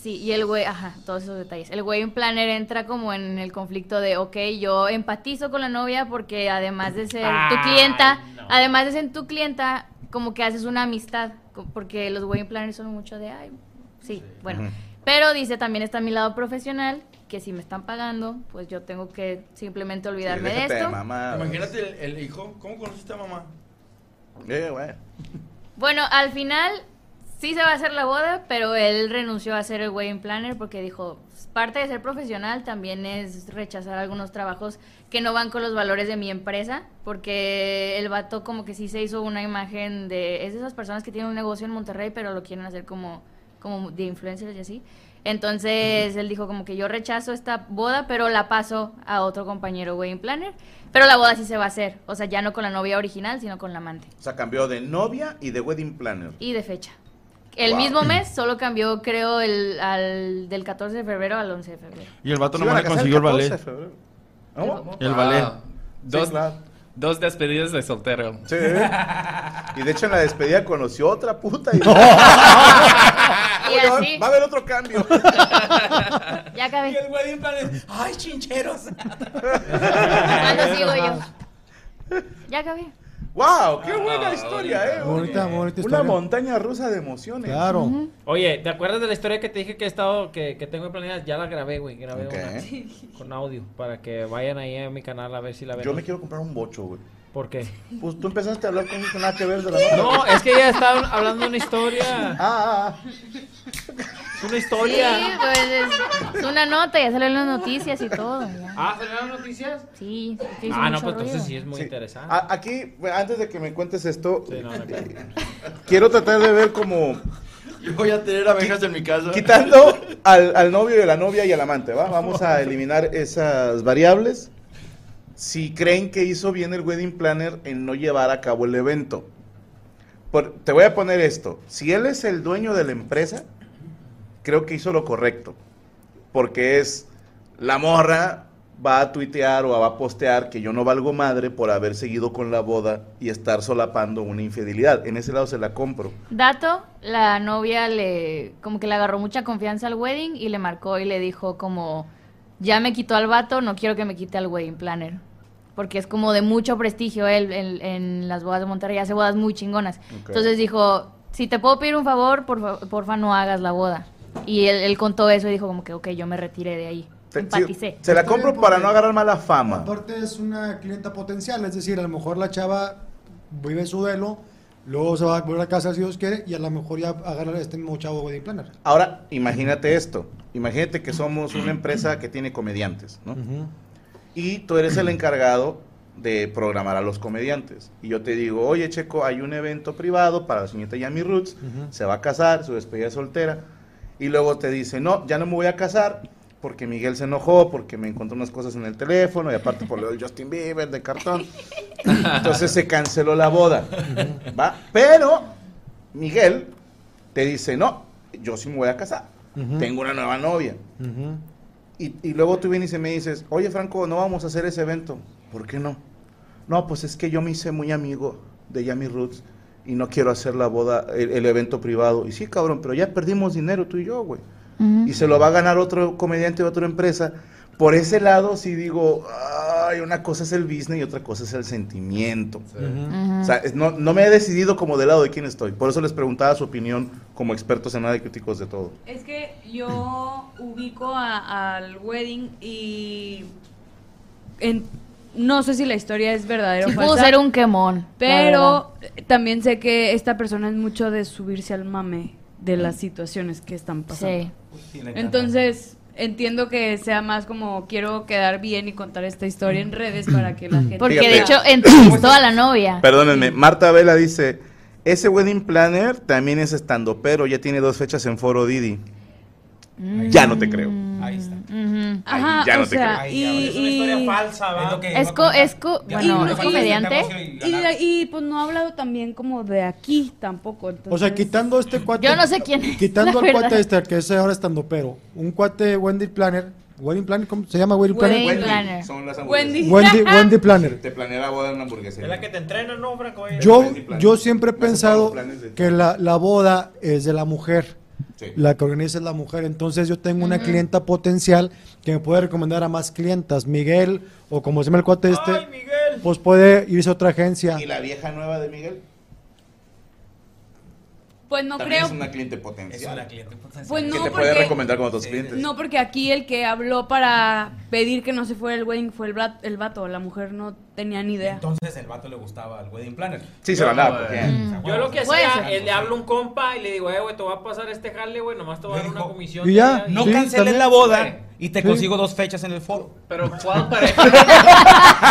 S15: Sí, y el güey, ajá, todos esos detalles. El güey en planner entra como en el conflicto de, ok, yo empatizo con la novia porque además de ser tu
S13: Ay,
S15: clienta, además de ser tu clienta, como que haces una amistad, co- porque los güey en planner son mucho de, ay, sí, bueno. Pero dice, también está mi lado profesional, que si me están pagando, pues yo tengo que simplemente olvidarme de esto.
S18: Imagínate el, el hijo. ¿Cómo conociste a mamá? (laughs)
S7: Eh, güey.
S15: Bueno, al final sí se va a hacer la boda, pero él renunció a ser el wedding planner porque dijo, "Pues, parte de ser profesional también es rechazar algunos trabajos que no van con los valores de mi empresa, porque el vato como que sí se hizo una imagen de, es de esas personas que tienen un negocio en Monterrey, pero lo quieren hacer como, como de influencers y así. Entonces él dijo como que yo rechazo esta boda, pero la paso a otro compañero wedding planner. Pero la boda sí se va a hacer, o sea, ya no con la novia original, sino con la amante
S7: O sea, cambió de novia y de wedding planner.
S15: y de fecha. El
S7: Wow.
S15: mismo mes, solo cambió, creo, el, al, del 14 de febrero al 11 de febrero.
S18: Y
S15: (laughs)
S18: el vato
S7: Se
S18: nomás
S7: iban a
S18: le
S7: casar
S18: consiguió el ballet.
S7: 14 de febrero. ¿No?
S18: El ballet.
S11: Ah, Dos,
S7: Sí, claro.
S11: dos despedidas de soltero. (laughs)
S7: Sí. Y de hecho en la despedida conoció otra puta. Y...
S15: Y así,
S7: Ah, Va a haber otro cambio.
S15: (laughs) ya acabé.
S17: el wedding planner, ¡ay, chincheros!
S15: ¿Cuándo Ah, sigo yo? Ya acabé.
S7: ¡Wow! ¡Qué buena historia, eh!
S9: Bonita, bonita
S7: Una
S9: historia.
S7: montaña rusa de emociones.
S9: Claro.
S10: Oye, ¿te acuerdas de la historia que te dije que he estado, que, que tengo planeada? Ya la grabé, güey. Grabé
S7: Ok.
S10: una con audio para que vayan ahí a mi canal a ver si la ven.
S7: Yo me quiero comprar un bocho, güey.
S10: ¿Por qué?
S7: Pues tú empezaste a hablar con que nada que ver de la
S10: No, es que ella estaba
S7: (laughs)
S10: hablando una historia.
S7: Ah,
S10: Es una
S15: Sí,
S10: historia.
S15: pues es, es una nota, ya salieron las noticias y todo. ya.
S10: Ah, ¿salieron noticias?
S15: Sí. es que hizo
S10: Ah, no,
S15: mucho
S10: pues entonces
S15: ruido.
S10: sí es muy interesante.
S7: A- Aquí, bueno, antes de que me cuentes esto,
S10: no, no,
S7: eh, quiero tratar de ver como...
S18: Yo voy a tener abejas en mi casa.
S7: Quitando al, al novio y a la novia y al amante, ¿va? Vamos a eliminar esas variables. Si creen que hizo bien el wedding planner en no llevar a cabo el evento. Por- te voy a poner esto. Si él es el dueño de la empresa, creo que hizo lo correcto. Porque es la morra va a tuitear o va a postear que yo no valgo madre por haber seguido con la boda y estar solapando una infidelidad. En ese lado se la compro.
S15: Dato, la novia le como que le agarró mucha confianza al wedding y le marcó y le dijo como ya me quitó al vato, no quiero que me quite al wedding planner. porque es como de mucho prestigio él en, en las bodas de Monterrey, hace bodas muy chingonas.
S22: Ok.
S15: Entonces dijo, si te puedo pedir un favor, por fa- porfa no hagas la boda. Y él, él contó eso y dijo como que, ok, yo me retiré de ahí.
S7: Te-
S15: Empaticé.
S7: sí, se la compro para no agarrar mala fama.
S9: Aparte es una clienta potencial, es decir, a lo mejor la chava vive su duelo, luego se va a volver a casa si Dios quiere y a lo mejor ya agarra a este mismo chavo wedding planner.
S7: Ahora, imagínate esto. Imagínate que somos una empresa que tiene comediantes, ¿no? Y tú eres el encargado de programar a los comediantes. Y yo te digo, oye, Checo, hay un evento privado para la señorita Yami Roots, se va a casar, su despedida es soltera. Y luego te dice, no, ya no me voy a casar porque Miguel se enojó, porque me encontró unas cosas en el teléfono y aparte por lo del Justin Bieber de cartón. Entonces se canceló la boda. ¿va? Pero Miguel te dice, no, yo sí me voy a casar. Tengo una nueva novia. Y, y luego tú vienes y me dices, oye Franco, no vamos a hacer ese evento. ¿Por qué no? No, pues es que yo me hice muy amigo de Yami Roots y no quiero hacer la boda, el, el evento privado. Y sí, cabrón, pero ya perdimos dinero tú y yo, güey. Y se lo va a ganar otro comediante de otra empresa. Por ese lado sí digo, ay, una cosa es el business y otra cosa es el sentimiento.
S22: Ujú.
S7: O sea, es- no, no me he decidido como del lado de quién estoy. Por eso les preguntaba su opinión como expertos en nada y críticos de todo.
S13: Es que yo ubico a- al wedding y en- no sé si la historia es verdadera o
S15: Sí
S13: falsa.
S15: pudo ser un quemón.
S13: Pero también sé que esta persona es mucho de subirse al mame de las situaciones que están pasando.
S15: Sí.
S22: Sí, le encanta.
S13: Entonces, entiendo que sea más como quiero quedar bien y contar esta historia en redes para que la gente...
S15: Porque
S7: Fíjate.
S15: de hecho entrevistó a la novia.
S7: Perdónenme, Marta Vela dice, ese wedding planner también es estando, pero ya tiene dos fechas en Foro Didi. Ya no te creo.
S17: Ahí está.
S15: Ujú.
S13: Mm. Ajá,
S7: ya no
S13: o
S7: te creo.
S13: sea,
S7: Ay,
S13: y,
S17: cabrón, es una historia
S13: y-
S14: Ah,
S17: falsa, ¿va? Es lo que
S15: Es, co- es co-
S13: Y
S15: bueno,
S13: no-
S15: es comediante.
S13: Y, y, pues no ha hablado también como de aquí tampoco. entonces-
S9: O sea, quitando este cuate.
S13: Yo no sé quién es,
S9: Quitando
S13: la
S9: al cuate
S13: verdad.
S9: este, que es ahora estando pero. Un cuate Wendy Planner. ¿Wedding Planner? ¿Cómo se llama Wedding Planner?
S7: Son las
S9: Wendy. Wendy, Wendy Planner.
S7: Te planea la boda en una hamburguesa.
S10: Es la que te entrena, ¿no, Franco?
S9: Yo,
S7: Wendy Planner.
S9: yo siempre he pensado
S7: planes de-
S9: que la, la boda es de la mujer.
S7: Sí.
S9: La que organiza es la mujer. Entonces yo tengo una
S7: Ujú.
S9: clienta potencial que me puede recomendar a más clientas. Miguel, o como se llama el cuate este, pues puede irse a otra agencia.
S7: ¿Y la vieja nueva de Miguel?
S13: Pues no
S7: También
S13: creo.
S7: Es una cliente potencial. Es una cliente potencial.
S13: Pues
S7: que
S13: no,
S7: te puede
S13: porque-
S7: recomendar con otros clientes.
S13: No, porque aquí el que habló para pedir que no se fuera el wedding fue el, bra- el vato. La mujer no tenía ni idea.
S17: Entonces el vato le gustaba al wedding planner. Mm.
S7: Sí, se lo andaba, porque-
S10: Yo lo que
S15: Pues,
S13: Puede
S10: hacía
S13: ser.
S10: es le hablo a un compa y le digo, eh, güey, te voy a pasar este jale, güey, nomás te voy a dar una comisión.
S17: Y ya, no
S10: Sí,
S17: canceles
S10: también.
S17: la boda y te
S10: Sí.
S17: consigo dos fechas en el foro.
S11: Pero
S17: (laughs)
S11: ¿cuál pareja?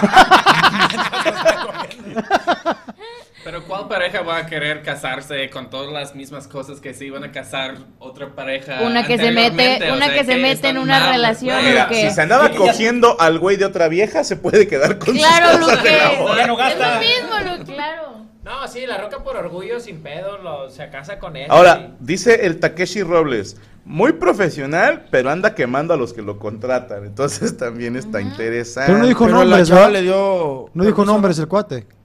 S11: Pero ¿cuál pareja va a querer casarse con todas las mismas cosas que se iban a casar otra pareja?
S15: Una que se
S11: anteriormente?
S15: mete-
S11: O
S15: una
S11: sea,
S15: que se mete en
S11: están
S15: una
S11: mal,
S15: relación,
S11: güey.
S7: Mira, si se andaba cogiendo al güey de otra vieja, se puede quedar con
S15: Claro,
S7: sus cosas de la
S15: Luque.
S7: boda.
S15: Ya no
S10: gasta.
S15: Es lo mismo, Lu, claro.
S10: No, sí, la roca por orgullo, sin pedo, lo- se casa con él.
S7: Ahora, dice el Takeshi Robles, muy profesional, pero anda quemando a los que lo contratan. Entonces (laughs) también está interesante.
S9: Pero no dijo
S7: Pero la
S9: nombres,
S7: chava
S9: ¿verdad?
S7: le dio...
S9: No dijo nombres el cuate.
S7: (laughs)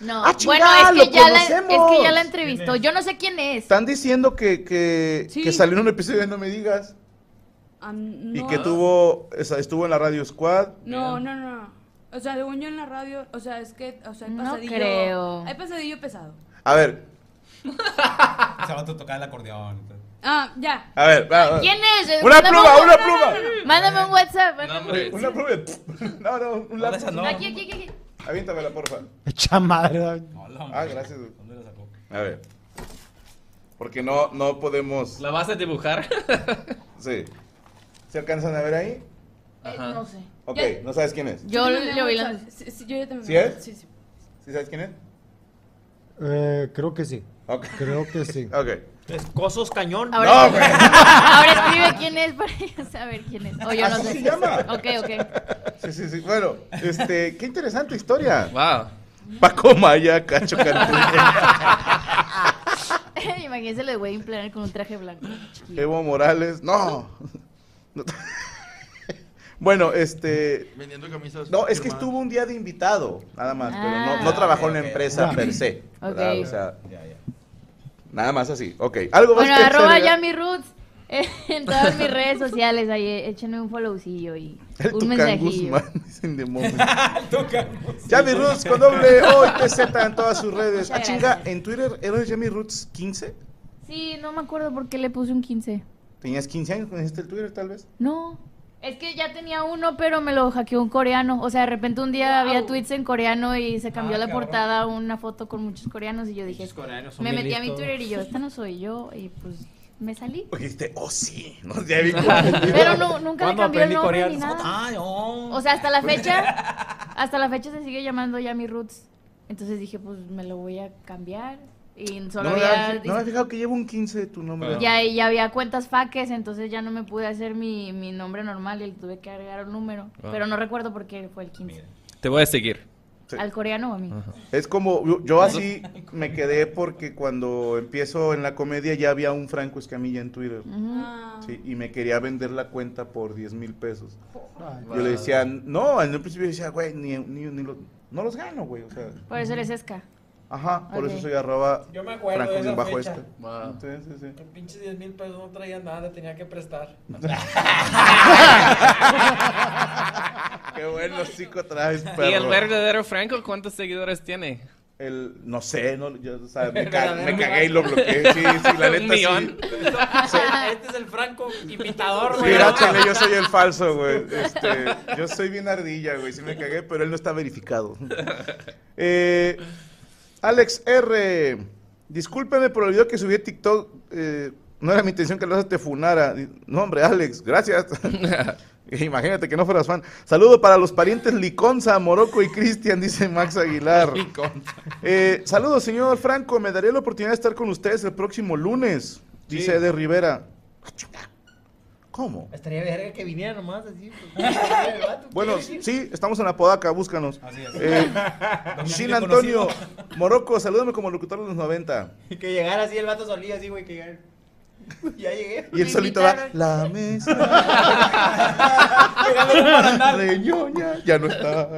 S15: No.
S7: Ah, chingada,
S15: bueno, es
S7: lo
S15: que, ya la, es
S7: conocemos.
S15: que ya la entrevistó. Yo no sé quién es.
S7: Están diciendo que, que, que salió en un episodio de No Me Digas
S13: Am-
S7: y
S13: Ah, no.
S7: que tuvo esa- estuvo en la Radio Squad.
S13: No, no, no. O sea, según yo en la radio, o sea, es que, o sea, hay
S15: No
S13: pasadillo.
S15: creo.
S13: Hay pasadillo pesado.
S7: A ver,
S17: Ese vato tocaba el acordeón.
S13: Ah, ya.
S7: a ver. va, va.
S15: ¿Quién es?
S7: Una
S15: Mándame
S7: pluma,
S15: un-
S7: una pluma.
S15: Mándame un WhatsApp. mándame un
S7: Una pluma. No, no, un lápiz.
S15: WhatsApp. Aquí, aquí, aquí. aquí.
S7: Aviéntamela, porfa.
S9: Echa madre.
S7: Ah, gracias. A ver. Porque no, no podemos.
S11: ¿La vas a dibujar?
S7: (laughs) Sí. ¿Se alcanzan a ver ahí?
S13: Ah.
S15: No sé.
S7: Ok,
S15: Ya-
S7: no sabes quién es.
S15: Yo le oí la.
S13: Sí, sí, yo ya te mandé
S7: ¿Sí es?
S13: Sí, sí.
S7: ¿Sí sabes quién es?
S9: Eh, creo que sí. Creo que sí.
S7: ok.
S10: Cosos cañón.
S15: Ahora, escribe, ahora escribe quién es para (laughs) yo saber quién es. O yo no
S7: Así
S15: sé.
S7: se llama.
S15: Ok, ok. (laughs)
S7: Sí, sí, sí. Bueno, este, qué interesante historia.
S11: Wow.
S7: Paco Maya, Cacho Cantú,
S15: Imagínense lo de Wedding Planner con un traje blanco. chiquillo.
S7: Evo Morales. No. No. bueno, este.
S18: Vendiendo camisas.
S7: No, es que
S18: firmadas.
S7: estuvo un día de invitado, nada más, pero no, no
S18: Ah.
S7: trabajó en la
S18: Ok, ok.
S7: empresa
S18: Ya.
S7: per se.
S15: Ok.
S7: ¿verdad? O sea, nada más así. Ok, algo más
S15: Bueno,
S7: que
S15: arroba
S7: agregar?
S15: Yami Roots. eh, en todas mis redes sociales, ahí échenme un followcillo y
S7: El
S15: un
S7: Tucán
S15: mensajillo.
S7: Guzmán, (laughs) dicen de
S14: (laughs)
S7: momento. Yami Roots con doble O y TZ en todas sus redes.
S15: Muchas
S7: Ah, chinga, en Twitter, ¿eres Yami Roots 15?
S15: Sí, no me acuerdo por qué le puse un 15.
S7: ¿Tenías 15 años cuando hiciste el Twitter, tal vez?
S15: No. Es que ya tenía uno, pero me lo hackeó un coreano. O sea, de repente un día había tweets en coreano y se cambió
S10: Ah,
S15: la
S10: cabrón.
S15: portada a una foto con muchos coreanos y yo dije,
S10: coreanos son
S15: me
S10: bien
S15: metí a mi
S10: listos.
S15: Twitter y
S10: (laughs)
S15: yo, esta no soy yo y pues me salí.
S7: Porque dijiste, oh sí. No, ya vi
S15: Pero no- nunca le
S7: Cuando
S15: cambió el
S7: aprendí
S15: nombre ni
S7: coreano.
S15: nada. O sea, hasta la fecha, hasta la fecha se sigue llamando Yami Roots. Entonces dije, pues me lo voy a cambiar. Y solo
S7: no, me
S15: había-
S7: había- no me había fijado que llevo un 15 de tu nombre.
S15: ya, ya había cuentas faques, entonces ya no me pude hacer mi, mi nombre normal y le tuve que agregar un número.
S11: Ah.
S15: Pero no recuerdo por qué fue el 15.
S11: Te voy a seguir.
S15: ¿Al coreano o a mí?
S7: Es como, yo, yo así me quedé porque cuando empiezo en la comedia ya había un Franco Escamilla en Twitter.
S15: Ah.
S7: Sí, y me quería vender la cuenta por 10 mil pesos.
S9: Ay,
S7: Yo le decía, no, en un principio yo decía, güey, ni, ni, ni los- no los gano, güey. O sea,
S15: Por eso eres esca.
S7: Ajá, por
S15: Ok.
S7: eso soy arroba
S10: Yo me acuerdo de esa
S7: bajo
S10: fecha.
S7: este. Entonces, sí, sí.
S10: Pinches 10 mil pesos no traía nada, tenía que
S15: (laughs)
S10: prestar.
S7: Qué bueno, chico, traes,
S11: ¿Y el
S7: perro.
S11: verdadero Franco cuántos seguidores tiene?
S7: El, no sé, no, yo, o sea,
S11: (laughs)
S7: me, ca-
S11: Verdadero
S7: me cagué y lo bloqueé. Sí, sí, la
S11: (laughs) Un
S7: neta.
S11: millón.
S7: Sí.
S10: este es el Franco imitador, güey.
S7: Mira, chale, yo soy el falso, güey. Este, yo soy bien ardilla, güey. Sí me cagué, pero él no está verificado. Eh, Alex R. Discúlpeme por el video que subí a TikTok. eh, no era mi intención que Loza te funara. Di- No, hombre, Alex, gracias. (laughs) Imagínate que no fueras fan. Saludo para los parientes Liconza, Morocco y Cristian, dice Max Aguilar. (laughs) Eh, saludos, señor Franco. Me daré la oportunidad de estar con ustedes el próximo lunes, dice Eder Rivera. Ah, ¿Cómo?
S10: Estaría verga que viniera nomás así. pues.
S7: Bueno, sí, estamos en Apodaca, búscanos.
S10: Así es. (laughs)
S7: Eh,
S10: Domicilio
S7: Shin Antonio, Morocco, salúdame como locutor de los 90.
S10: Y (laughs) que llegara así el vato solía, así, güey, que llegara. Ya llegué.
S7: Y él
S10: Me
S7: solito va,
S10: invitaron.
S7: la
S14: Ah,
S7: mesa de ñoña (laughs) ya no está.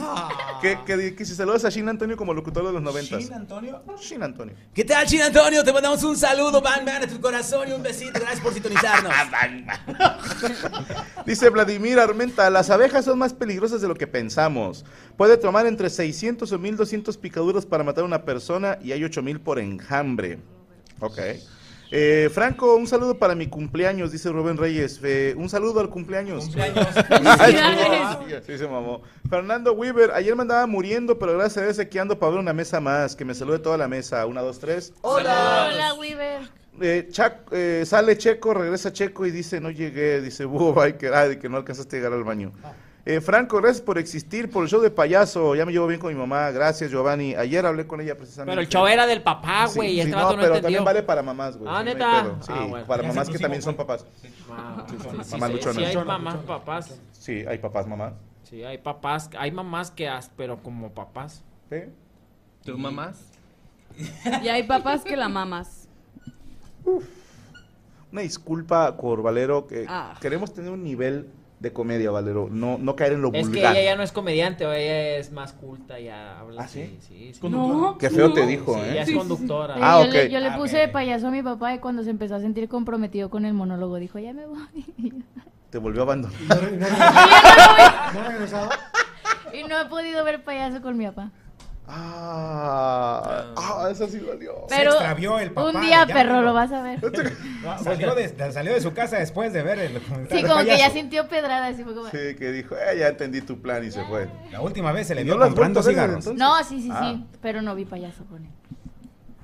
S10: Ah.
S7: que, que, di- que si saludas a Shin Antonio como locutor de los 90.
S14: ¿Shin
S7: Antonio? Shin Antonio.
S14: ¿Qué tal, Chin Antonio? Te mandamos un saludo, Bang Bang, a tu corazón y un besito. Gracias
S7: (laughs)
S14: por sintonizarnos.
S7: Dice Vladimir Armenta, las abejas son más peligrosas de lo que pensamos. Puede tomar entre 600 o 1200 picaduras para matar a una persona y hay 8000 por enjambre. Ok. Eh, Franco, un saludo para mi cumpleaños, dice Rubén Reyes. Eh, un saludo al cumpleaños. (laughs) Ay, sí, se mamó. Fernando Weaver, ayer me andaba muriendo, pero gracias a Dios aquí ando para ver una mesa más. Que me salude toda la mesa. Una, dos, tres.
S15: Hola, Weaver.
S7: Eh, Chac- eh, sale Checo, regresa Checo y dice, no llegué, dice, "Buh, ay, que, ay, que no alcanzaste a llegar al baño. Eh, Franco, gracias por existir, por el show de payaso, ya me llevo bien con mi mamá, gracias Giovanni. Ayer hablé con ella precisamente.
S10: Pero el show era del papá,
S7: Sí,
S10: güey, y
S7: sí,
S10: este
S7: no,
S10: vato no
S7: pero
S10: entendió.
S7: también vale para mamás, güey.
S10: Ah,
S7: sí, no hay
S10: neta.
S7: pedo. Sí,
S10: Ah, bueno.
S7: para
S10: Ya
S7: mamás
S10: se
S7: que
S10: puso
S7: también son
S10: mamón.
S7: papás.
S10: Ah,
S7: Sí,
S10: sí, sí,
S7: mamás
S10: sí,
S7: luchonas.
S10: sí, hay mamás, papás.
S7: Sí, hay papás, mamás.
S10: Sí, hay papás, hay mamás que as, pero como papás.
S11: ¿Tú mamás?
S13: (laughs) Y hay papás que la mamas.
S7: Una disculpa, Cor Valero, que
S13: Ah.
S7: queremos tener un nivel de comedia, Valero, no, no caer en lo
S10: Es que
S7: vulgar.
S10: ella ya no es comediante, o ella es más culta, ya habla así. Sí, sí.
S7: No, Qué feo no. te dijo,
S10: Sí,
S7: ¿eh?
S10: Ella es
S7: Sí, sí, sí.
S10: conductora.
S7: Ah,
S15: yo, le,
S7: ok.
S15: yo le
S7: Ah,
S15: puse de payaso a mi papá y cuando se empezó a sentir comprometido con el monólogo dijo, ya me voy. (laughs)
S7: Te volvió a
S10: (laughs)
S7: abandonar.
S9: ¿No ha regresado?
S15: y no he podido ver payaso con mi papá.
S7: Ah, ah, esa sí
S14: (laughs)
S7: valió.
S15: Pero
S22: extravió el papá
S15: un
S22: de
S15: día,
S22: Yami,
S15: perro,
S22: ¿no?
S15: lo vas a ver.
S22: No, salió, de, salió de su casa después de ver el comentario
S15: Sí, como que ya
S22: payaso.
S15: sintió pedrada. Así fue como...
S7: Sí, que dijo, eh, ya entendí tu plan y se fue.
S22: La última vez se le
S7: ¿Y
S22: vio
S7: no lo has
S22: comprando
S7: vuelto a ver
S22: cigarros.
S7: desde
S15: No, sí, sí,
S7: Ah.
S15: sí, pero no vi payaso con él.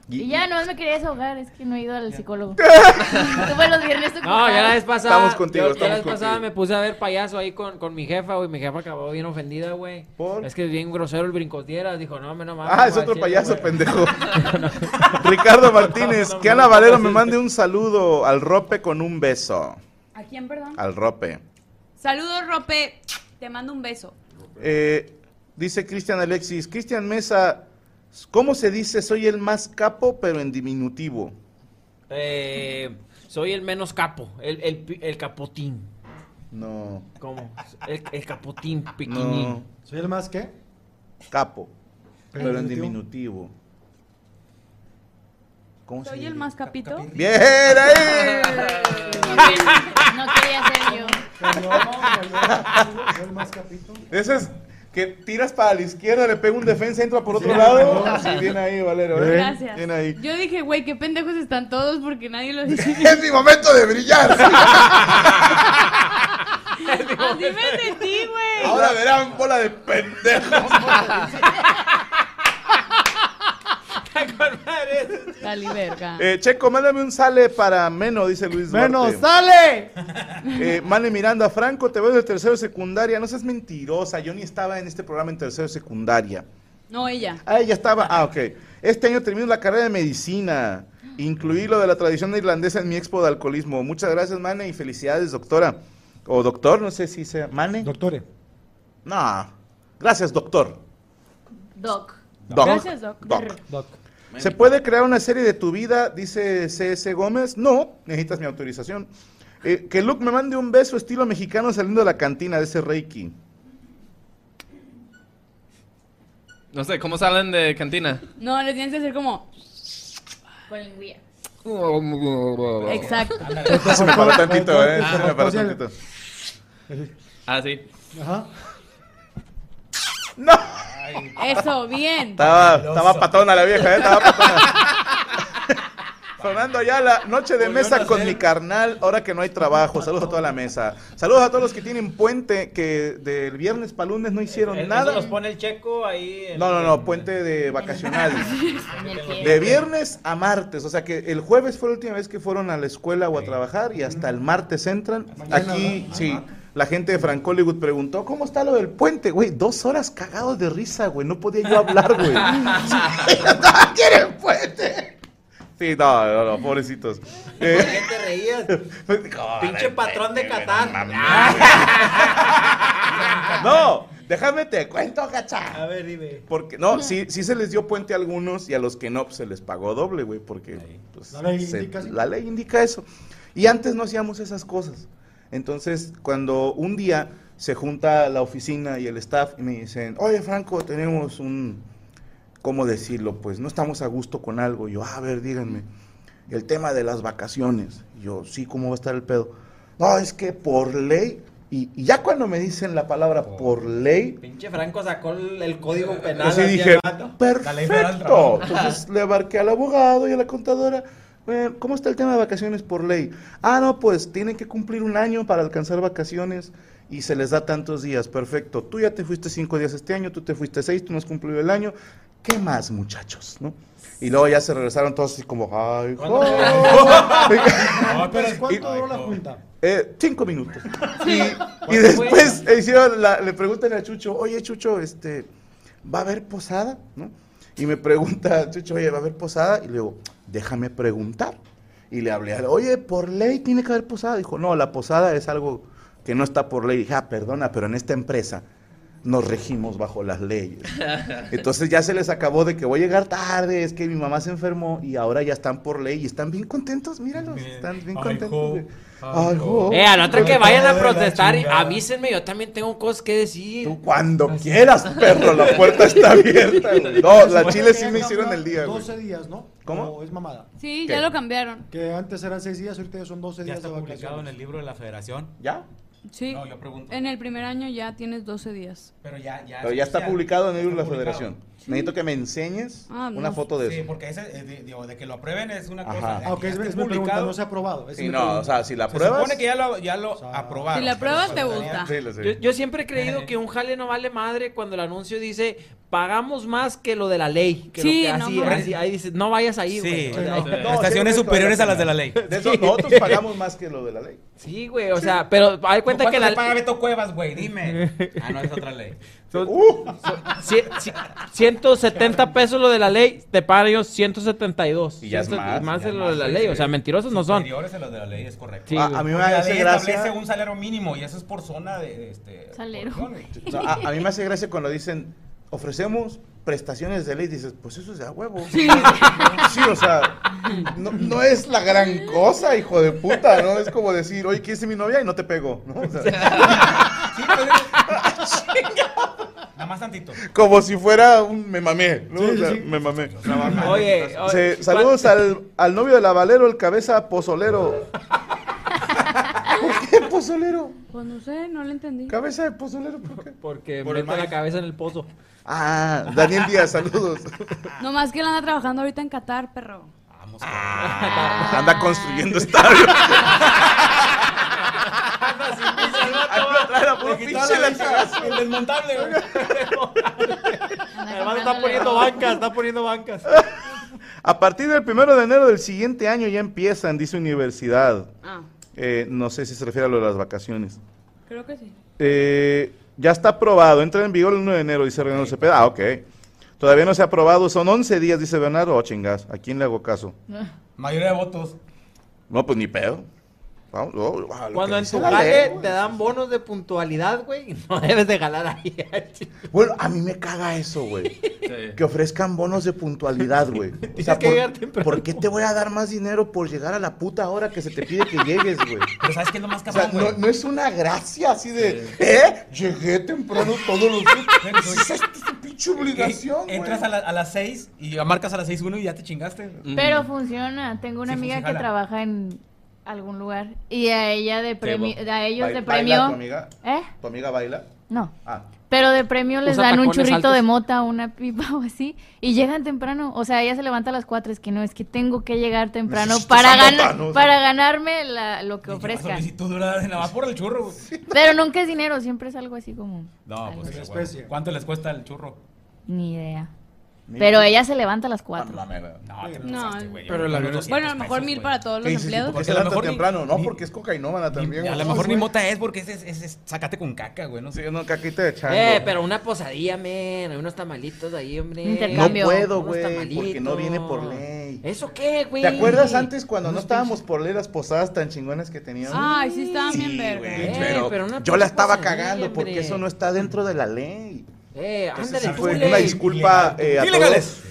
S7: Y-
S15: Y ya, nomás me quería desahogar, es que no he ido al
S7: (laughs)
S15: psicólogo. Tuve los viernes
S10: No,
S15: ocupados.
S10: ya la vez pasada.
S7: Estamos contigo,
S10: yo- yo la
S7: estamos
S10: vez pasada
S7: contigo.
S10: me puse a ver payaso ahí con, con mi jefa, güey. Mi jefa acabó bien ofendida, güey. Es que es bien grosero el brincosdiera. Dijo, no, me no mames.
S7: Ah, es
S10: güey,
S7: otro
S10: sí,
S7: payaso,
S10: güey.
S7: pendejo. (laughs)
S10: (laughs)
S22: (laughs)
S7: Ricardo Martínez, que Ana Valero me mande un saludo al rope con un beso.
S13: ¿A quién, perdón?
S7: Al rope.
S13: Saludos, Rope. Te mando un beso.
S7: Eh, dice Cristian Alexis, Cristian Mesa, ¿cómo se dice soy el más capo pero en diminutivo?
S10: Eh, soy el menos capo, el, el, pi- el capotín.
S7: No.
S10: ¿Cómo? El, el capotín, piquinín.
S7: No.
S9: ¿Soy el más qué?
S7: Capo, pero en
S9: ¿Diminutivo?
S7: diminutivo. ¿Cómo se
S16: Soy
S7: dice?
S16: el más capito.
S7: ¡Bien! ¡Ahí!
S15: No quería ser yo.
S7: Eso es que tiras para la izquierda, le pega un defensa, entra por otro
S16: Sí,
S7: lado.
S16: no,
S7: Sí,
S16: sí.
S7: bien ahí, Valero. ¿eh?
S16: Gracias.
S7: Bien ahí.
S16: Yo dije, güey, qué pendejos están todos porque nadie
S7: (laughs)
S16: lo dice.
S7: Es mi momento de brillar.
S16: Así me sentí, güey.
S7: Ahora verán, bola de pendejos.
S16: Dale, verga.
S7: Eh, Checo, mándame un sale para Meno, dice Luis Duarte.
S16: Meno,
S7: sale! Mane Miranda, Franco, te veo de tercero de secundaria. No seas mentirosa, yo ni estaba en este programa en tercero de secundaria.
S16: No, ella.
S7: Ah, ya estaba. Ah, ok. Este año termino la carrera de medicina. Incluí lo de la tradición irlandesa en mi expo de alcoholismo. Muchas gracias, Mane, y felicidades, doctora. O doctor, no sé si sea. ¿Mane? Doctore. No. Gracias, doctor.
S15: Doc.
S7: Doc.
S15: Gracias, Doc.
S7: Doc. ¿Se puede crear una serie de tu vida? Dice C.S. Gómez. No, necesitas mi autorización. Eh, que Luke me mande un beso estilo mexicano saliendo de la cantina de ese Reiki.
S11: No sé, ¿cómo salen de
S7: (laughs)
S11: cantina?
S16: No, le tienes que hacer como. Con lengüilla. Exacto.
S7: Se me paró tantito, eh. Se me paró tantito.
S11: Ah, sí.
S7: (laughs)
S9: Ajá.
S13: (laughs)
S16: Eso,
S7: (laughs)
S16: bien.
S7: Estaba, estaba patona la vieja, ¿eh? Estaba patona. Fernando Ayala, noche de mesa con mi carnal, ahora que no hay trabajo. Saludos a toda la mesa. Saludos a todos los que tienen puente, que del viernes para lunes no hicieron
S10: Él-
S7: nada.
S10: Eh, eso los pone el checo ahí. en-
S7: No, no, no, puente de vacacional. De viernes a martes, o sea que el jueves fue la última vez que fueron a la escuela o a trabajar y hasta el martes entran. Aquí, sí, la gente de Frank Hollywood preguntó, ¿cómo está lo del puente? Güey, dos horas cagados de risa, güey, no podía yo hablar,
S5: (laughs)
S7: güey. quieren puente! Sí, no, no, no, pobrecitos.
S10: ¿Por
S7: Eh,
S10: qué te reías? Pinche
S7: (laughs) Pinche
S10: patrón de Qatar.
S7: (laughs) No, déjame te cuento, gacha.
S10: A ver, dime.
S7: Porque, no, sí, sí se les dio puente a algunos y a los que no, pues se les pagó doble, güey, porque pues, se-
S9: La
S7: la,
S9: ley
S7: ley
S9: indica así.
S7: indica eso. Y antes no hacíamos esas cosas. Entonces, cuando un día se junta la oficina y el staff y me dicen, oye, Franco, tenemos un, ¿cómo decirlo? Pues no estamos a gusto con algo. Yo, "Ah, a ver, díganme, el tema de las vacaciones. Yo, sí, ¿cómo va a estar el pedo? No, es que por ley, y, y ya cuando me dicen la palabra por ley,
S10: Pinche Franco sacó el, el código penal.
S7: yo sí
S10: así
S7: dije,
S10: al vato.
S7: perfecto. Entonces le abarqué al abogado y a la contadora. "Eh, ¿Cómo está el tema de vacaciones por ley? Ah, no, pues tienen que cumplir un año para alcanzar vacaciones y se les da tantos días. Perfecto. Tú ya te fuiste cinco días este año, tú te fuiste seis, tú no has cumplido el año. ¿Qué más, muchachos? ¿No? Y luego ya se regresaron todos así como, ay, (laughs)
S9: (laughs) ¿Cuánto-
S7: joder".
S9: No, pero Oh. ¿cuánto duró la junta?
S7: Eh, cinco minutos.
S9: Sí.
S7: Y, y después hicieron la- le preguntan a Chucho, oye Chucho, este, ¿va a haber posada? ¿No? Y me pregunta (laughs) Chucho, oye, ¿va a haber posada? Y le digo, déjame preguntar. Y le hablé, al- oye, por ley tiene que haber posada. Dijo, no, la posada es algo que no está por ley. Dije, ah, perdona, pero en esta empresa nos regimos bajo las leyes. Entonces ya se les acabó de que voy a llegar tarde, es que mi mamá se enfermó y ahora ya están por ley y están bien contentos, míralos, están bien contentos. de- Ay, jo.
S10: Eh, a la otra que vayan a protestar, avísenme, yo también tengo cosas que decir.
S7: Cuando quieras, perro, la puerta está abierta. güey. No, la chile sí me hicieron el día, güey.
S9: 12 días, ¿no?
S7: ¿Cómo?
S9: O es mamada.
S16: Sí, ya lo cambiaron.
S9: Que antes eran 6 días, ahorita ya son 12
S17: ¿Ya
S9: días
S17: está
S9: de
S17: publicado en
S9: vacaciones.
S17: el libro de la federación?
S7: ¿Ya?
S16: Sí.
S17: No, yo pregunto.
S13: En el primer año ya tienes 12 días.
S17: Pero ya, ya.
S7: Pero ya está
S17: oficial.
S7: publicado en el libro de la
S17: publicado.
S7: Federación. Necesito que me enseñes
S13: Ah,
S7: una
S13: no.
S7: foto de
S17: Sí,
S7: eso.
S17: porque ese, eh, de, digo, de que lo aprueben es una
S7: Ajá.
S17: cosa. de
S7: Ah,
S9: ok,
S17: que ya
S9: es-
S17: esté
S9: es mi pregunta,
S17: publicado.
S9: no se ha aprobado, es
S7: Sí, mi no, pregunta. o sea, si la
S17: pues Se
S7: apruebas-
S17: supone que ya lo, ya lo aprobaron.
S16: (laughs) Si la pruebas, te gusta.
S7: Sí, lo sé.
S10: Yo, yo siempre he creído que un jale no vale madre cuando el anuncio dice pagamos más que lo de la ley. Que
S16: Sí,
S10: lo que
S16: no
S10: así,
S16: mames.
S10: así, ahí dice, no vayas ahí, güey.
S17: Sí,
S10: O sea,
S17: no.
S10: ahí-
S17: No, Prestaciones sí, superiores a las de la ley.
S7: De eso,
S10: Sí.
S7: nosotros pagamos más que lo de la ley.
S10: Sí, güey, o sea, pero hay cuenta que
S17: ¿Cuánto
S10: la
S17: te paga Beto Cuevas, güey?
S10: (laughs)
S17: Dime. Ah, no, es otra ley.
S10: son- son cien- cien- 170 pesos lo de la ley, te pagan ellos 172.
S17: Y ya es
S10: Ciento-
S17: más, ya
S10: de
S17: es
S10: lo
S17: más,
S10: de la
S17: sí,
S10: ley,
S17: sí.
S10: o sea, mentirosos no son.
S17: Superiores a las de la ley, es correcto.
S10: Sí, Ah, güey. a mí me
S17: Porque la
S7: hace
S17: ley
S7: gracia-
S17: establece un salario mínimo y eso es por zona de, de este.
S15: Salero.
S7: O sea, a, a mí me hace gracia cuando dicen, ofrecemos prestaciones de ley, dices, pues eso es de a huevo. Sí, o sea, no, no es la gran cosa, hijo de puta, ¿no? Es como decir, oye, ¿quién es mi novia? Y no te pego, ¿no? O sea,
S17: Nada más tantito.
S7: Como si fuera un me mamé. ¿no? O sea, Me mamé.
S17: Oye, oye,
S7: Sí, saludos al, al novio de la Valero, el cabeza pozolero. ¿Por qué pozolero?
S13: Pues no sé, no lo entendí.
S7: Cabeza de pozolero, ¿por qué?
S10: Porque
S7: Por el
S10: mete la
S7: maíz.
S10: cabeza en el pozo.
S7: Ah, Daniel Díaz, saludos.
S13: No más que él anda trabajando ahorita en Qatar, perro.
S7: (laughs) Anda construyendo estadio.
S17: El desmontable, güey.
S10: Además está poniendo bancas, está poniendo bancas.
S7: A partir del primero de enero del siguiente año ya empiezan, dice universidad.
S13: Ah,
S7: Eh, no sé si se refiere a lo de las vacaciones.
S13: creo que sí.
S7: Eh, ya está aprobado, entra en vigor el 1 de enero, dice Renato Cepeda. Ah, ok. Todavía no se ha aprobado, son 11 días, dice Bernardo. Oh, chingas, ¿a quién le hago caso?
S17: Mayoría de votos.
S7: No, pues ni pedo. Vamos, oh, ah, lo
S10: Cuando
S7: que
S10: en
S7: dice
S10: tu
S7: la
S10: jale
S7: ley.
S10: te dan bonos de puntualidad, güey, no (laughs) debes de jalar ahí.
S7: Bueno, a mí me caga eso, güey. Que ofrezcan bonos de puntualidad,
S10: (laughs)
S7: güey. O sea,
S10: que
S7: por-
S10: llegar
S7: ¿por qué te voy a dar más dinero por llegar a la puta hora que se te pide que llegues, güey?
S17: Pero ¿sabes qué es lo más
S7: O sea,
S17: cabrón, güey?
S7: no, no es una gracia así de, ¿eh? Llegué temprano todos los días. Esa es tu pinche obligación,
S17: Que
S7: güey.
S17: Entras a, la- a las 6 y marcas a las 6.1 y ya te chingaste. Mm.
S15: Pero pues, funciona. Tengo una
S17: Sí,
S15: amiga
S17: funciona.
S15: que trabaja en algún lugar y a ella de premio,
S7: Tebo.
S15: a ellos
S7: Ba-
S15: de
S7: ¿baila
S15: premio,
S7: tu amiga?
S15: ¿eh?
S7: ¿Tu amiga baila?
S15: No.
S7: Ah.
S15: Pero de premio les
S7: Usa
S15: dan un
S7: tacones
S15: churrito
S7: altos.
S15: de mota, una pipa (laughs) o así, y llegan temprano. O sea, ella se levanta a las 4, es que no, es que tengo que llegar temprano
S17: Necesito
S15: para,
S17: esa
S15: ganar
S17: mota, ¿no? O sea,
S15: para ganarme la- lo que ofrezcan.
S17: Solicitud dura de nada más por el churro, güey.
S15: Pero nunca es dinero, siempre es algo así como,
S17: No, pues qué huevo. ¿Cuánto les cuesta el churro?
S15: ni idea.
S17: Ni
S15: Pero
S17: idea.
S15: ella se levanta a las 4.
S17: No, te lo
S13: No,
S17: pasaste, güey.
S10: pero el
S17: Unos
S10: avión es-
S17: 200
S13: Bueno, a lo mejor
S17: pesos,
S13: mil
S17: güey.
S13: para todos
S7: ¿Qué
S13: los
S7: dices tú?
S13: empleados.
S7: ¿Por qué
S17: A
S7: se
S17: lo
S7: levanta
S17: mejor ni-
S7: temprano? No, porque es cocainómana también.
S17: A
S7: güey.
S17: lo mejor ni mota es porque es, es, es- es sacate con caca, güey. No sé.
S7: no, caquita de chango.
S10: Eh, pero una posadilla, men, hay unos tamalitos ahí, hombre.
S7: Eh, No puedo, (laughs)
S10: Unos
S7: güey, porque no
S10: tamalitos.
S7: viene por ley.
S10: ¿Eso qué, güey?
S7: ¿Te acuerdas antes cuando no estábamos por ley las posadas tan chingonas que teníamos?
S17: Ah,
S13: Ay, sí estaban bien verga.
S7: Güey,
S10: Eh,
S7: pero
S10: pero una
S7: yo la estaba
S10: posadilla,
S7: cagando porque
S10: hombre.
S7: eso no está dentro de la ley.
S10: Eh,
S7: Entonces,
S10: ándale,
S7: sí fue
S10: tú,
S7: una
S10: ley.
S7: disculpa eh, a
S10: Ilegales.
S7: todos.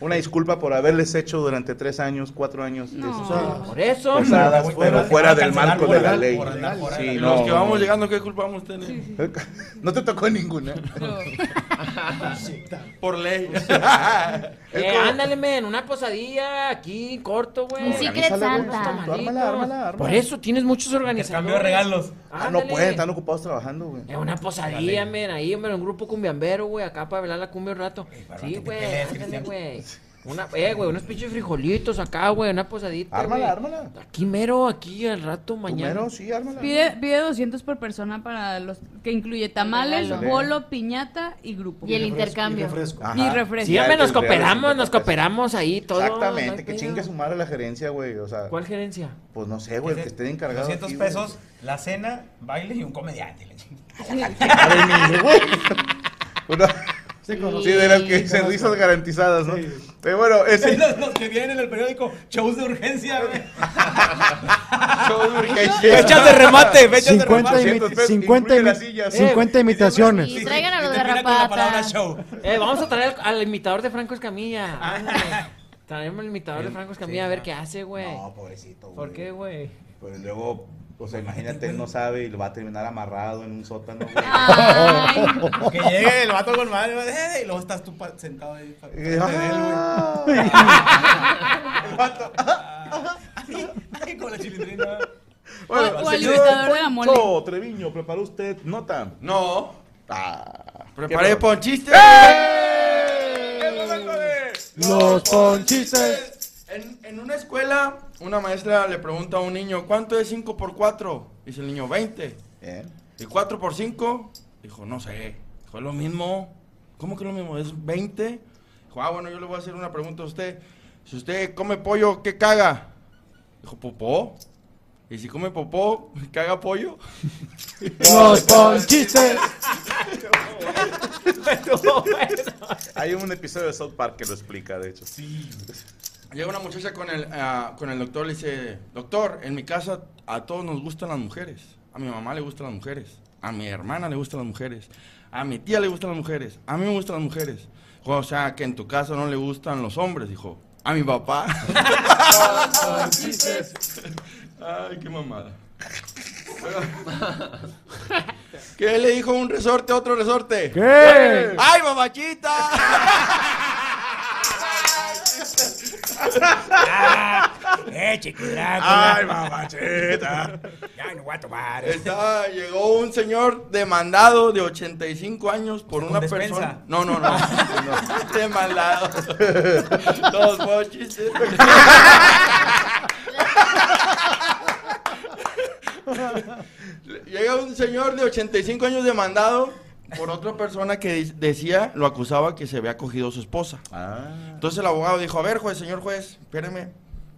S7: Una disculpa por haberles hecho durante tres años, cuatro años. de sus
S10: Por eso.
S7: posadas, pero
S10: Pero- pero-
S7: Pues fuera
S10: te van
S7: del
S10: a cancelar
S7: marco
S10: por
S7: de la
S10: andar-
S7: ley.
S10: por andar fuera de
S7: Sí,
S10: la ley.
S7: no,
S18: Los que vamos
S7: no.
S18: llegando, ¿qué culpa vamos a tener?
S7: (laughs) No te tocó ninguna.
S10: (laughs)
S18: Por ley.
S10: Eh, ándale, men, una posadilla aquí, corto, güey.
S15: Un Secret Organízala, güey, Santa.
S10: Unos
S15: tú
S10: tamalitos.
S15: ármala, ármala, ármala.
S10: Por eso tienes muchos organizadores.
S17: Intercambio de regalos.
S7: Ah, no
S10: Ándale.
S7: pueden, están ocupados trabajando, güey.
S10: Es una posadilla, men, ahí, hombre, un grupo cumbiambero, güey, acá para velar la cumbia un rato. Sí, güey, ándale, güey. Una, eh, güey, unos pinches frijolitos acá, güey, una posadita.
S7: Ármala,
S10: güey.
S7: ármala.
S10: Aquí mero, aquí al rato, mañana.
S7: mero, sí, ármala.
S13: Pide, pide 200 por persona para los que incluye tamales,
S10: Regalo.
S13: bolo, piñata y grupo.
S15: Y el Y refresco, intercambio. y refresco.
S7: Ajá.
S13: Y refresco.
S10: Sí, hombre,
S7: Ya,
S10: nos
S7: el regalo,
S10: cooperamos,
S7: sí,
S10: nos cooperamos ahí todos. no
S7: Exactamente,
S10: hay
S7: que
S10: pedo.
S7: chingue su madre la gerencia, güey. O sea,
S10: ¿Cuál gerencia?
S7: pues no sé, güey, el que esté encargado.
S17: 200
S7: aquí, güey.
S17: pesos, la cena, baile y un comediante. la chingada.
S7: Madre mía,
S10: (laughs)
S7: güey. Una- Sí,
S17: conozco.
S7: de las que
S17: Sí,
S7: dicen
S17: conozco.
S7: risas garantizadas, ¿no? Pero bueno, (laughs)
S17: (laughs)
S7: ese
S17: Los, los que vienen en el periódico, shows de urgencia,
S18: (laughs)
S17: güey. (laughs)
S9: Fechas de remate, fechas de 50 remate. imi- 50 imi- 50 imitaciones.
S15: Y traigan a los de
S10: termina con la palabra
S15: rapata.
S17: show.
S10: Eh, vamos a traer al, al imitador de Franco Escamilla. Ándale. Traemos al imitador de Franco Escamilla a ver qué hace, güey. No,
S7: pobrecito,
S10: ¿Por qué, güey?
S7: Pero Pues luego, o sea, imagínate, él no sabe y lo va a terminar amarrado en un sótano, güey.
S17: Que llegue el vato (laughs) con madre, güey, "Eh", y luego estás tú pa- sentado ahí.
S7: (laughs)
S17: pa-
S7: Eh,
S17: frente de él,
S7: ah.
S17: güey. El vato. Ay, ay, con la chilindrina.
S18: pues,
S7: Bueno,
S17: O al
S7: señor
S17: imitador de la mole.
S7: Poncho Treviño, ¿preparó usted nota? No. Ah,
S18: Preparé ponchistes.
S9: Los ponchistes.
S18: En, en una escuela, una maestra le pregunta a un niño, ¿cuánto es 5 por 4? Dice el niño, 20. ¿Y 4 por 5? Dijo, no sé. Dijo, es lo mismo. ¿Cómo que es lo mismo? ¿Es 20? Dijo, ah, bueno, yo le voy a hacer una pregunta a usted. Si usted come pollo, ¿qué caga? Dijo, popó. ¿Y si come popó, caga pollo?
S9: Los ponchistes.
S18: ¡Eh!
S7: (laughs) Hay un episodio de South Park que lo explica, de hecho. Sí.
S18: Llega una muchacha con el, ah, con el doctor y le dice, doctor, en mi casa a todos nos gustan las mujeres. A mi mamá le gustan las mujeres. A mi hermana le gustan las mujeres. A mi tía le gustan las mujeres. A mí me gustan las mujeres. O sea, que en tu casa no le gustan los hombres, dijo. A mi papá. (laughs) Ay, qué mamada. ¿Qué le dijo un resorte a otro resorte? Ah,
S5: ¿Qué?
S18: ¡Ay,
S17: (laughs)
S18: mamachita! (laughs)
S5: ¡Eh, chiquilá!
S18: Ay,
S5: mamachita! Ya no voy a tomar.
S18: Está- llegó un señor demandado de 85 años por una
S17: despensa.
S18: persona. No, no, no.
S5: (laughs)
S18: No, demandado. Todos buenos chistes. Llega un señor de 85 años demandado por otra persona que di- decía, lo acusaba que se había cogido a su esposa.
S5: Ah.
S18: Entonces el abogado dijo, a ver, juez, señor juez, espéreme,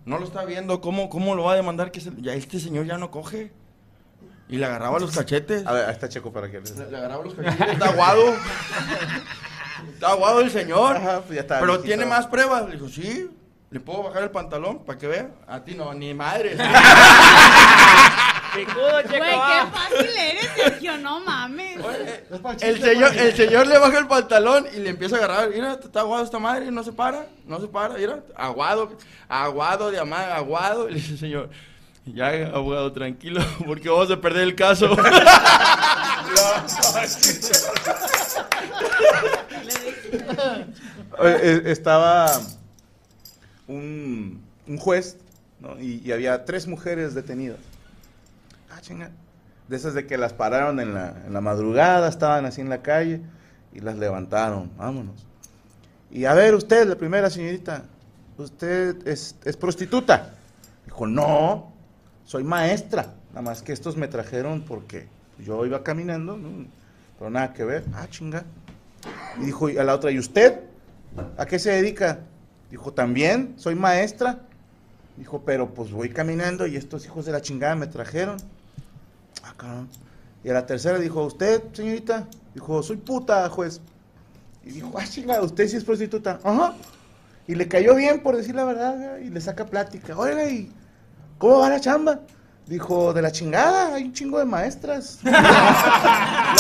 S18: no lo está viendo, ¿cómo, cómo lo va a demandar? Que se- ya este señor ya no coge. Y le agarraba los cachetes.
S7: A ver, ahí está Checo para que...
S18: Le agarraba los cachetes, está aguado. Está aguado el señor.
S7: Ajá, pues ya está
S18: Pero
S7: viejito.
S18: tiene más pruebas. Le dijo, sí, le puedo bajar el pantalón para que vea. A ti no, ni madre.
S16: Güey, qué fácil eres, Sergio, no mames.
S18: eh, El señor, el señor le baja el pantalón y le empieza a agarrar. Mira, está aguado esta madre y no se para, no se para, mira, aguado, aguado de amar, aguado. Y le dice, señor, ya, abogado, tranquilo, (laughs) porque vamos a perder el
S7: (laughs)
S18: caso. (laughs)
S7: Eh, eh, estaba un, un juez ¿no? y, y había tres mujeres detenidas. Ah, chinga. De esas de que las pararon en la, en la madrugada, estaban así en la calle y las levantaron. Vámonos. Y a ver, usted, la primera señorita, ¿usted es, es prostituta? Dijo, no, soy maestra. Nada más que estos me trajeron porque yo iba caminando, ¿no? pero nada que ver. Ah, chinga. Y dijo y a la otra, ¿y usted? ¿A qué se dedica? Dijo, también, soy maestra. Dijo, pero pues voy caminando y estos hijos de la chingada me trajeron. Ah, cabrón. Y a la tercera dijo, ¿usted, señorita? Dijo, soy puta, juez. Y dijo, ah, chingada, usted sí es prostituta. Ajá. Y le cayó bien por decir la verdad ¿verdad? y le saca plática. Oiga, ¿y cómo va la chamba? Dijo, de la chingada, hay un chingo de maestras.
S18: Ah,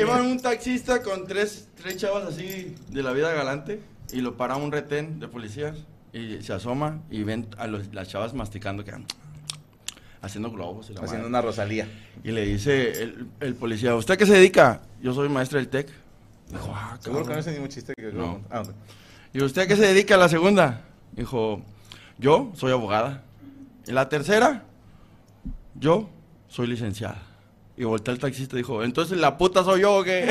S18: Iba un taxista con tres, tres chavas así de la vida galante y lo para un retén de policías y se asoma y ven a los- las chavas masticando que haciendo globos y la
S7: Haciendo
S18: madre.
S7: una Rosalía.
S18: Y le dice el, el policía, ¿usted qué se dedica? Yo soy maestra del TEC. Dijo, ah,
S7: Seguro que no
S18: cabrón.
S7: es el mismo chiste que yo.
S18: No.
S7: Ah, ok.
S18: ¿Y usted a qué se dedica a la segunda? Dijo, yo soy abogada. ¿Y la tercera? Yo soy licenciada. Y voltea el taxista y dijo, entonces la puta soy yo o qué?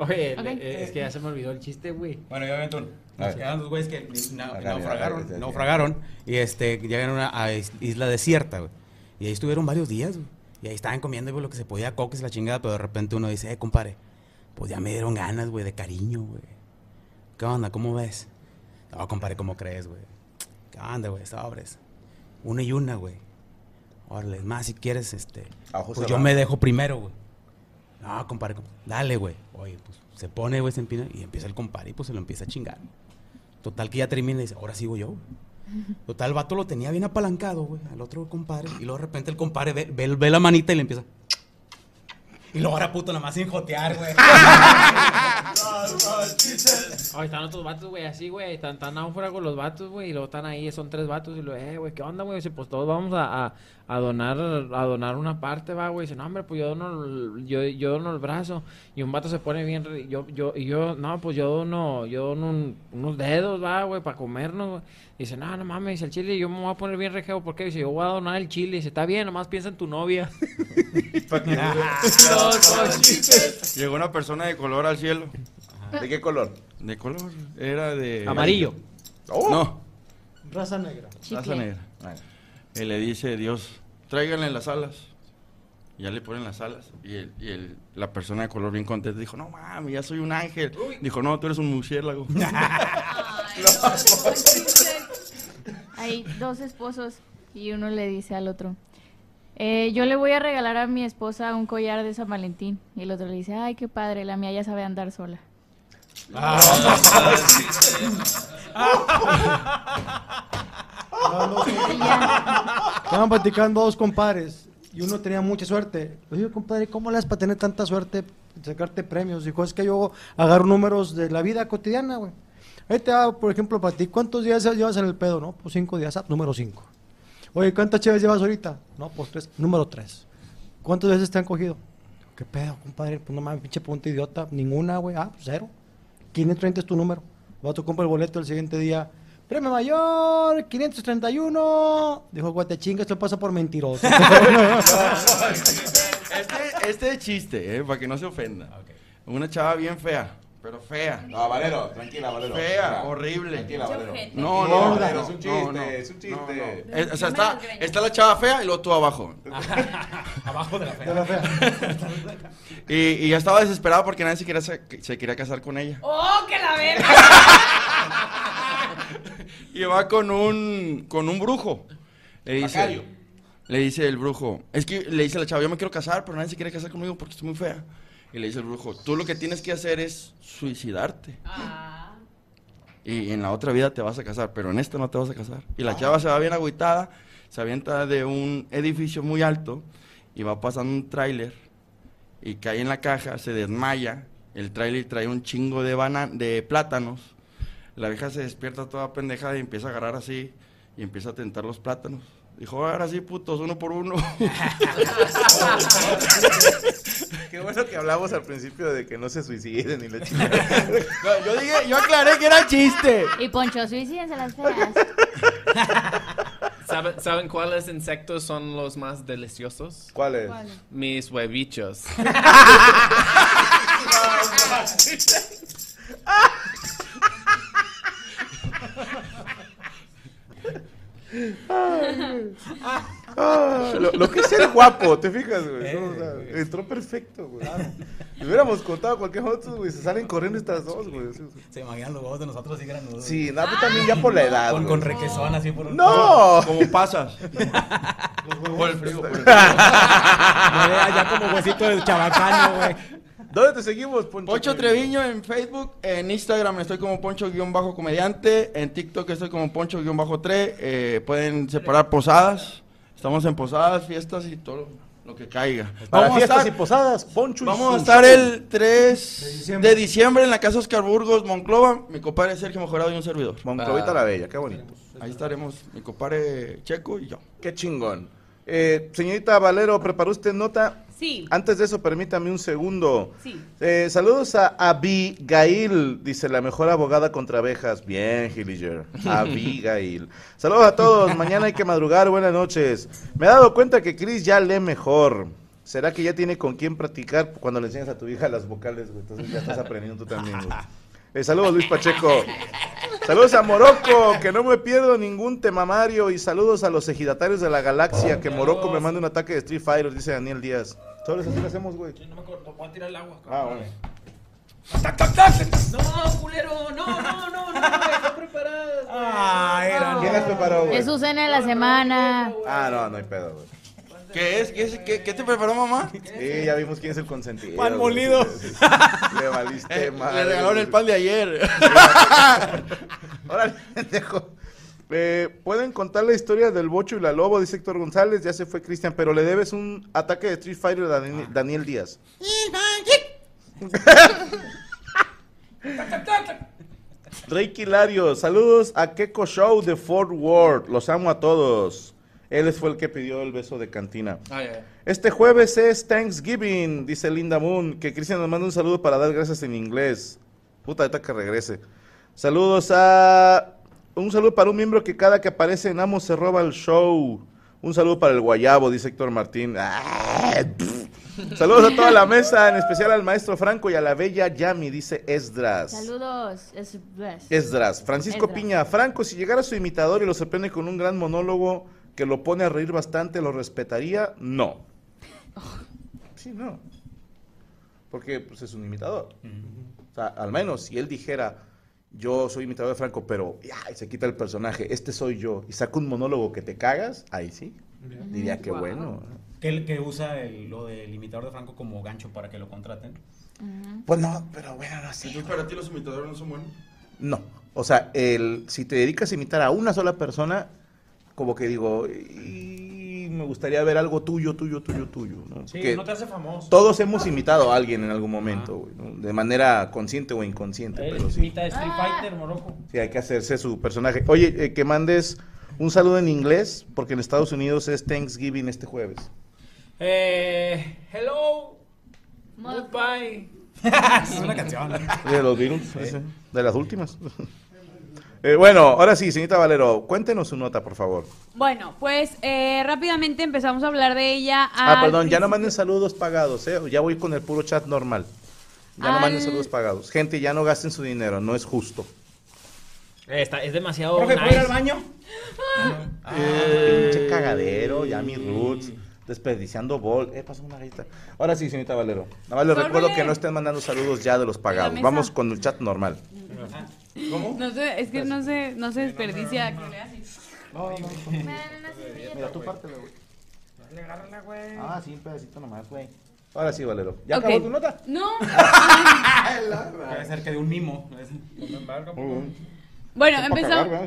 S8: Oye,
S17: Ok.
S8: le- eh, es que ya se me olvidó el chiste, güey.
S17: Bueno, ya aventó.
S8: A ver.
S17: Eran los güeyes que na-
S8: Acá,
S17: naufragaron.
S8: ya, ya, ya.
S17: naufragaron.
S14: Y este, llegan a una a is- isla desierta, güey. Y ahí estuvieron varios días, güey. Y ahí estaban comiendo, güey, lo que se podía, coques, la chingada. Pero de repente uno dice, eh, compadre, pues ya me dieron ganas, güey, de cariño, güey. ¿Qué onda? ¿Cómo ves? No, compadre, ¿cómo crees, güey? ¿Qué onda, güey? Sobres. Una y una, güey. Órale, es más, si quieres, este.
S7: Ajo
S14: Pues yo
S7: cerrado.
S14: me dejo primero, güey. No, compadre, com- dale, güey. Oye, pues se pone, güey, se empina y empieza el compadre y pues se lo empieza a chingar. Total que ya termina y dice, ahora sigo yo. güey". Total, el vato lo tenía bien apalancado, güey, al otro compadre. Y luego de repente el compadre ve, ve- ve la manita y le empieza. Y luego ahora puto, nada más sin jotear, güey.
S8: Ay, están otros vatos, güey, así, güey. Están tan náufragos los vatos, güey. Y luego están ahí, son tres vatos. Y luego, eh, güey, ¿qué onda, güey? Dice, pues todos vamos a, a, a donar a donar una parte, va, güey. Dice, no, hombre, pues yo dono, el- yo, yo dono el brazo. Y un vato se pone bien. re- Yo, yo, y yo, no, pues yo dono, yo dono un- unos dedos, va, güey, para comernos, güey. Dice, no, no mames, dice el chile, yo me voy a poner bien rejeo. ¿Por qué? Dice, yo voy a donar el chile. Dice, está bien, nomás piensa en tu novia.
S18: Llegó una persona de color al cielo.
S7: ¿De qué color?
S18: De color. Era de...
S8: Amarillo.
S18: Oh. No,
S9: Raza negra.
S18: raza negra. Y le dice Dios, tráiganle las alas. Y Ya le ponen las alas. Y, el- y el- la persona de color bien contenta dijo, no mami, ya Ah, soy un ángel. Dijo, no, tú eres un murciélago.
S15: Hay dos esposos y uno le dice al otro, "Eh, yo le voy a regalar a mi esposa un collar de San Valentín. Y el otro le dice, ay, qué padre, la mía ya sabe andar sola.
S9: Estaban platicando dos compadres y uno tenía mucha suerte. Le digo, compadre, ¿cómo le das para tener tanta suerte, sacarte premios? Dijo, es que yo agarro números de la vida cotidiana, güey. Ahí te va, por ejemplo, para ti, ¿cuántos días llevas en el pedo, no? Pues cinco días, ah, número cinco. Oye, ¿cuántas cheves llevas ahorita? No, pues tres. Número tres. ¿Cuántas veces te han cogido? ¿Qué pedo, compadre? Pues no mames, pinche punto idiota. Ninguna, güey. Ah, pues cero. 530 es tu número. Vato compra el boleto el siguiente día. Premio mayor, 531. Dijo, guatechinga, esto pasa por mentiroso.
S18: Este, este es chiste, eh, para que no se ofenda. Una chava bien fea, pero fea.
S7: No, Valero, tranquila, Valero.
S18: Fea,
S7: Tranquila.
S18: horrible.
S7: Tranquila, Valero. Mucho
S18: No,
S7: ojete.
S18: no,
S7: Gorda.
S18: Valero,
S7: Es un
S18: no, no.
S7: chiste, es un
S18: No,
S7: chiste.
S18: no. Eh, o sea,
S7: No me
S18: está,
S7: lo creen.
S18: está la chava fea y luego
S7: (laughs)
S18: tú abajo.
S10: Abajo de la fea.
S18: (laughs) y, y ya estaba desesperada porque nadie se quería, sa- se quería casar con ella.
S16: ¡Oh, que la verga!
S18: Y va con un, con un brujo. Le dice,
S7: Lacayo.
S18: le dice el brujo, es que le dice a la chava, yo me quiero casar, pero nadie se quiere casar conmigo porque estoy muy fea. Y le dice el brujo, tú lo que tienes que hacer es suicidarte. Y en la otra vida te vas a casar, pero en esta no te vas a casar. Y la chava se va bien agüitada, se avienta de un edificio muy alto y va pasando un tráiler y cae en la caja, se desmaya. El tráiler trae un chingo de, bana- de plátanos. La vieja se despierta toda pendejada y empieza a agarrar así y empieza a tentar los plátanos. Dijo, ahora sí, putos, uno por uno.
S7: (laughs) Qué bueno que hablamos al principio de que no se suiciden ni la chingada.
S18: No, yo dije, yo aclaré que era chiste.
S15: Y Poncho, suicídense las feas.
S11: ¿Sabe- ¿Saben cuáles insectos son los más deliciosos?
S7: ¿Cuáles?
S15: ¿Cuáles?
S11: Mis
S5: (laughs)
S11: huevichos.
S7: Ah, lo, lo que es ser guapo, ¿te fijas, güey?
S18: Eh,
S7: No, o sea, entró perfecto, güey. Si hubiéramos contado cualquier otro, güey, se salen corriendo estas dos, güey.
S14: Se imaginan los huevos de nosotros así granudos.
S7: Sí, no, tú también ya por la edad.
S14: Con,
S7: güey.
S14: con requesón así por un...
S7: ¡No!
S18: Como pasas.
S7: Por el frío,
S14: por el frío. Ya, ya como huesito de chabacano, güey.
S7: ¿Dónde te seguimos, Poncho?
S18: Poncho Treviño en Facebook, en Instagram estoy como Poncho-comediante, en TikTok estoy como Poncho-3. eh, pueden separar posadas. Estamos en posadas, fiestas y todo lo que caiga.
S7: Para
S18: Vamos a
S7: fiestas
S18: estar-
S7: y posadas, Poncho y
S18: Vamos a
S7: su
S18: estar
S7: show.
S18: el 3 de diciembre. en la Casa Oscar Burgos, Monclova. Mi compadre Sergio Mejorado y un servidor.
S7: Monclovita la Bella, qué bonito.
S18: Ahí estaremos, mi compadre Checo y yo.
S7: Qué chingón. Eh, señorita Valero, ¿preparó usted nota?
S16: Sí.
S7: Antes de eso, permítame un segundo.
S16: Sí.
S7: Eh, saludos a Abigail, dice la mejor abogada contra abejas. Bien, Hilliger. Abigail. saludos a todos. Mañana hay que madrugar. Buenas noches. Me he dado cuenta que Chris ya lee mejor. ¿Será que ya tiene con quién practicar cuando le enseñas a tu hija las vocales? güey? Entonces ya estás aprendiendo tú también. güey. Eh, saludos, Luis Pacheco. Saludos a Morocco, que no me pierdo ningún tema Mario. Y saludos a los ejidatarios de la galaxia, que Morocco me manda un ataque de Street Fighter, dice Daniel Díaz. Solo así lo hacemos, güey.
S10: No me acuerdo, voy a tirar el agua.
S7: Ah, bueno.
S10: No, culero, no, no, no, no, está preparada.
S7: ¿Quién las
S18: Ah,
S7: preparó, güey?
S15: Es su cena de la semana.
S7: Ah, no, no hay pedo, güey.
S18: ¿Qué es? ¿Qué, es? ¿Qué, qué te preparó mamá?
S7: Sí, ya vimos quién es el consentido.
S18: Pan
S7: güey. (laughs)
S18: molido.
S7: Le valiste
S18: Eh,
S7: madre.
S18: le regalaron el pan de ayer. (laughs)
S7: Órale, pendejo. Eh, Pueden contar la historia del Bocho y la Lobo, dice Héctor González. Ya se fue Cristian, pero le debes un ataque de Street Fighter a
S18: Ah.
S7: Dani- Daniel Díaz. Ricky Hilario, saludos a Keko Show de Fort Worth. Los amo a todos. Él fue el que pidió el beso de cantina. Este jueves es Thanksgiving, dice Linda Moon. Que Cristian nos manda un saludo para dar gracias en inglés. Puta, ahorita que regrese. Saludos a. Un saludo para un miembro que cada que aparece en Amo se roba el show. Un saludo para el Guayabo, dice Héctor Martín. Ah, pff. Saludos a toda la mesa, en especial al maestro Franco y a la bella Yami, dice Esdras.
S15: Saludos. Es
S7: Esdras, Francisco
S15: Esdras.
S7: Piña, Franco, si llegara su imitador y lo sorprende con un gran monólogo que lo pone a reír bastante, ¿lo respetaría? No. Sí, no. Porque pues, es un imitador. O sea, al menos si él dijera, yo soy imitador de Franco, pero ya, y se quita el personaje, este soy yo, y saca un monólogo que te cagas, ahí sí. Diría que
S22: Guau.
S7: bueno.
S22: Que, el- que usa el- lo del imitador de Franco como gancho para que lo contraten.
S7: Pues no, pero bueno, no sé.
S18: Entonces, para ti los imitadores no son buenos.
S7: No. O sea, el, si te dedicas a imitar a una sola persona, como que digo, y me gustaría ver algo tuyo, tuyo, tuyo, tuyo. ¿no?
S10: Sí,
S7: Que
S10: no te hace famoso.
S7: Todos hemos imitado a alguien en algún momento, güey, ¿no? de manera consciente o inconsciente,
S10: Él
S7: pero sí.
S10: imita a Street Fighter, Morocco.
S7: Sí, hay que hacerse su personaje. Oye, eh, que mandes Un saludo en inglés, porque en Estados Unidos es Thanksgiving este jueves.
S10: Eh, hello. (laughs) Goodbye.
S5: Es una canción.
S7: De los Beatles, ese, de las últimas. (laughs) Eh, bueno, ahora sí, señorita Valero, cuéntenos su nota, por favor.
S13: Bueno, pues eh, rápidamente empezamos a hablar de ella.
S7: Ah,
S13: al
S7: perdón, ya
S13: principio.
S7: no manden saludos pagados, ¿eh? Ya voy con el puro chat normal. Ya no
S13: Al-
S7: manden saludos pagados. Gente, ya no gasten su dinero, no es justo.
S10: Eh, Está, es demasiado.
S5: Profe, ¿puedo ir al baño? Ah,
S7: Eh, Pinche cagadero, ya mi roots. Desperdiciando bol. Eh, pasó una galleta. Ahora sí, señorita Valero. Nada más les
S13: Córrele.
S7: recuerdo que no estén mandando saludos ya de los pagados.
S13: mesa.
S7: Vamos con el chat normal.
S13: No sé, es que no se, no se desperdicia. que le hace.
S7: Mira, tú pártela, güey.
S5: Agárrala, güey.
S7: Ah, sí, un pedacito nomás, güey. Ahora sí, Valero. ¿Ya
S13: Ok.
S7: acabó tu nota?
S13: No.
S7: (laughs)
S18: Ah,
S5: Puede ser que de un mimo.
S18: (laughs)
S13: Bueno,
S5: Qué poca
S13: empezamos,
S14: ¿eh?
S5: barba.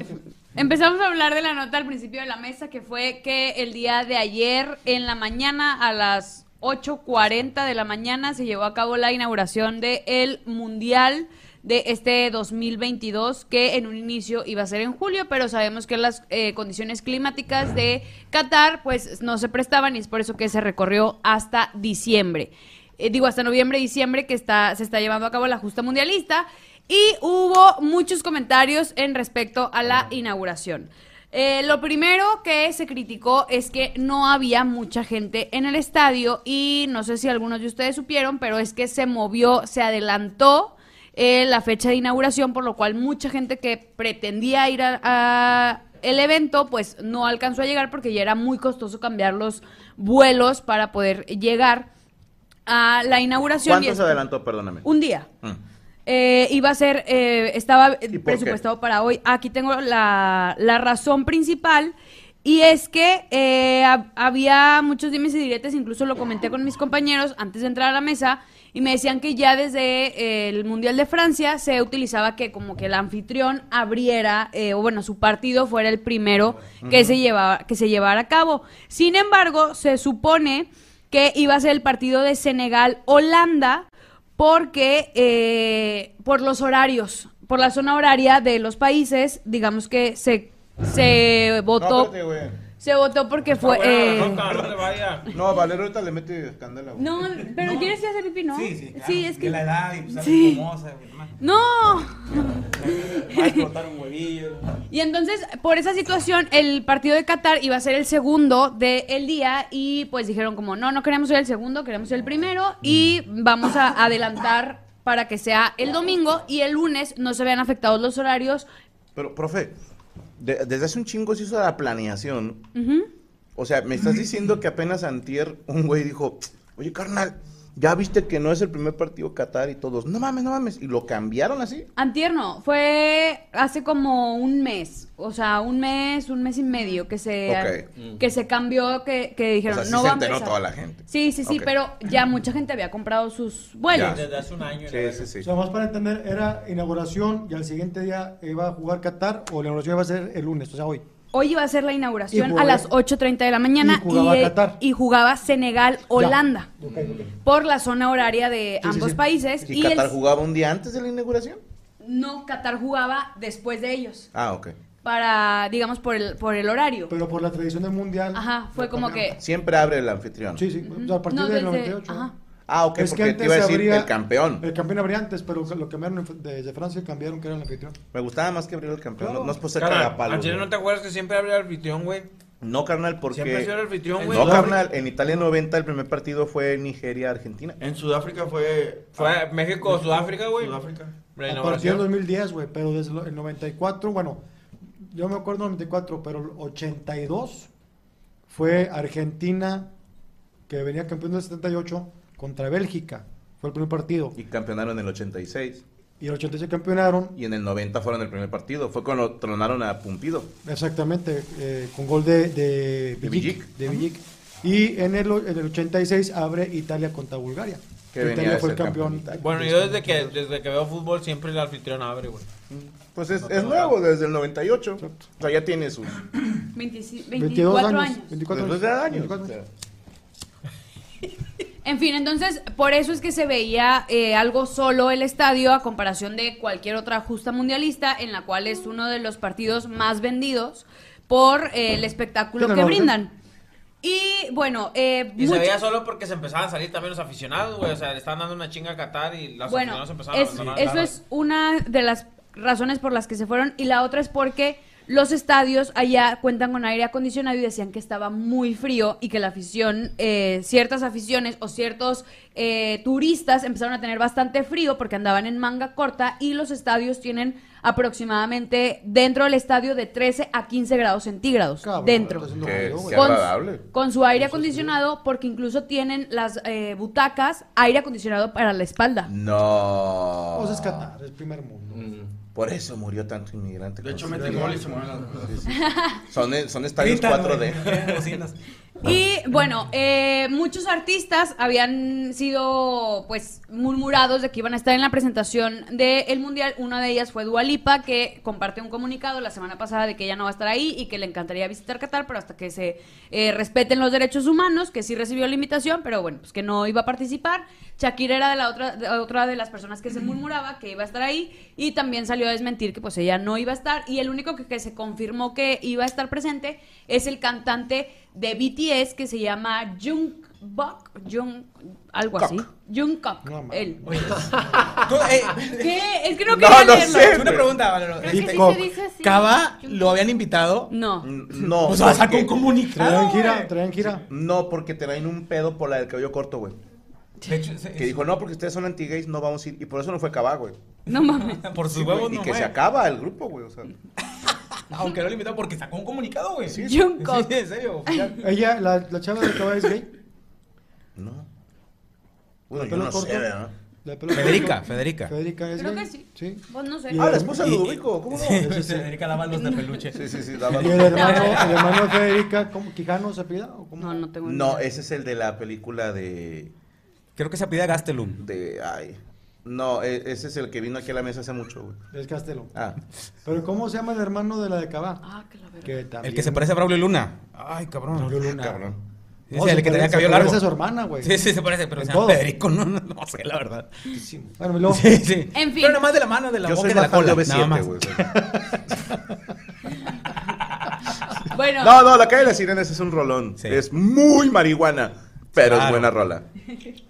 S13: empezamos a hablar de la nota al principio de la mesa, que fue que el día de ayer, en la mañana, a las 8.40 de la mañana, se llevó a cabo la inauguración del el Mundial de este 2022, que en un inicio iba a ser en julio, pero sabemos que las eh, condiciones climáticas de Qatar pues no se prestaban y es por eso que se recorrió hasta diciembre. Eh, digo, hasta noviembre, diciembre, que está, se está llevando a cabo la justa mundialista. Y hubo muchos comentarios en respecto a la inauguración. Eh, lo primero que se criticó es que no había mucha gente en el estadio y no sé si algunos de ustedes supieron, pero es que se movió, se adelantó eh, la fecha de inauguración, por lo cual mucha gente que pretendía ir a, a el evento, pues no alcanzó a llegar porque ya era muy costoso cambiar los vuelos para poder llegar a la inauguración.
S7: ¿Cuánto
S13: Y es-
S7: se adelantó? Perdóname.
S13: Un día.
S7: Mm.
S13: Eh, iba a ser, eh, estaba eh,
S7: por
S13: presupuestado para hoy. Aquí tengo la, la razón principal. Y es que eh, hab- había muchos dimes y diretes, incluso lo comenté con mis compañeros antes de entrar a la mesa, y me decían que ya desde eh, el Mundial de Francia se utilizaba que como que el anfitrión abriera, eh, o bueno, su partido fuera el primero que,
S15: Ujú.
S13: se llevaba, que se llevara a cabo. Sin embargo, se supone que iba a ser el partido de Senegal-Holanda, porque eh, por los horarios, por la zona horaria de los países, digamos que se, se votó. se votó porque
S5: Ah,
S13: fue. eh,
S7: No, Valero ahorita le mete escándalo. güey.
S13: no, pero quieres ir a hacer pipí, ¿no? Sí, sí. es que.
S5: La edad y pues,
S13: Sí.
S5: algo famosa, güey, más.
S13: ¡No!
S5: Va a explotar un huevillo.
S13: Y entonces, por esa situación, el partido de Qatar iba a ser el segundo del día y pues dijeron como, no, no queremos ser el segundo, queremos ser el primero y vamos a adelantar para que sea el domingo y el lunes no se vean afectados los horarios.
S7: (laughs) Pero, profe, de- desde hace un chingo se hizo la planeación.
S13: Ujú.
S7: O sea, me estás diciendo que apenas antier un güey dijo, oye, carnal, ya viste que no es el primer partido Qatar y todos, no mames, no mames. Y lo cambiaron así.
S13: Antierno, fue hace como un mes, o sea, un mes, un mes y medio que se,
S7: Ok.
S13: que se cambió, que, que dijeron,
S7: o sea, sí
S13: no
S7: se
S13: va a
S7: enteró
S13: empezar".
S7: toda la gente.
S13: Sí, sí, sí,
S7: Ok.
S13: pero ya mucha gente había comprado sus vuelos.
S7: Ya.
S23: hace un año.
S7: Sí, sí, sí.
S9: O sea, más para entender, era inauguración y al siguiente día iba a jugar Qatar o la inauguración iba a ser el lunes, o sea, hoy.
S13: Hoy iba a ser la inauguración
S9: Y jugaba-
S13: a las 8.30 de la mañana
S9: y jugaba Qatar.
S13: y jugaba Senegal-Holanda por la zona horaria de
S7: Sí, sí,
S13: ambos
S7: sí.
S13: países.
S7: ¿Y, Qatar jugaba un día antes de la inauguración?
S13: No, Qatar jugaba después de ellos,
S7: Ah, ok.
S13: para, digamos, por el, por el horario.
S9: Pero por la tradición del mundial.
S13: Ajá, fue como que...
S7: Siempre abre el anfitrión.
S9: Sí, sí. O sea, a partir
S13: No,
S9: del
S13: desde-
S9: 98.
S13: ajá.
S7: Ah, ok,
S9: Es que
S7: porque te
S9: antes
S7: iba a decir
S9: habría-
S7: el campeón.
S9: El campeón habría antes, pero lo cambiaron en- desde Francia, cambiaron que era el anfitrión.
S7: Me gustaba más que abrir el campeón.
S9: Claro.
S7: No, no es por ser
S9: Cara,
S7: cagapalos,
S9: al chile
S7: güey.
S10: ¿No te acuerdas que siempre habla el anfitrión, güey?
S7: No, carnal, porque.
S10: Siempre ha sido el anfitrión, güey.
S7: No,
S10: Sudáfrica-
S7: carnal, en Italia 90 el primer partido fue Nigeria-Argentina.
S18: En Sudáfrica fue.
S10: Fue México, Sudáfrica, güey.
S18: Sudáfrica.
S10: La
S9: A partir del
S10: inauguración.
S9: 2010, güey, pero desde lo- el 94, bueno, yo me acuerdo del 94, pero el 82 fue Argentina, que venía campeón del 78, contra Bélgica. Fue el primer partido.
S7: Y campeonaron en el 86.
S9: Y el 86 campeonaron,
S7: Y en el 90 fueron el primer partido. Fue cuando tronaron a Pumpido.
S9: exactamente, eh, con gol de, de Villic. de Villic. Y en el, o- en el 86 abre Italia contra Bulgaria.
S7: Que venía
S9: Italia
S7: de
S9: fue el
S7: ser
S9: campeón.
S10: Bueno, yo desde que, desde que veo fútbol siempre el anfitrión abre, güey.
S7: Pues es, es nuevo, desde el 98. O sea, ya tiene sus
S13: 25
S9: 22
S13: 24
S9: años.
S13: años.
S9: 24
S7: 22 de años.
S9: años.
S13: En fin, entonces, por eso es que se veía eh, algo solo el estadio a comparación de cualquier otra justa mundialista, en la cual es uno de los partidos más vendidos.
S16: por eh, el espectáculo
S10: Tiene
S16: que
S10: la orden.
S16: brindan. Y bueno, eh,
S10: Y se
S16: mucha-
S10: veía solo porque se empezaban a salir también los aficionados, güey. O sea, le estaban dando una chinga a Qatar y los
S16: bueno,
S10: aficionados empezaban
S13: es-
S10: a abandonar.
S13: eso es una de las razones por las que se fueron y la otra es porque los estadios allá cuentan con aire acondicionado y decían que estaba muy frío y que la afición, eh, ciertas aficiones o ciertos eh, turistas empezaron a tener bastante frío porque andaban en manga corta y los estadios tienen aproximadamente dentro del estadio de 13 a 15 grados centígrados. dentro.
S7: Qué, qué
S13: Con-
S7: agradable.
S13: Con su aire acondicionado porque incluso tienen las eh, butacas aire acondicionado para la espalda.
S7: No.
S9: O sea, es Qatar, es primer mundo.
S7: Mm, Por eso murió tanto inmigrante. De
S18: hecho, meten gol y se mueven las manos.
S7: Son, son estadios
S18: Gritan,
S7: 4D.
S16: Y
S13: bueno, eh, muchos artistas habían sido pues murmurados de que iban a estar en la presentación del Mundial. Una de ellas fue Dualipa, que comparte un comunicado la semana pasada de que ella no va a estar ahí y que le encantaría visitar Qatar, pero hasta que se eh, respeten los derechos humanos, que sí recibió la invitación, pero bueno, pues que no iba a participar. Shakira era de la otra de, otra de las personas que se murmuraba que iba a estar ahí y también salió a desmentir que pues ella no iba a estar y el único que, que se confirmó que iba a estar presente es el cantante de BTS que se llama Jungkook, Jung algo así. Jungkook, él. ¿Qué? Es que no quería leerlo.
S22: Una pregunta, Valero.
S16: Creo que
S22: Este,
S16: sí se dice así.
S22: Cava lo habían invitado.
S16: No.
S7: No.
S22: O sea, sacó
S7: porque-
S22: un comunicado.
S7: No, porque te traen un pedo por la del cabello corto, güey. que dijo, no, porque ustedes son anti-gays, no vamos a ir. Y por eso no fue Cabá, güey.
S16: No mames.
S22: Por sus
S7: Sí, güey,
S22: huevos
S7: Y
S22: no
S7: que
S22: fue.
S7: se acaba el grupo, güey. O sea,
S22: Aunque no lo invitó porque sacó un comunicado, güey. Sí,
S16: Jungkook.
S22: en serio.
S9: (laughs) Ella, la, la chava de Cava es gay.
S7: Bueno,
S9: La
S7: yo
S9: pelo
S7: no
S9: corto.
S7: sé, ¿verdad?
S9: La de pelo
S14: Federica,
S9: corto.
S14: Federica.
S9: Federica es
S13: Creo
S9: gay.
S13: que sí.
S9: Sí.
S13: Pues no sé.
S9: Y
S7: Ah, la
S9: el-
S7: esposa
S9: y-
S7: de Ludovico, ¿cómo no?
S9: (laughs) Sí, sí.
S22: Federica daba
S7: (laughs)
S22: los de peluche.
S7: Sí, sí, sí, daba
S9: Y el hermano, el hermano de Federica, ¿cómo? ¿Quijano se pida?
S16: No, no tengo
S7: No, ese es el de la película de.
S14: Creo que se pide Gastelum.
S7: De. Ay. No, e- ese es el que vino aquí a la mesa hace mucho, güey.
S9: Es Castelo.
S7: Ah.
S9: Pero ¿cómo se llama el hermano de la de Cabá? Ah,
S16: que la
S14: El que se parece a Braulio Luna. Ay, Ah, cabrón. Braulio Luna.
S7: Cabrón.
S14: Sí,
S9: No,
S14: sí,
S9: se
S14: el que tenía
S9: parece-
S14: cabello
S9: se
S14: largo.
S9: parece a su hermana, güey.
S14: Sí, sí, se parece, pero
S9: En
S14: se
S9: todo.
S14: llama Federico. No, no, no sé, la verdad.
S9: Bueno, y luego-
S14: Sí, sí.
S16: En fin.
S22: Pero nomás de la mano, de la boca y de la cola.
S14: nada más.
S16: Bueno.
S7: No, no, la calle de las sirenas es un rolón. Es muy marihuana, pero es
S14: Claro.
S7: buena rola.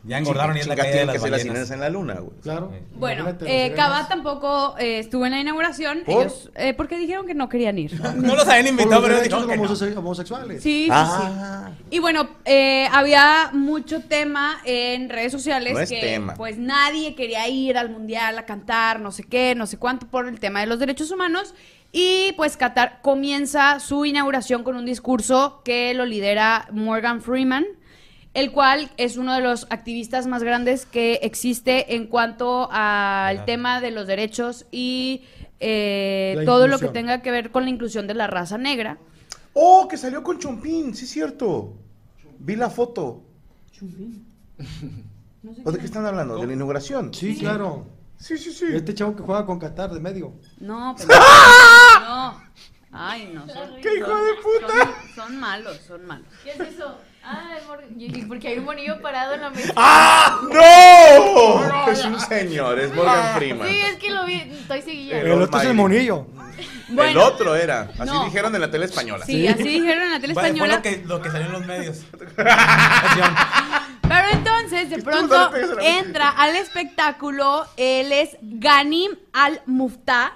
S14: Ya engordaron y es la
S7: Chinga,
S14: calle de
S7: tiene que
S14: las
S7: ser las
S14: ballenas.
S7: sirenas en la luna, güey.
S9: Claro.
S16: Bueno, (laughs) eh, Cava tampoco eh, estuvo en la inauguración.
S7: ¿Por?
S16: Ellos, eh, porque dijeron que no querían ir.
S9: No
S22: los habían
S9: invitado,
S22: pero
S9: dijeron que homosexuales.
S16: Sí, sí, Ah. Y bueno, eh, había mucho tema en redes sociales
S9: No es
S16: que
S9: tema.
S16: pues nadie quería ir al mundial a cantar, no sé qué, no sé cuánto por el tema de los derechos humanos. Y pues Qatar comienza su inauguración con un discurso que lo lidera Morgan Freeman, el cual es uno de los activistas más grandes que existe en cuanto al tema de los derechos y eh,
S7: La
S16: todo lo que
S7: inclusión.
S16: tenga que ver con la inclusión de la raza negra.
S7: Oh, que salió con Chompín, sí es cierto. Vi la foto. (laughs) ¿O de qué están hablando? ¿De la inauguración?
S9: Sí, claro.
S7: Sí, sí, sí.
S9: Este chavo que juega con Qatar de medio.
S16: No, pendejo, no. Ay, no. Son,
S15: ¡Qué hijo de
S16: puta! Son, son malos, son malos.
S15: ¿Qué es eso? Ah, el mor- y- y porque hay un monillo parado en la mesa.
S7: ¡Ah! (laughs) ¡No! (laughs) Ah. Es un señor, es Morgan Freeman.
S15: Sí, es que lo vi, estoy seguida.
S7: El otro es el
S9: monillo.
S7: El otro era. Así
S15: No.
S7: dijeron en la tele española.
S16: Sí, así dijeron en la tele
S22: Vale, fue
S16: española.
S22: lo que, lo que salió en los medios.
S16: Pero entonces, de pronto, entra al espectáculo. Él es Ganim Al-Mufta,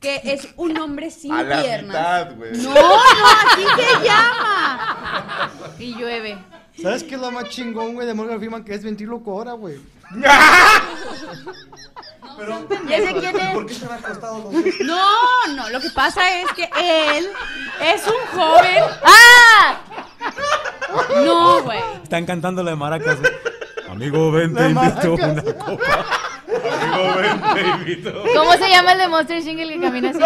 S16: que es un hombre sin
S7: A la
S16: piernas.
S7: mitad, güey.
S16: No, no, así se
S7: (laughs)
S16: llama. Y llueve.
S9: ¿Sabes qué es lo más chingón, güey, de Morgan Freeman? Que es ventríloco ahora, güey.
S16: ¿Ya sé quién es? No, no, lo que pasa es que él es un joven. ¡Ah! (laughs) No, güey.
S14: Están cantando la de Maracas. (laughs) Amigo, ven,
S15: La
S14: te invito
S15: Maracas.
S14: una copa.
S7: Amigo, ven, te invito.
S15: ¿Cómo se llama el de Monster Shingle que camina
S18: (laughs)
S15: así?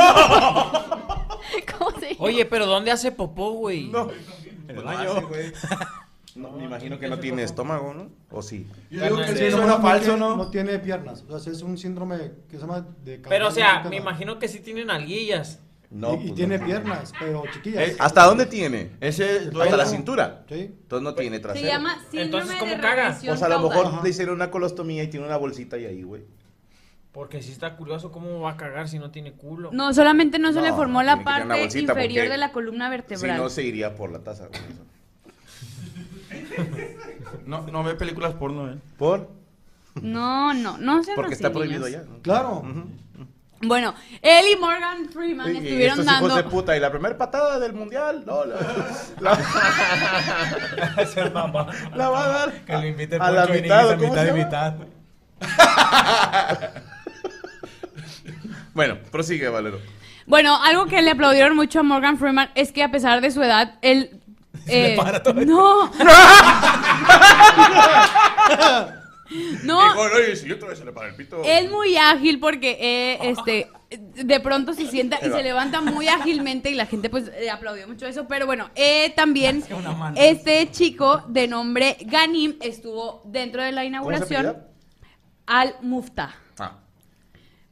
S15: ¿Cómo se llama?
S10: Oye, pero ¿dónde hace popó, güey? No.
S7: Pues no hace, güey. (laughs) No, me imagino que no tiene estómago, ¿no? ¿O sí?
S9: Yo digo que
S7: Sí,
S9: sí,
S7: no,
S9: suena
S7: no,
S9: falso,
S7: que-
S9: ¿no? No tiene piernas. O sea, es un síndrome que se llama de
S10: Pero, o sea,
S9: Campbell-Morgan.
S10: me imagino que sí tienen alguillas.
S7: No,
S9: y, y tiene piernas, pero chiquillas.
S7: Eh, ¿Hasta dónde tiene? Hasta la
S9: dueño.
S7: cintura.
S9: Sí.
S7: Entonces no tiene trasero.
S16: llama síndrome Entonces, ¿cómo de caga? regresión
S7: O sea, a lo
S16: caudal.
S7: mejor le hicieron una colostomía y tiene una bolsita y ahí, güey.
S10: Porque si está curioso, ¿cómo va a cagar si no tiene culo?
S13: No, solamente no se le formó la
S7: tiene que tener una
S13: parte
S7: bolsita,
S13: inferior
S7: porque
S13: de la columna vertebral.
S7: Si no, se iría por la taza. güey.
S18: No, no ve películas porno, ¿eh?
S7: ¿Por?
S13: No, no, no sean
S18: Porque
S13: así,
S18: está prohibido
S13: niños.
S7: ya.
S9: Claro.
S13: Bueno, él y Morgan Freeman
S7: Y- y
S13: estuvieron
S7: estos
S13: dando.
S7: hijos de puta. Y la primera patada del mundial. No, la, la- la va a dar.
S14: Que lo invite
S7: A la
S14: Poncho y
S7: mitad,
S14: Nigris a
S7: ¿cómo
S14: mitad
S7: se
S14: y
S7: llama?
S14: mitad.
S7: (laughs) Bueno, prosigue, Valero.
S13: Bueno, algo que le aplaudieron mucho a Morgan Freeman es que a pesar de su edad,
S7: (laughs)
S13: él. eh, no. (laughs) no.
S7: Dijo, oye, si yo otra vez se le para el pito.
S13: Es muy ágil porque eh, este de pronto se sienta y se levanta muy ágilmente y la gente pues eh, aplaudió mucho eso. Pero bueno, eh, también este chico de nombre Ganim estuvo dentro de la inauguración al Mufta.
S7: Ah.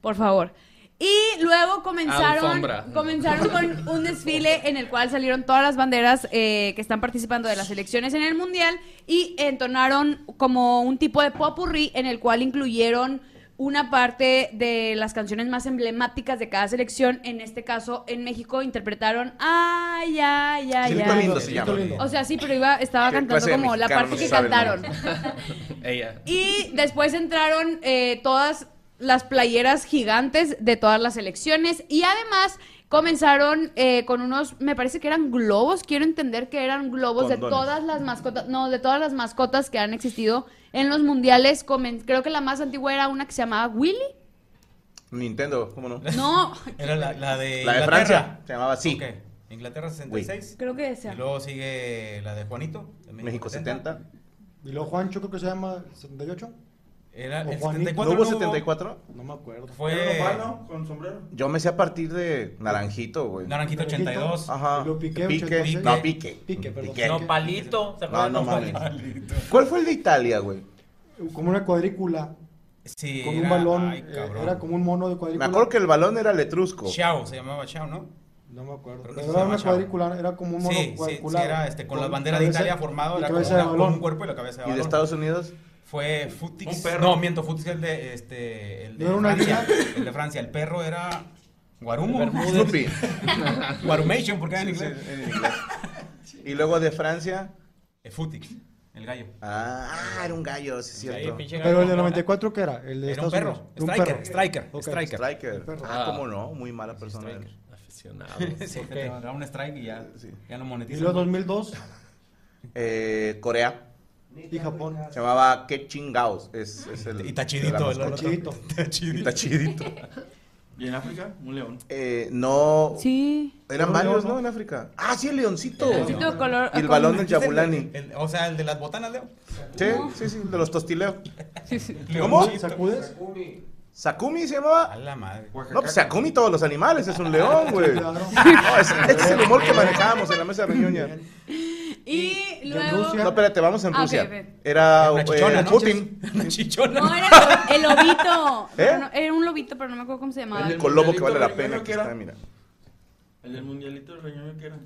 S13: Por favor. Y luego comenzaron,
S11: Alfombra.
S13: comenzaron con un desfile en el cual salieron todas las banderas eh, que están participando de las elecciones en el Mundial y entonaron como un tipo de popurrí en el cual incluyeron una parte de las canciones más emblemáticas de cada selección. En este caso, en México, interpretaron Ay, ay, ay,
S11: Cielito
S13: ay.
S11: lindo se llama. Cielito lindo.
S13: O sea, sí, pero iba, estaba
S11: ¿Qué
S13: cantando
S11: clase de
S13: como la
S11: mexicano
S13: parte
S11: no
S13: que
S11: sabe el
S13: cantaron.
S11: (laughs) Ella.
S13: Y después entraron eh, todas las playeras gigantes de todas las elecciones y además comenzaron eh, con unos, me parece que eran globos, quiero entender que eran globos de
S15: Condones.
S13: todas las mascotas, no, de todas las mascotas que han existido en los mundiales, comen- creo que la más antigua era una que se llamaba Willy,
S7: Nintendo, ¿cómo no?
S13: no,
S14: (laughs) Era la, la de
S7: La de
S14: Inglaterra.
S7: Francia. Se llamaba así.
S14: Inglaterra 66.
S13: creo que esa.
S14: Y luego sigue la de Juanito. de
S7: México 70.
S9: Y luego Juancho creo que se llama 78.
S14: Era
S9: O
S14: el
S9: Juanito.
S14: 74.
S7: ¿No hubo 74?
S9: No me acuerdo.
S14: Fue-
S18: ¿Era un humano con sombrero?
S7: Yo me sé a partir de Naranjito, güey.
S14: Naranjito 82.
S7: Ajá.
S14: Lo Piqué,
S7: pique.
S14: 86.
S7: No, pique.
S9: Pique, perdón.
S14: No, Palito. ¿Se
S7: No,
S14: acuerdan?
S7: no
S14: No,
S7: mames.
S14: Palito.
S7: ¿Cuál fue el de Italia, güey?
S9: Como una cuadrícula.
S14: Sí,
S9: Con un
S14: era-
S9: balón.
S14: ay,
S9: eh,
S14: cabrón.
S9: era como un mono de
S7: Me
S9: cuadrícula.
S7: acuerdo que el balón era letrusco.
S14: Chao, se llamaba Chao, ¿no?
S9: No me acuerdo.
S14: Creo que
S9: Pero
S14: se
S9: era
S14: llama
S9: una
S14: Chao.
S9: cuadrícula, era como un mono
S14: Sí, sí,
S9: cuadriculado.
S14: sí, era este, con las banderas
S9: cabeza-
S14: de Italia formado,
S9: y
S14: era
S9: cabeza
S14: como
S9: de
S14: una-
S9: balón.
S14: con un cuerpo y la cabeza de
S7: ¿Y de
S14: balón.
S7: Estados Unidos?
S14: Fue Futix.
S7: Un perro.
S14: No, miento, Futix es el de, este, el de
S9: ¿No era una
S14: Francia. El de Francia. El perro era Guarumo.
S7: Bermúdez.
S14: (laughs)
S7: Snoopy.
S14: Guarumation, porque era en inglés.
S7: Y luego de Francia.
S14: Eh, Futix, el gallo.
S7: Ah, era un gallo, sí es cierto.
S9: Pero el de 94, ¿qué era? Ah, El de
S14: Era un
S9: Estados
S14: perro,
S9: Unidos. De
S14: striker, striker,
S9: Ok.
S14: striker.
S7: Striker.
S14: Perro.
S7: Ah,
S14: Ah.
S7: cómo no, muy mala persona. él.
S11: Aficionado.
S7: (laughs)
S14: Sí, te da un strike y ya, ya no
S9: Y
S14: monetiza.
S9: luego 2002
S7: Eh, Corea.
S9: y Japón.
S7: Se llamaba Qué chingaos. Es, es el,
S14: Y Tachidito,
S7: la
S14: el otro.
S7: mascota.
S14: Tachidito.
S7: Y Tachidito.
S18: ¿Y en África? Un león.
S7: Eh, no.
S13: Sí.
S7: Eran
S18: Un
S7: varios,
S18: león,
S7: ¿no?
S18: ¿no?
S7: En África. Ah, sí, el leoncito.
S14: El leoncito de color-
S7: Y el balón del
S14: ¿Dijiste el-
S7: Yabulani.
S14: el- O sea, el de las botanas, Leo.
S7: Sí, sí, sí, el de los tostileos.
S14: ¿Cómo?
S7: ¿Cómo?
S14: ¿Sacudes?
S7: ¿Sakumi se llamaba?
S14: A la madre.
S7: No, pues Sakumi todos los animales, es un (laughs) león, güey. No, es- este es el humor que manejábamos en la mesa de reunión.
S13: Y luego...
S7: No, espérate, vamos en
S13: Ah, ok,
S7: Rusia.
S13: ok.
S7: Era
S14: Una chichona,
S7: eh,
S14: ¿no?
S7: Putin.
S13: No, era el- el lobito.
S7: ¿Eh?
S13: No, no, era un lobito, pero no me acuerdo cómo se llamaba.
S7: Con lobo que vale la
S18: Mundialito
S7: pena.
S18: reñoño
S7: aquí
S18: que era.
S7: está, mira.
S18: El del mundialito del reñoño que era.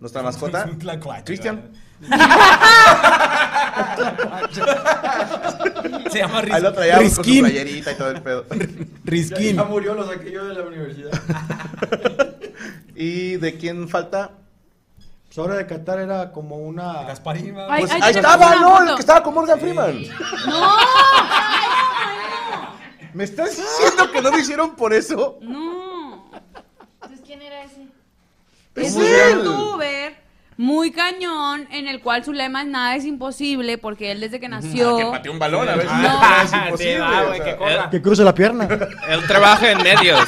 S7: Nuestra
S14: (laughs)
S7: mascota. Cristian.
S14: (laughs) Se llama Riskin.
S7: Ahí lo traíamos con su
S14: Riskin.
S7: playerita y todo el pedo.
S14: Riskin.
S18: Ya, ya murió, lo saqué yo de la universidad.
S7: (laughs) ¿Y de quién falta?
S9: Pues ahora de Qatar era como una.
S14: Gasparín.
S7: Pues ahí estaba, ¿no? El que estaba con Morgan (laughs) Freeman.
S13: ¡No!
S7: ¿Me estás diciendo que no lo hicieron por eso?
S13: No.
S15: Entonces, ¿quién era ese?
S13: Es
S7: Es
S13: un
S7: él.
S13: youtuber muy cañón en el cual su lema es nada es imposible porque él desde que nació...
S11: que pateó un balón, a ver.
S13: No.
S7: (laughs)
S11: Ah, es
S13: Sí,
S11: imposible.
S13: va,
S11: o
S13: güey,
S11: sea,
S13: que corra.
S9: Que cruce la pierna.
S11: él, él trabaja en medios.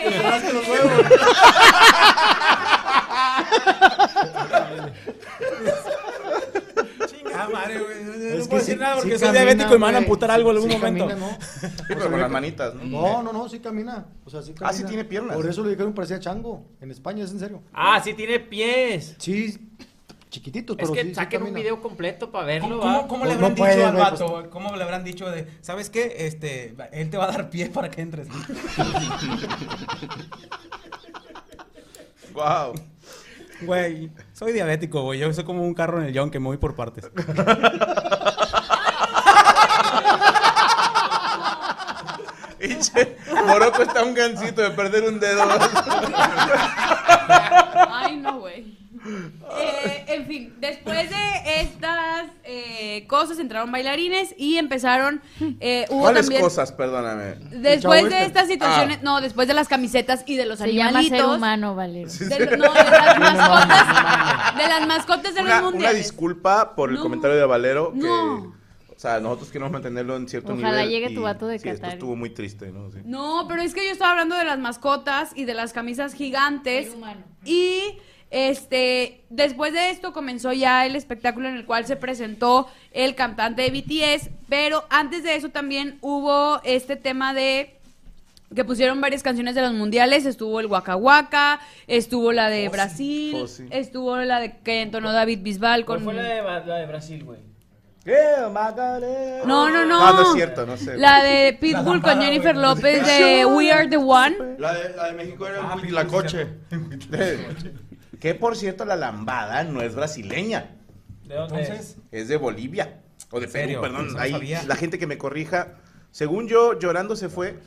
S14: eh. (laughs) Chingada madre, güey. No
S9: Es
S14: puedo
S9: que
S14: decir
S9: sí-
S14: nada porque
S9: sí
S14: soy
S9: camina,
S14: diabético y me van a
S9: güey.
S14: amputar algo en
S9: Sí
S14: algún momento.
S9: camina,
S14: (laughs)
S9: ¿no?
S7: Sí, pero con las manitas, ¿no? Ah,
S9: No, no, no, sí camina. O sea, sí camina.
S7: sí tiene piernas.
S9: Por eso le dijeron parecía chango. En España, es en serio.
S10: Ah, sí tiene pies.
S9: Sí, chiquititos,
S14: Pues,
S10: Es
S9: pero
S10: que
S9: sí, sí
S10: saquen un
S9: camina.
S10: video completo para verlo.
S14: ¿Cómo,
S10: ¿va?
S14: cómo, cómo le
S9: Pues no
S14: habrán dicho
S9: puede,
S14: al
S9: güey,
S14: vato? güey? pues. ¿Cómo le habrán dicho de, ¿sabes qué? Este, él te va a dar pie para que
S7: (laughs)
S14: entres.
S7: Wow.
S14: Güey, soy diabético, güey. Yo soy como un carro en el yon que me voy por partes.
S7: Morocco está un gancito de perder un dedo.
S16: Ay, no, güey.
S13: Eh, en fin, después de estas eh, cosas entraron bailarines y empezaron. eh, hubo
S7: ¿Cuáles
S13: también-
S7: cosas? este. Perdóname. Ah,
S13: Después de estas situaciones, no, después de las camisetas y de los
S15: Se llama
S13: animalitos.
S15: ser humano, Valero.
S13: De, no, de las mascotas, de las mascotas de
S7: Una,
S13: los
S7: una
S13: mundiales.
S7: disculpa por el
S13: No.
S7: comentario de Valero. Que,
S13: No.
S7: O sea, nosotros queremos mantenerlo en cierto nivel.
S13: Ojalá llegue tu
S7: y
S13: vato de
S7: sí, esto
S13: Qatar.
S7: estuvo muy triste, ¿no? Sí.
S13: No, pero es que yo estaba hablando de las mascotas y de las camisas gigantes. Y este, después de esto comenzó ya el espectáculo en el cual se presentó el cantante de BTS, pero antes de eso también hubo este tema de que pusieron varias canciones de los mundiales, estuvo el Waka Waka, estuvo la de
S10: Fossi,
S13: Brasil,
S10: Fossi.
S13: estuvo la de que entonó David Bisbal
S10: ¿Cuál
S13: con
S10: fue la de, Ba- la de Brasil, güey?
S13: No, no, no.
S7: Ah, no es cierto, no sé.
S13: La de Pitbull con Jennifer
S7: (laughs)
S13: López de We Are the One.
S18: La de, la de México era el Huitlacoche.
S7: Ah, (laughs) Que por cierto, la lambada no es brasileña.
S10: ¿De dónde
S7: Entonces, es de Bolivia. O de Perú,
S10: serio?
S7: perdón.
S10: Eso no
S7: ahí,
S10: sabía.
S7: la gente que me corrija. Según yo, Llorando se fue.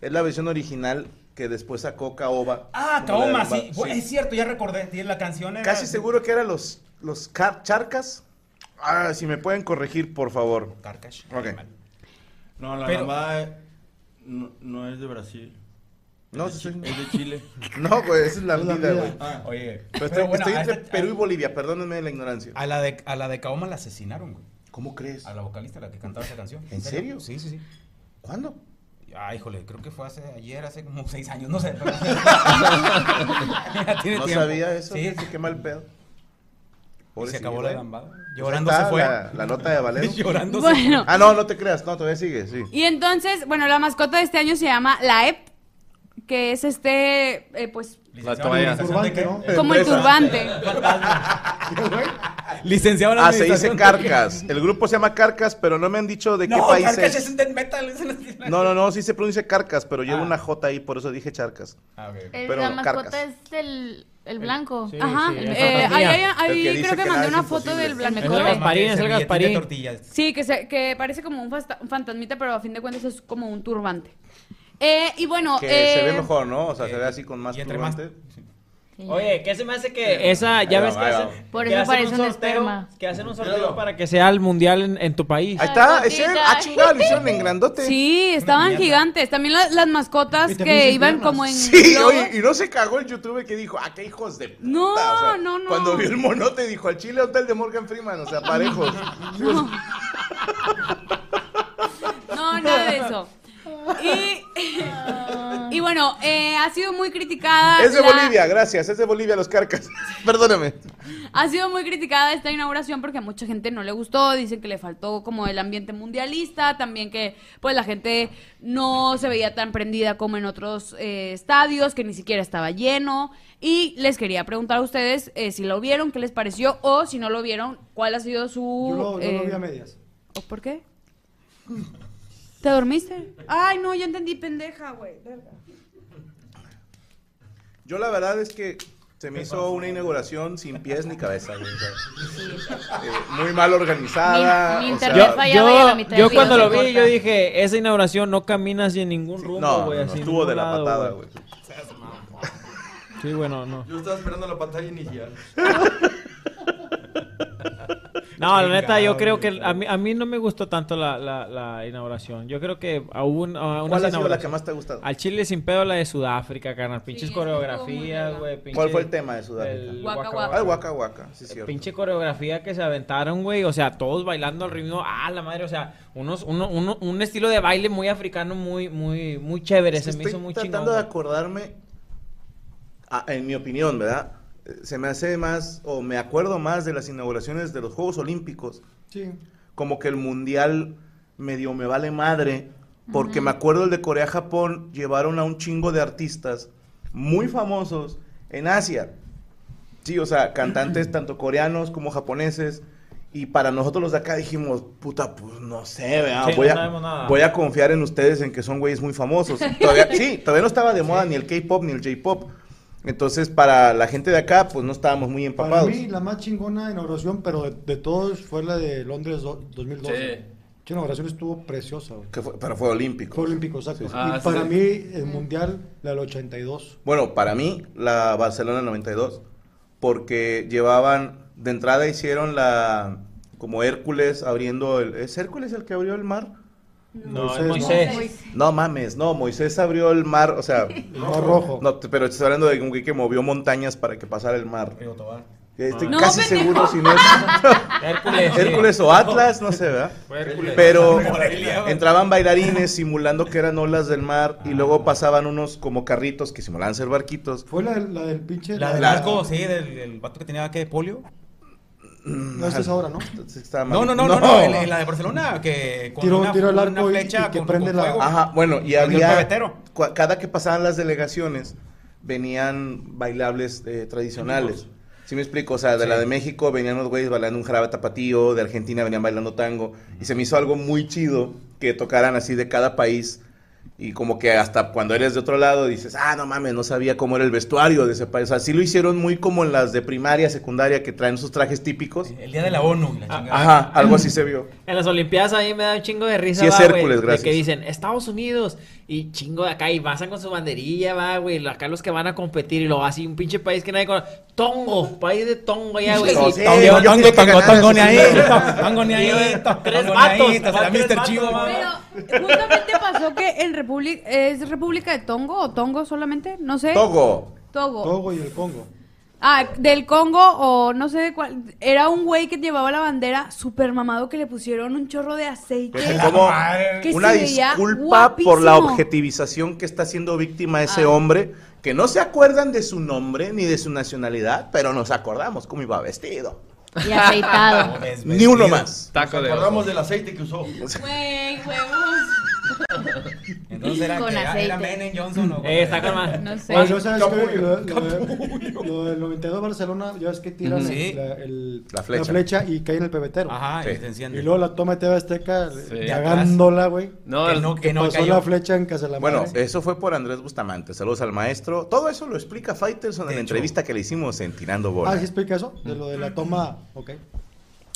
S7: Es la versión original que después sacó Caoba.
S22: Ah,
S7: como la de
S22: Kaoma,
S7: Lamba-
S22: sí. Güey, Es cierto, ya recordé. Tiene la canción. era-
S7: Casi seguro que eran los, los car- charcas. Ah, si me pueden corregir, por favor.
S22: Carcas.
S7: Ok.
S18: No, la
S7: Pero-
S18: lambada eh, no, no es de Brasil.
S7: No,
S18: es
S7: sí,
S18: de,
S7: sí.
S18: Chi- es de Chile.
S7: (laughs) No, güey, esa es la
S18: Es la
S7: vida,
S18: vida.
S7: güey.
S18: Ah, oye.
S7: Pero estoy,
S18: Pero bueno,
S7: estoy
S18: a
S7: entre
S18: este-
S7: Perú y Bolivia, perdónenme la ignorancia.
S19: A la de, a la de Kaoma la asesinaron, güey.
S7: ¿Cómo crees?
S19: A la vocalista, la que cantaba esa canción.
S7: ¿En serio?
S19: Sí, sí, sí.
S7: ¿Cuándo?
S19: Ah, híjole, creo que fue hace ayer, hace como seis años,
S7: (laughs)
S19: no sé. pero- Ya tiene
S7: no
S19: tiempo.
S7: sabía eso.
S19: Sí,
S7: Sí, qué mal pedo.
S19: Y se acabó la lambada.
S7: Pues
S19: Llorando
S7: ahí
S19: se
S7: está
S19: fue.
S7: La, la nota de
S5: (laughs)
S19: (laughs)
S7: Valero.
S19: Llorando
S13: se Bueno. fue.
S7: Ah, no, no te creas. No, todavía sigue, sí.
S13: Y entonces, bueno, la mascota de este año se llama la EP, que es este, eh, pues,
S7: La
S19: toalla. Eh,
S13: como el turbante.
S19: Licenciado en
S7: Ah, se dice
S19: administración.
S7: Carcas. El grupo se llama Carcas, pero no me han dicho de qué
S19: eh, No,
S7: país
S19: Carcas
S7: es.
S19: es Ah. death metal. es el-
S7: No, no, no, sí se pronuncia Carcas, pero lleva una J ahí, por eso dije Charcas.
S19: Ah,
S15: El-
S7: Pero
S15: la mascota
S7: Carcas.
S15: es el, el blanco.
S13: Ajá,
S7: sí,
S13: eh,
S7: esa
S13: ahí,
S7: fantasía.
S13: ahí- ahí
S7: El que dice
S13: creo que,
S7: que nada
S13: mandé
S7: es
S13: una foto
S7: imposible.
S13: del blanco.
S8: Es el Gasparín, es el
S19: Servilletín de
S8: Gasparín.
S19: tortillas.
S13: Sí, que, se- que parece como un fasta- un fantasmita, pero a fin de cuentas es como un turbante. Eh, y bueno,
S7: Que
S13: eh,
S7: se ve mejor, ¿no? O sea,
S19: eh,
S7: se ve así con más turbante.
S10: Oye, ¿qué se me hace que esa, ya
S7: Ahí
S10: ves
S7: va,
S10: que
S7: ahí
S10: hacen,
S7: va.
S15: Por
S10: que
S15: eso
S10: hacen
S15: parece un
S10: sorteo,
S15: esperma.
S10: Que hacen un sorteo para que sea el mundial en, en tu país.
S7: Ahí está, es él. Ah, chingada, lo hicieron en grandote.
S13: sí, estaban gigantes. También la- las mascotas
S7: también
S13: que
S7: sin
S13: iban como en...
S7: Sí,
S13: globo.
S7: oye, y no se cagó el youtuber que dijo, ah, qué hijos de puta.
S13: No,
S7: Ah, O sea,
S13: no, no.
S7: Cuando vio el monote dijo, al chile hotel de Morgan Freeman, o sea,
S13: (laughs)
S7: parejos.
S13: No. No, nada de eso. Y, y bueno, eh, ha sido muy criticada.
S7: Es de
S13: la-
S7: Bolivia, gracias, es de Bolivia los
S13: (laughs)
S7: carcas. (laughs) Perdóname.
S13: Ha sido muy criticada esta inauguración porque a mucha gente no le gustó, dicen que le faltó como el ambiente mundialista, también que pues la gente no se veía tan prendida como en otros eh, estadios, que ni siquiera estaba lleno. Y les quería preguntar a ustedes eh, si lo vieron, qué les pareció o si no lo vieron, cuál ha sido su...
S9: Yo lo, yo lo
S13: eh,
S9: vi a medias.
S13: ¿O por qué? ¿Te dormiste? Ay, no, yo entendí pendeja, güey. verga.
S7: Yo la verdad es que se me hizo una inauguración sin pies ni cabeza. güey, o sea, eh, muy mal organizada.
S15: Mi- mi
S7: o sea,
S15: internet falla. Ya vaya la
S10: Yo,
S15: mitad del
S10: yo
S15: video,
S10: cuando
S15: se
S10: lo vi,
S15: corta.
S10: yo dije, esa inauguración no camina sin ningún
S7: no,
S10: rumbo,
S7: no,
S10: güey.
S7: no,
S10: así en
S7: estuvo
S10: ningún
S7: de la
S10: lado,
S7: patada, güey.
S10: Sí, bueno, no.
S18: Yo estaba esperando la
S7: (laughs)
S18: pantalla inicial.
S10: No, la
S18: Chingado,
S10: neta, yo creo
S18: güey.
S10: que a mí, a mí no me gustó tanto la, la, la inauguración. Yo creo que a un, a unas
S7: ¿Cuál ha sido la
S10: inauguraciones-
S7: que más te ha gustado?
S10: Al Chile sin pedo la de Sudáfrica, carnal. Pinches coreografías, güey.
S7: ¿Cuál
S10: pinches-
S7: fue el tema de Sudáfrica?
S10: el
S7: Waka
S10: Waka
S7: Waka.
S10: Waka.
S7: Ah, el Waka Waka, sí, cierto.
S10: Pinche coreografía que se aventaron, güey. O sea, todos bailando al ritmo. Ah, la madre. O sea, unos, uno, uno- un estilo de baile muy africano, muy, muy, muy chévere.
S7: Es que
S10: se me
S7: estoy
S10: hizo muy
S7: tratando
S10: chingón.
S7: de
S10: güey.
S7: acordarme, ah, en mi opinión, ¿verdad? Eh, Se me hace más, o me acuerdo más de las inauguraciones de los Juegos Olímpicos,
S9: Sí.
S7: como que el Mundial medio me vale madre, porque me acuerdo el de Corea-Japón, llevaron a un chingo de artistas muy famosos en Asia. Sí, o sea, cantantes tanto coreanos como japoneses. Y para nosotros los de acá dijimos, puta, pues no sé, ¿verdad?
S10: Sí, no
S7: voy,
S10: sabemos nada.
S7: a, voy a confiar en ustedes en que son güeyes muy famosos. Todavía, sí, todavía no estaba de moda ni el K-pop ni el J-pop. Entonces, para la gente de acá, pues no estábamos muy
S9: Para
S7: empapados.
S9: mí, la más chingona inauguración, pero de, de todos, fue la de Londres do- 2012. Che, inauguración estuvo preciosa. güey.
S7: Que fue- pero fue olímpico.
S9: Fue olímpico, exacto.
S7: Sí, sí.
S9: y
S7: Ah,
S9: para
S7: sí.
S9: mí, el mundial, la del 82.
S7: Bueno, para mí, la Barcelona 92, porque llevaban, de entrada hicieron la, como Hércules abriendo el, ¿es Hércules el que abrió el mar?
S9: No, es Moisés. Moisés.
S7: No mames, no, Moisés abrió el mar, o sea,
S9: mar Rojo.
S7: No, t- pero estás hablando de un güey que movió montañas para que pasara el mar. Estoy
S17: Ah. No,
S7: casi
S17: pendejo.
S7: seguro si no
S19: (laughs)
S7: es
S17: Hércules, sí.
S7: Hércules o Atlas, no sé, ¿verdad?
S17: Fue Hércules.
S7: Pero
S17: Como la Biblia, güey.
S7: entraban bailarines simulando que eran olas del mar y luego pasaban unos como carritos que simulaban ser barquitos.
S9: Fue la, la del pinche.
S7: La
S9: de
S7: del
S19: Largo, sí, del, del vato que tenía que polio.
S9: No, esa es ahora, ¿no?
S19: No, no, no, no, no, en la- en la de Barcelona, que con
S9: Tiro-
S19: una,
S9: tiro al
S19: una
S9: arco y-
S19: flecha
S9: y que
S19: con,
S9: prende
S19: con
S9: la-
S19: fuego.
S7: Ajá, bueno, y
S19: Con el
S7: había.
S19: pebetero.
S7: cua- Cada que pasaban las delegaciones, venían bailables eh, tradicionales. ¿Sí me explico? O sea, de la de México venían los güeyes bailando un jarabe tapatío, de Argentina venían bailando tango. Y se me hizo algo muy chido que tocaran así de cada país. Y como que hasta cuando eres de otro lado dices, ah, no mames, no sabía cómo era el vestuario de ese país. O sea, sí lo hicieron muy como en las de primaria, secundaria, que traen sus trajes típicos.
S19: El día de la ONU. la chingada.
S7: Ajá, algo así se vio.
S10: En las Olimpiadas ahí me da un chingo de risa.
S7: Sí, es
S10: va, güey,
S7: Hércules, gracias.
S10: De que dicen Estados Unidos y chingo de acá y pasan con su banderilla, va, güey. lo- Acá los que van a competir y lo así, un pinche país que nadie conoce. Tongo, país de Tongo, ya, güey.
S19: Sí,
S10: y-
S19: Tongo,
S10: y-
S19: Tongo,
S10: yo tengo que
S19: Tongo,
S10: ganar,
S19: Tongo, ni ahí,
S10: sí, güey.
S19: Tongo, ni ahí,
S10: Y-
S19: Tongo,
S10: Tres
S19: ni
S10: vatos.
S19: ahí, te
S10: van
S19: la
S10: tres
S19: Mr.
S10: vatos,
S19: Chivo,
S10: güey.
S13: Justamente pasó que en República. ¿Es República de Tongo o Tongo solamente? No sé.
S7: Togo.
S13: Togo.
S9: Togo y el Congo.
S13: Ah, del Congo o no sé de cuál. Era un güey que llevaba la bandera super mamado que le pusieron un chorro de aceite.
S7: Pues, como
S13: Ah, Que
S7: una
S13: se veía
S7: disculpa por la
S13: guapísimo. Ah.
S7: objetivización que está siendo víctima ese hombre, que no se acuerdan de su nombre ni de su nacionalidad, pero nos acordamos cómo iba vestido.
S15: Y aceitado.
S7: (laughs) Ni uno más.
S11: Taco
S7: de
S18: Acordamos del aceite
S7: (laughs)
S18: que usó.
S15: Güey, huevos.
S19: Entonces era,
S15: Con
S19: que era- era
S15: aceite.
S19: Menem Johnson o
S10: Eh, está con más.
S15: No sé.
S9: Oye, ¿sabes qué?
S19: Capullo.
S9: Lo, lo de- lo del 92 Barcelona, ya ves que tiran
S19: Ujú.
S9: el-
S19: Sí.
S9: la, el-
S19: La flecha.
S9: la flecha y cae en el pebetero.
S19: Ajá, y Sí. se enciende.
S9: Y luego la toma de TV Azteca,
S7: Sí.
S9: cagándola, güey.
S7: No,
S9: que,
S7: el-
S9: que pasó la flecha en Ah, Casa de la
S7: Bueno,
S9: Madre.
S7: eso fue por Andrés Bustamante. Saludos al maestro. Todo eso lo explica Faitelson en la entrevista que le hicimos en Tirando Bola.
S9: Ah, ¿sí explica eso? De lo de la toma, ok.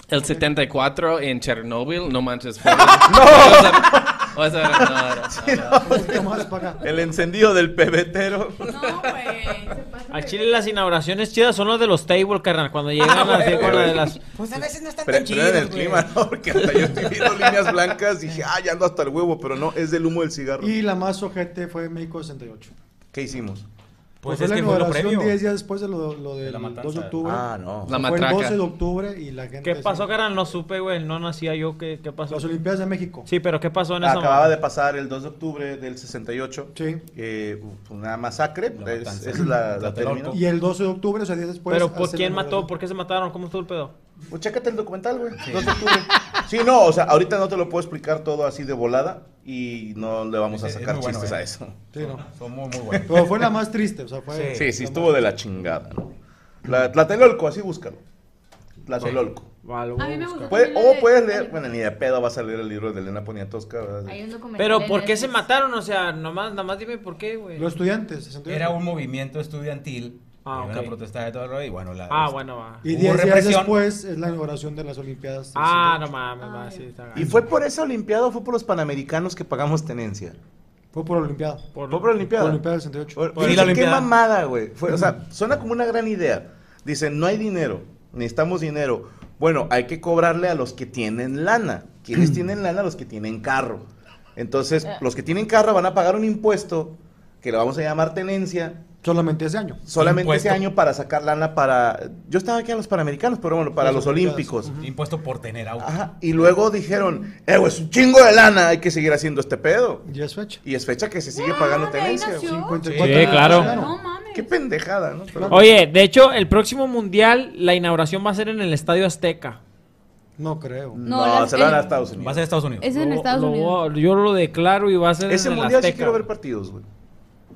S11: El 74 en Chernobyl, no manches.
S5: (laughs)
S11: fue- (laughs) O sea, o sea, no, no, (laughs) no, no.
S7: El encendido del pebetero.
S10: A Chile las inauguraciones chidas son las de los table, carnal. Cuando llegan
S7: Ah,
S10: así
S7: güey.
S10: con la de las...
S19: Pues a veces no están
S7: Pero,
S19: tan
S7: pero
S19: chidos,
S7: era en el
S19: güey.
S7: clima, ¿no? Porque hasta yo estoy
S19: (laughs)
S7: viendo líneas blancas y dije, ah, ya ando hasta el huevo, pero no, es del humo del cigarro.
S9: Y la más ojete fue México 68.
S7: ¿Qué hicimos?
S9: Pues, fue la inauguración 10 días después de lo, lo del 2 de octubre.
S7: Ah, no.
S9: La fue el 12 de octubre y la gente...
S10: ¿Qué
S9: se-
S10: pasó, carnal? No supe, güey. No nacía yo. ¿Qué, qué pasó?
S9: Las Olimpiadas de México.
S10: Sí, pero ¿qué pasó en esa
S7: Acababa de pasar el 2 de octubre del 68. eh, una masacre. es- esa es la, la término.
S9: Y el 12 de octubre, o sea, días después...
S10: ¿Pero por
S9: hacen
S10: quién
S9: la-
S10: mató? ¿Por qué se mataron? ¿Cómo estuvo el pedo?
S7: Pues chécate el documental, güey. 2 de octubre. Sí, no, o sea, ahorita no te lo puedo explicar todo así de volada y no le vamos a
S19: Es- es
S7: sacar
S19: muy bueno,
S7: chistes
S19: eh.
S7: a eso.
S9: Sí, no.
S19: Son muy, muy buenos.
S9: Pero fue la más triste, o sea, fue...
S7: Sí, sí, estuvo de la chingada. ¿no? La, Tlatelolco, así búscalo. Tlatelolco.
S10: A mí me gustó
S7: Puede-
S10: también la
S7: o
S10: de-
S7: puedes leer, bueno, ni de pedo vas a leer el libro de Elena Poniatowska, ¿verdad?
S10: ¿Pero por qué se mataron? O sea, nomás, nomás dime por qué, güey.
S19: Era un movimiento estudiantil.
S10: Ah,
S19: era
S10: ok.
S19: una protesta de todo el rollo, y bueno, la. este,
S10: Ah, bueno, va.
S9: Y
S19: hubo
S9: 10 días
S19: represión.
S9: después es la inauguración de las Olimpiadas.
S10: Ah, no mames, va, sí, está
S7: ¿Y fue por esa Olimpiada o fue por los Panamericanos que pagamos tenencia?
S9: Fue por Olimpiada.
S10: Por,
S7: ¿Fue por Olimpiada?
S9: Por Olimpiada del 68.
S7: Por- Fíjate qué mamada, güey. Fue- O sea, suena como una gran idea. Dicen, no hay dinero, necesitamos dinero. Bueno, hay que cobrarle a los que tienen lana. ¿Quiénes tienen lana? Los que tienen carro. Entonces, los que tienen carro van a pagar un impuesto que le vamos a llamar tenencia.
S9: Solamente ese año.
S7: Solamente
S9: Impuesto.
S7: ese año para sacar lana para... Yo estaba aquí a los Panamericanos, pero bueno, para los, Olímpicos.
S19: Impuesto por tener auto.
S7: Y luego dijeron, eh, güey, es un chingo de lana, hay que seguir haciendo este pedo.
S9: Y es fecha.
S7: Y es fecha que se sigue pagando tenencia. güey.
S9: 54
S10: Sí, claro.
S7: No mames. Qué pendejada, ¿no? Pero-
S10: Oye, de hecho, el próximo mundial, la inauguración va a ser en el Estadio Azteca.
S9: No creo.
S7: No, No, las- se lo van a Estados Unidos.
S19: Va a ser Estados Unidos.
S13: Es en Estados Unidos.
S10: yo lo declaro y va a ser
S7: Ese
S10: en el
S7: mundial sí
S10: Azteca.
S7: quiero ver partidos, güey.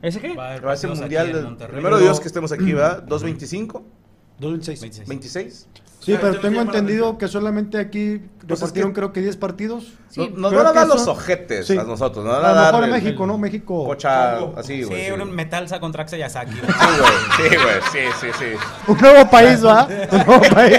S10: ¿Ese qué?
S7: Va a ser
S10: partidos
S7: mundial.
S10: aquí en
S7: de-
S10: Monterrey.
S7: Primero
S10: Luego-
S7: Dios que estemos aquí, ¿verdad? 2.25.
S9: 2.26.
S7: 26.
S9: Sí, pero
S7: entendido
S9: tengo entendido que solamente aquí repartieron creo que 10 partidos.
S7: No-
S9: No,
S7: nos van a dar los ojetes a nosotros, nos van a
S9: lo
S7: dar
S9: mejor a
S7: el-
S9: México, ¿no? México.
S7: Cocha, así,
S19: Sí,
S7: güey. sí.
S19: un metalsa contra Axa Yasaki.
S7: Sí, güey. Sí, güey. Sí, sí, sí. (laughs)
S9: Un nuevo país, ¿va? Un nuevo país.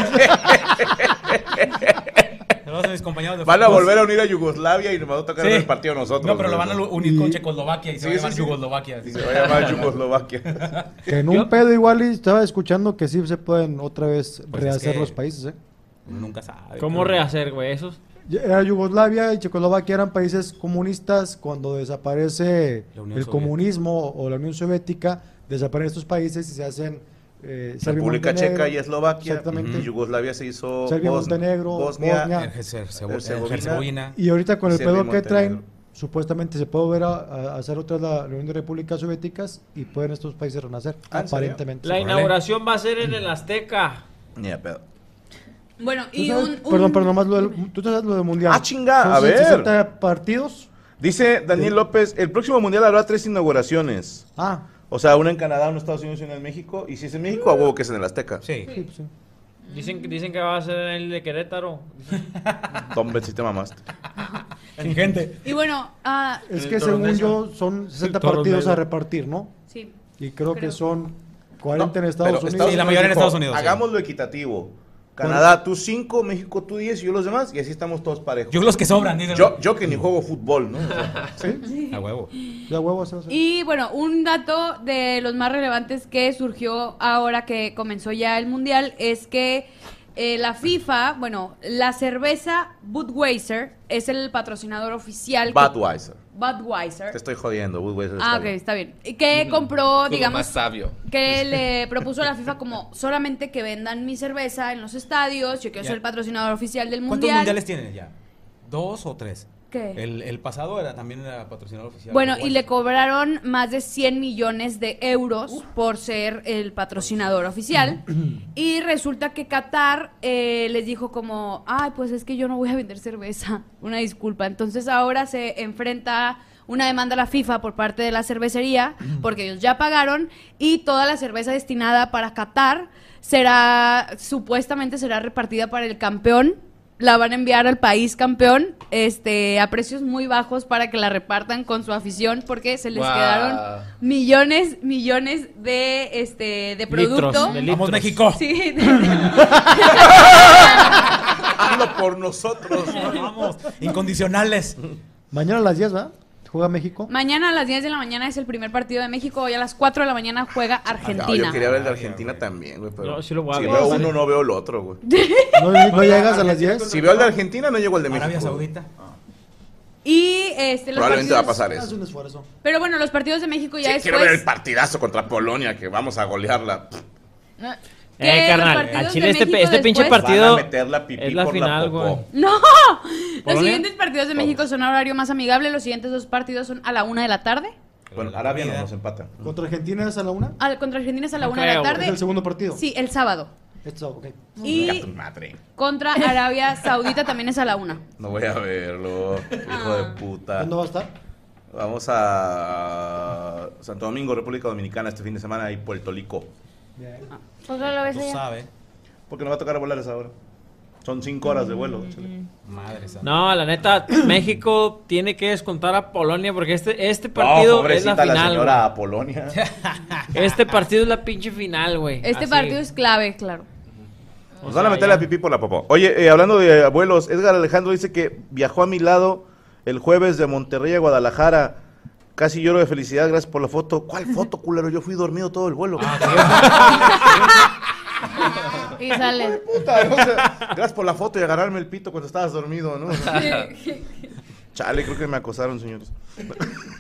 S19: Vamos a
S5: mis compañeros de
S7: Van a
S5: fútbol.
S7: volver a unir a Yugoslavia y nos va a tocar
S5: Sí.
S7: el partido a nosotros.
S5: No, pero lo
S7: güey.
S5: van a unir con Checoslovaquia y se va a
S7: Sí,
S5: llamar
S7: sí, sí.
S5: Yugoslovaquia.
S7: Y se va a llamar Yugoslovaquia.
S9: Que en un pedo igual y estaba escuchando que sí se pueden otra vez
S18: Pues es
S9: rehacer
S18: que-
S9: los países, ¿eh?
S24: Uno nunca sabe.
S18: ¿Cómo rehacer, güey? Esos.
S9: Era Yugoslavia y Checoslovaquia eran países comunistas. Cuando desaparece el
S18: Unión Soviética.
S9: comunismo o la Unión Soviética, desaparecen estos países y se hacen eh, Serbia y
S7: República
S9: Montenegro.
S7: Checa y Eslovaquia.
S9: Exactamente.
S7: Y Yugoslavia se hizo
S9: Serbia,
S7: Bos-
S9: Montenegro,
S7: Bosnia,
S9: Bosnia.
S7: Herzegovina.
S9: Y ahorita con el
S7: Serbia y
S9: pedo que
S7: Montenegro.
S9: traen, supuestamente se puede volver a, a hacer otra vez la, la Unión de Repúblicas Soviéticas y pueden estos países renacer,
S7: Ah,
S9: aparentemente.
S10: La inauguración va a ser en el Azteca.
S13: Bueno,
S9: ¿Tú
S13: y
S9: sabes-
S13: un, un-
S9: Perdón, pero nomás lo del, tú sabes lo del mundial. Ah,
S7: Venga, a ver.
S9: partidos.
S7: Dice Daniel López, el próximo mundial habrá tres inauguraciones.
S9: Ah.
S7: O sea, una en Canadá, una en Estados Unidos y una en México. Y si es en México, a huevo que es en el Azteca.
S24: Sí.
S9: pues
S10: Dicen, que- dicen que va a ser en el de Querétaro.
S7: Tombe, si te mamaste.
S5: gente.
S13: y bueno, ah,
S9: Es que según yo son 60
S7: Torondeso.
S9: partidos a repartir, ¿no?
S13: Sí.
S9: Y creo, que son 40 en Estados
S7: Pero
S9: Unidos.
S7: dijo, Hagámoslo equitativo. Canadá, tú 5, México, tú 10 y yo los demás. Y así estamos todos parejos.
S14: Yo los que sobran, dicen.
S7: Yo, yo que ni juego fútbol, ¿no? O
S9: (laughs)
S7: sea,
S13: Sí.
S7: A huevo.
S9: De huevo se
S13: Y bueno, un dato de los más relevantes que surgió ahora que comenzó ya el mundial es que eh, la FIFA, bueno, la cerveza Budweiser es el patrocinador oficial. que-
S7: Budweiser.
S13: Budweiser.
S7: Te estoy jodiendo, Budweiser. está
S13: Ah, ok,
S7: bien. Ah,
S13: está bien. Que compró, digamos,
S25: más sabio.
S13: que le propuso a la FIFA como solamente que vendan mi cerveza en los estadios, yo quiero
S24: Ya.
S13: ser el patrocinador oficial del
S24: ¿Cuántos
S13: mundial.
S24: mundiales tienen ya? ¿Dos o tres?
S13: ¿Qué?
S24: El, el pasado era también era patrocinador oficial.
S13: Bueno, y le cobraron más de 100 millones de euros por ser el patrocinador oficial. Y resulta que Qatar eh, les dijo como, ay, pues es que yo no voy a vender cerveza, (laughs) una disculpa. Entonces ahora se enfrenta una demanda a la FIFA por parte de la cervecería, porque ellos ya pagaron, y toda la cerveza destinada para Qatar será, supuestamente será repartida para el campeón. La van a enviar al país campeón este, a precios muy bajos para que la repartan con su afición, porque se les
S14: Guau.
S13: quedaron millones, millones de, este, de producto.
S14: Vamos, México.
S13: Sí,
S7: Hazlo por nosotros.
S13: (laughs)
S14: Vamos. Incondicionales.
S9: Mañana a las 10, ¿va? Juega México.
S13: Mañana a las 10 de la mañana es el primer partido de México. Hoy a las 4 de la mañana juega Argentina.
S7: Ah, yo quería ver el de Argentina también, güey. Pero
S10: No, sí lo voy a
S7: si
S10: ver.
S7: veo uno, no veo el otro,
S13: (laughs)
S7: güey.
S9: ¿No, no llegas a las 10?
S7: Si veo el de Argentina, no llego al de México. Arabia Saudita.
S13: Y este, los
S7: Probablemente va a
S13: partidos-
S7: pasar eso.
S13: Pero bueno, los partidos de México ya
S7: Sí, quiero ver el
S13: después.
S7: partidazo contra Polonia, que vamos a golearla.
S13: ¿Qué?
S10: Eh,
S13: Los
S10: carnal,
S13: partidos
S10: al
S13: de
S10: Chile este,
S13: México
S10: pe- este pinche
S13: después.
S10: partido
S7: Van a meter la pipí
S10: es la
S7: por la
S10: final, güey.
S13: ¡No! Los
S10: ¿Polonia?
S13: siguientes partidos de México son a horario más amigable. Los siguientes dos partidos son a la 1 de la tarde.
S7: Bueno, Arabia no nos empata.
S9: ¿Contra Argentina es a la 1?
S13: Al, contra Argentina es a la
S9: No
S13: 1 de la
S9: creo,
S13: tarde.
S9: ¿es el segundo partido?
S13: Sí, el sábado. Y-
S7: Venga, tu madre.
S10: (laughs)
S13: Contra Arabia Saudita también es a la 1.
S7: No voy a verlo, hijo de
S13: Ah.
S7: puta.
S9: ¿Cuándo va a estar?
S7: Vamos a Santo Domingo, República Dominicana, este fin de semana y Puerto Rico.
S15: lo ves allá?
S7: sabes. Porque nos va a tocar volar a esa hora. Son cinco horas de vuelo.
S10: Mm,
S7: Madre santa.
S10: No, la neta, (clears throat) México tiene que descontar a Polonia porque este, este partido es la
S7: Oh, pobrecita
S10: final.
S7: la señora
S10: güey. (laughs)
S7: Polonia.
S10: Este partido es la pinche final, güey.
S13: Este
S10: Así.
S13: partido es clave, claro.
S7: Nos van a meter la pipí por la popó. Oye, eh, hablando de abuelos, Edgar Alejandro dice que viajó a mi lado el jueves de Monterrey a Guadalajara. Casi lloro de felicidad, gracias por la foto. ¿Cuál foto, culero? Yo fui dormido todo el vuelo. (laughs)
S13: Y sale.
S7: Puta, ¿no? O sea, gracias por la foto y agarrarme el pito cuando estabas dormido, ¿no? (laughs) Chale, creo que me acosaron, señores.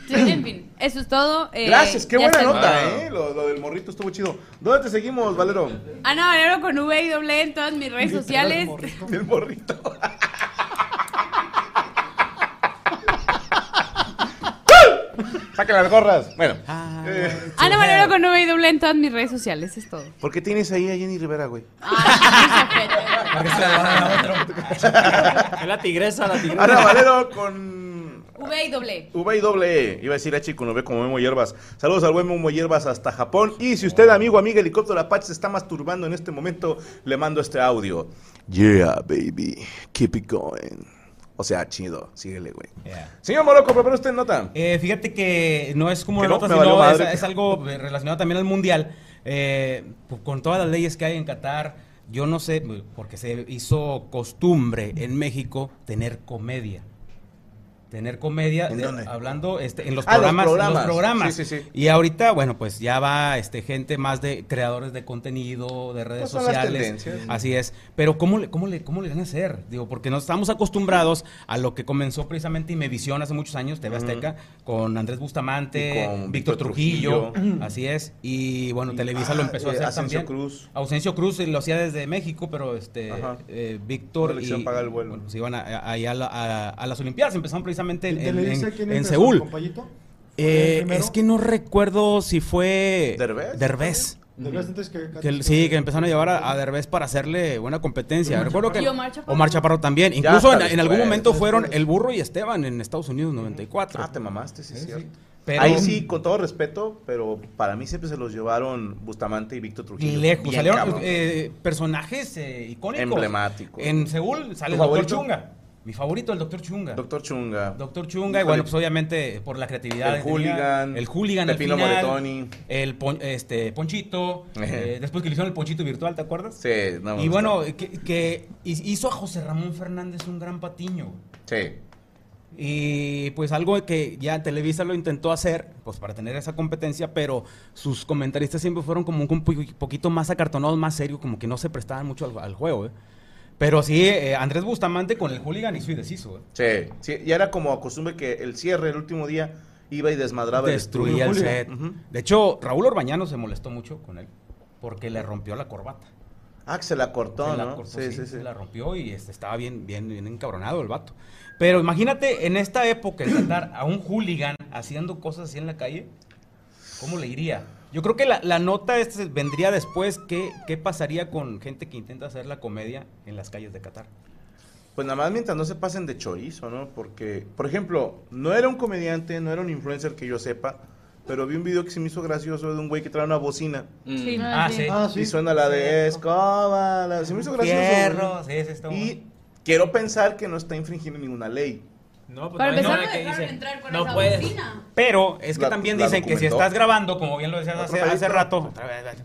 S13: Sí, en fin, eso es todo. eh,
S7: Gracias, qué
S13: ya
S7: buena
S13: está.
S10: Ah.
S7: nota, ¿eh? Lo, lo del morrito estuvo chido. ¿Dónde te seguimos, Valero?
S13: Ana Valero con V y doble E en todas mis redes sociales.
S7: El morrito. Saquen las gorras. Bueno. (laughs) Eh,
S13: Ana Valero con V y doble E en todas mis redes sociales, es todo.
S7: ¿Por qué tienes ahí a Jenny Rivera, güey?
S10: Es la
S7: (laughs)
S10: tigresa,
S7: Ah,
S10: la tigresa.
S7: Ana Valero con
S13: V y doble E.
S7: V y doble E. Iba a decir H con V como Memo Hierbas. Saludos al buen Memo Hierbas hasta Japón. Y si usted, amigo, amiga, helicóptero Apache, se está masturbando en este momento, le mando este audio. Yeah, baby. Keep it going. O sea, chido. Síguele, güey. Señor Moroco, prepara usted nota.
S14: Eh, fíjate que no es como
S7: Que
S14: una
S7: no,
S14: nota,
S7: me
S14: sino
S7: valió
S14: es,
S7: madre.
S14: pues, es algo eh, relacionado también al mundial. Eh, pu- con todas las leyes que hay en Qatar, Yo no sé, porque se hizo costumbre en México tener comedia. Tener comedia,
S7: ¿En
S14: de-
S7: dónde?
S14: hablando este, en los
S7: Ah, los
S14: programas. en los
S7: programas.
S14: programas.
S7: Sí, sí, sí.
S14: Y ahorita, bueno, pues ya va este, gente más de creadores de contenido, de redes
S7: Pues son las
S14: sociales.
S7: tendencias.
S14: Así es. Pero ¿cómo le, cómo, le, ¿cómo le van a hacer? Digo, porque no estamos acostumbrados a lo que comenzó precisamente Imevisión hace muchos años, TV Azteca, con Andrés Bustamante,
S7: Y con
S14: Víctor
S7: Víctor
S14: Trujillo.
S7: Trujillo.
S14: Así es. Y bueno, Televisa
S7: ah,
S14: lo empezó a
S7: eh,
S14: hacer
S7: Asensio
S14: también.
S7: Cruz.
S14: Ausencio Cruz eh, lo hacía desde México, pero este
S7: Ajá.
S14: eh, Víctor
S7: Una
S14: y
S7: elección paga el
S14: bueno, pues, iban a, a- ahí a la- a- a las Olimpiadas, empezaron precisamente en,
S9: ¿En
S14: en-
S9: Televisa
S14: en-
S9: quién
S14: en
S9: empezó,
S14: Seúl.
S9: compayito?
S14: Eh,
S9: ¿El primero?
S14: es que no recuerdo si fue
S7: Derbez.
S14: Derbez.
S9: Derbez
S14: Ujú.
S9: antes que-
S14: el- sí, que empezaron a llevar a, a Derbez para hacerle buena competencia.
S9: Omar
S14: Recuerdo que
S9: Chaparro. ¿Y Omar Chaparro?
S14: Omar Chaparro también.
S7: Ya
S14: Incluso en,
S7: hasta
S14: en algún
S7: después.
S14: momento fueron
S7: Después.
S14: el Burro y Esteban en Estados Unidos 94. Ah,
S7: te mamaste, sí, es cierto.
S14: Pero-
S7: Ahí sí, con todo respeto, pero para mí siempre se los llevaron Bustamante y Víctor Trujillo.
S14: Lejos,
S7: Bien
S14: salieron
S7: cabrón.
S14: eh, personajes eh, icónicos.
S7: Emblemáticos.
S14: En Seúl
S7: ¿Tu
S14: sale el Doctor
S7: favorito?
S14: Chunga. Mi favorito, el Doctor Chunga.
S7: Doctor Chunga.
S14: Doctor Chunga, y bueno, pues obviamente por la creatividad.
S7: El
S14: que tenía.
S7: Hooligan,
S14: El Hooligan. al
S7: Pepino
S14: final,
S7: Moretoni.
S14: El pon- este, Ponchito. eh, después que eligieron el Ponchito virtual, ¿te acuerdas?
S7: Sí, no me
S14: Y
S7: gusta.
S14: bueno, eh, que, que hizo a José Ramón Fernández un gran patiño. güey.
S7: Sí.
S14: Y pues algo que ya Televisa lo intentó hacer, pues para tener esa competencia, pero sus comentaristas siempre fueron como un po- poquito más acartonados, más serios, como que no se prestaban mucho al, al juego. ¿eh? Pero sí, eh, Andrés Bustamante con el hooligan hizo y deshizo. ¿eh?
S7: Sí, sí, y era como costumbre que el cierre, el último día, iba y desmadraba
S14: Destruía
S7: el
S14: el
S7: estudio.
S14: set.
S7: Ujú.
S14: De hecho, Raúl Orbañano se molestó mucho con él porque le rompió la corbata.
S7: Ah, que se la cortó,
S14: Se la
S7: ¿no?
S14: cortó,
S7: sí, sí, sí.
S14: se la rompió y este, estaba bien, bien, bien encabronado el vato. Pero imagínate en esta época tratar a un hooligan haciendo cosas así en la calle, ¿cómo le iría? Yo creo que la, la nota este vendría después que qué pasaría con gente que intenta hacer la comedia en las calles de Qatar.
S7: Pues nada más mientras no se pasen de chorizo, ¿no? Porque, por ejemplo, no era un comediante, no era un influencer que yo sepa, pero vi un video que se me hizo gracioso de un güey que trae una bocina.
S14: Sí, Ah, sí. sí. Ah, sí.
S7: Y suena la de escoba, la- se me hizo gracioso. güey.
S14: Fierro, sí, sí, está
S7: y quiero pensar que no está infringiendo ninguna ley.
S14: No,
S16: Para empezar, lo dejaron entrar con esa bocina.
S14: Pero es que
S7: La-
S14: también
S7: la
S14: dicen que si
S7: documentó.
S14: estás grabando, como bien lo decías
S7: Otro
S14: hace, hace
S7: pedito.
S14: rato, otra vez, ay,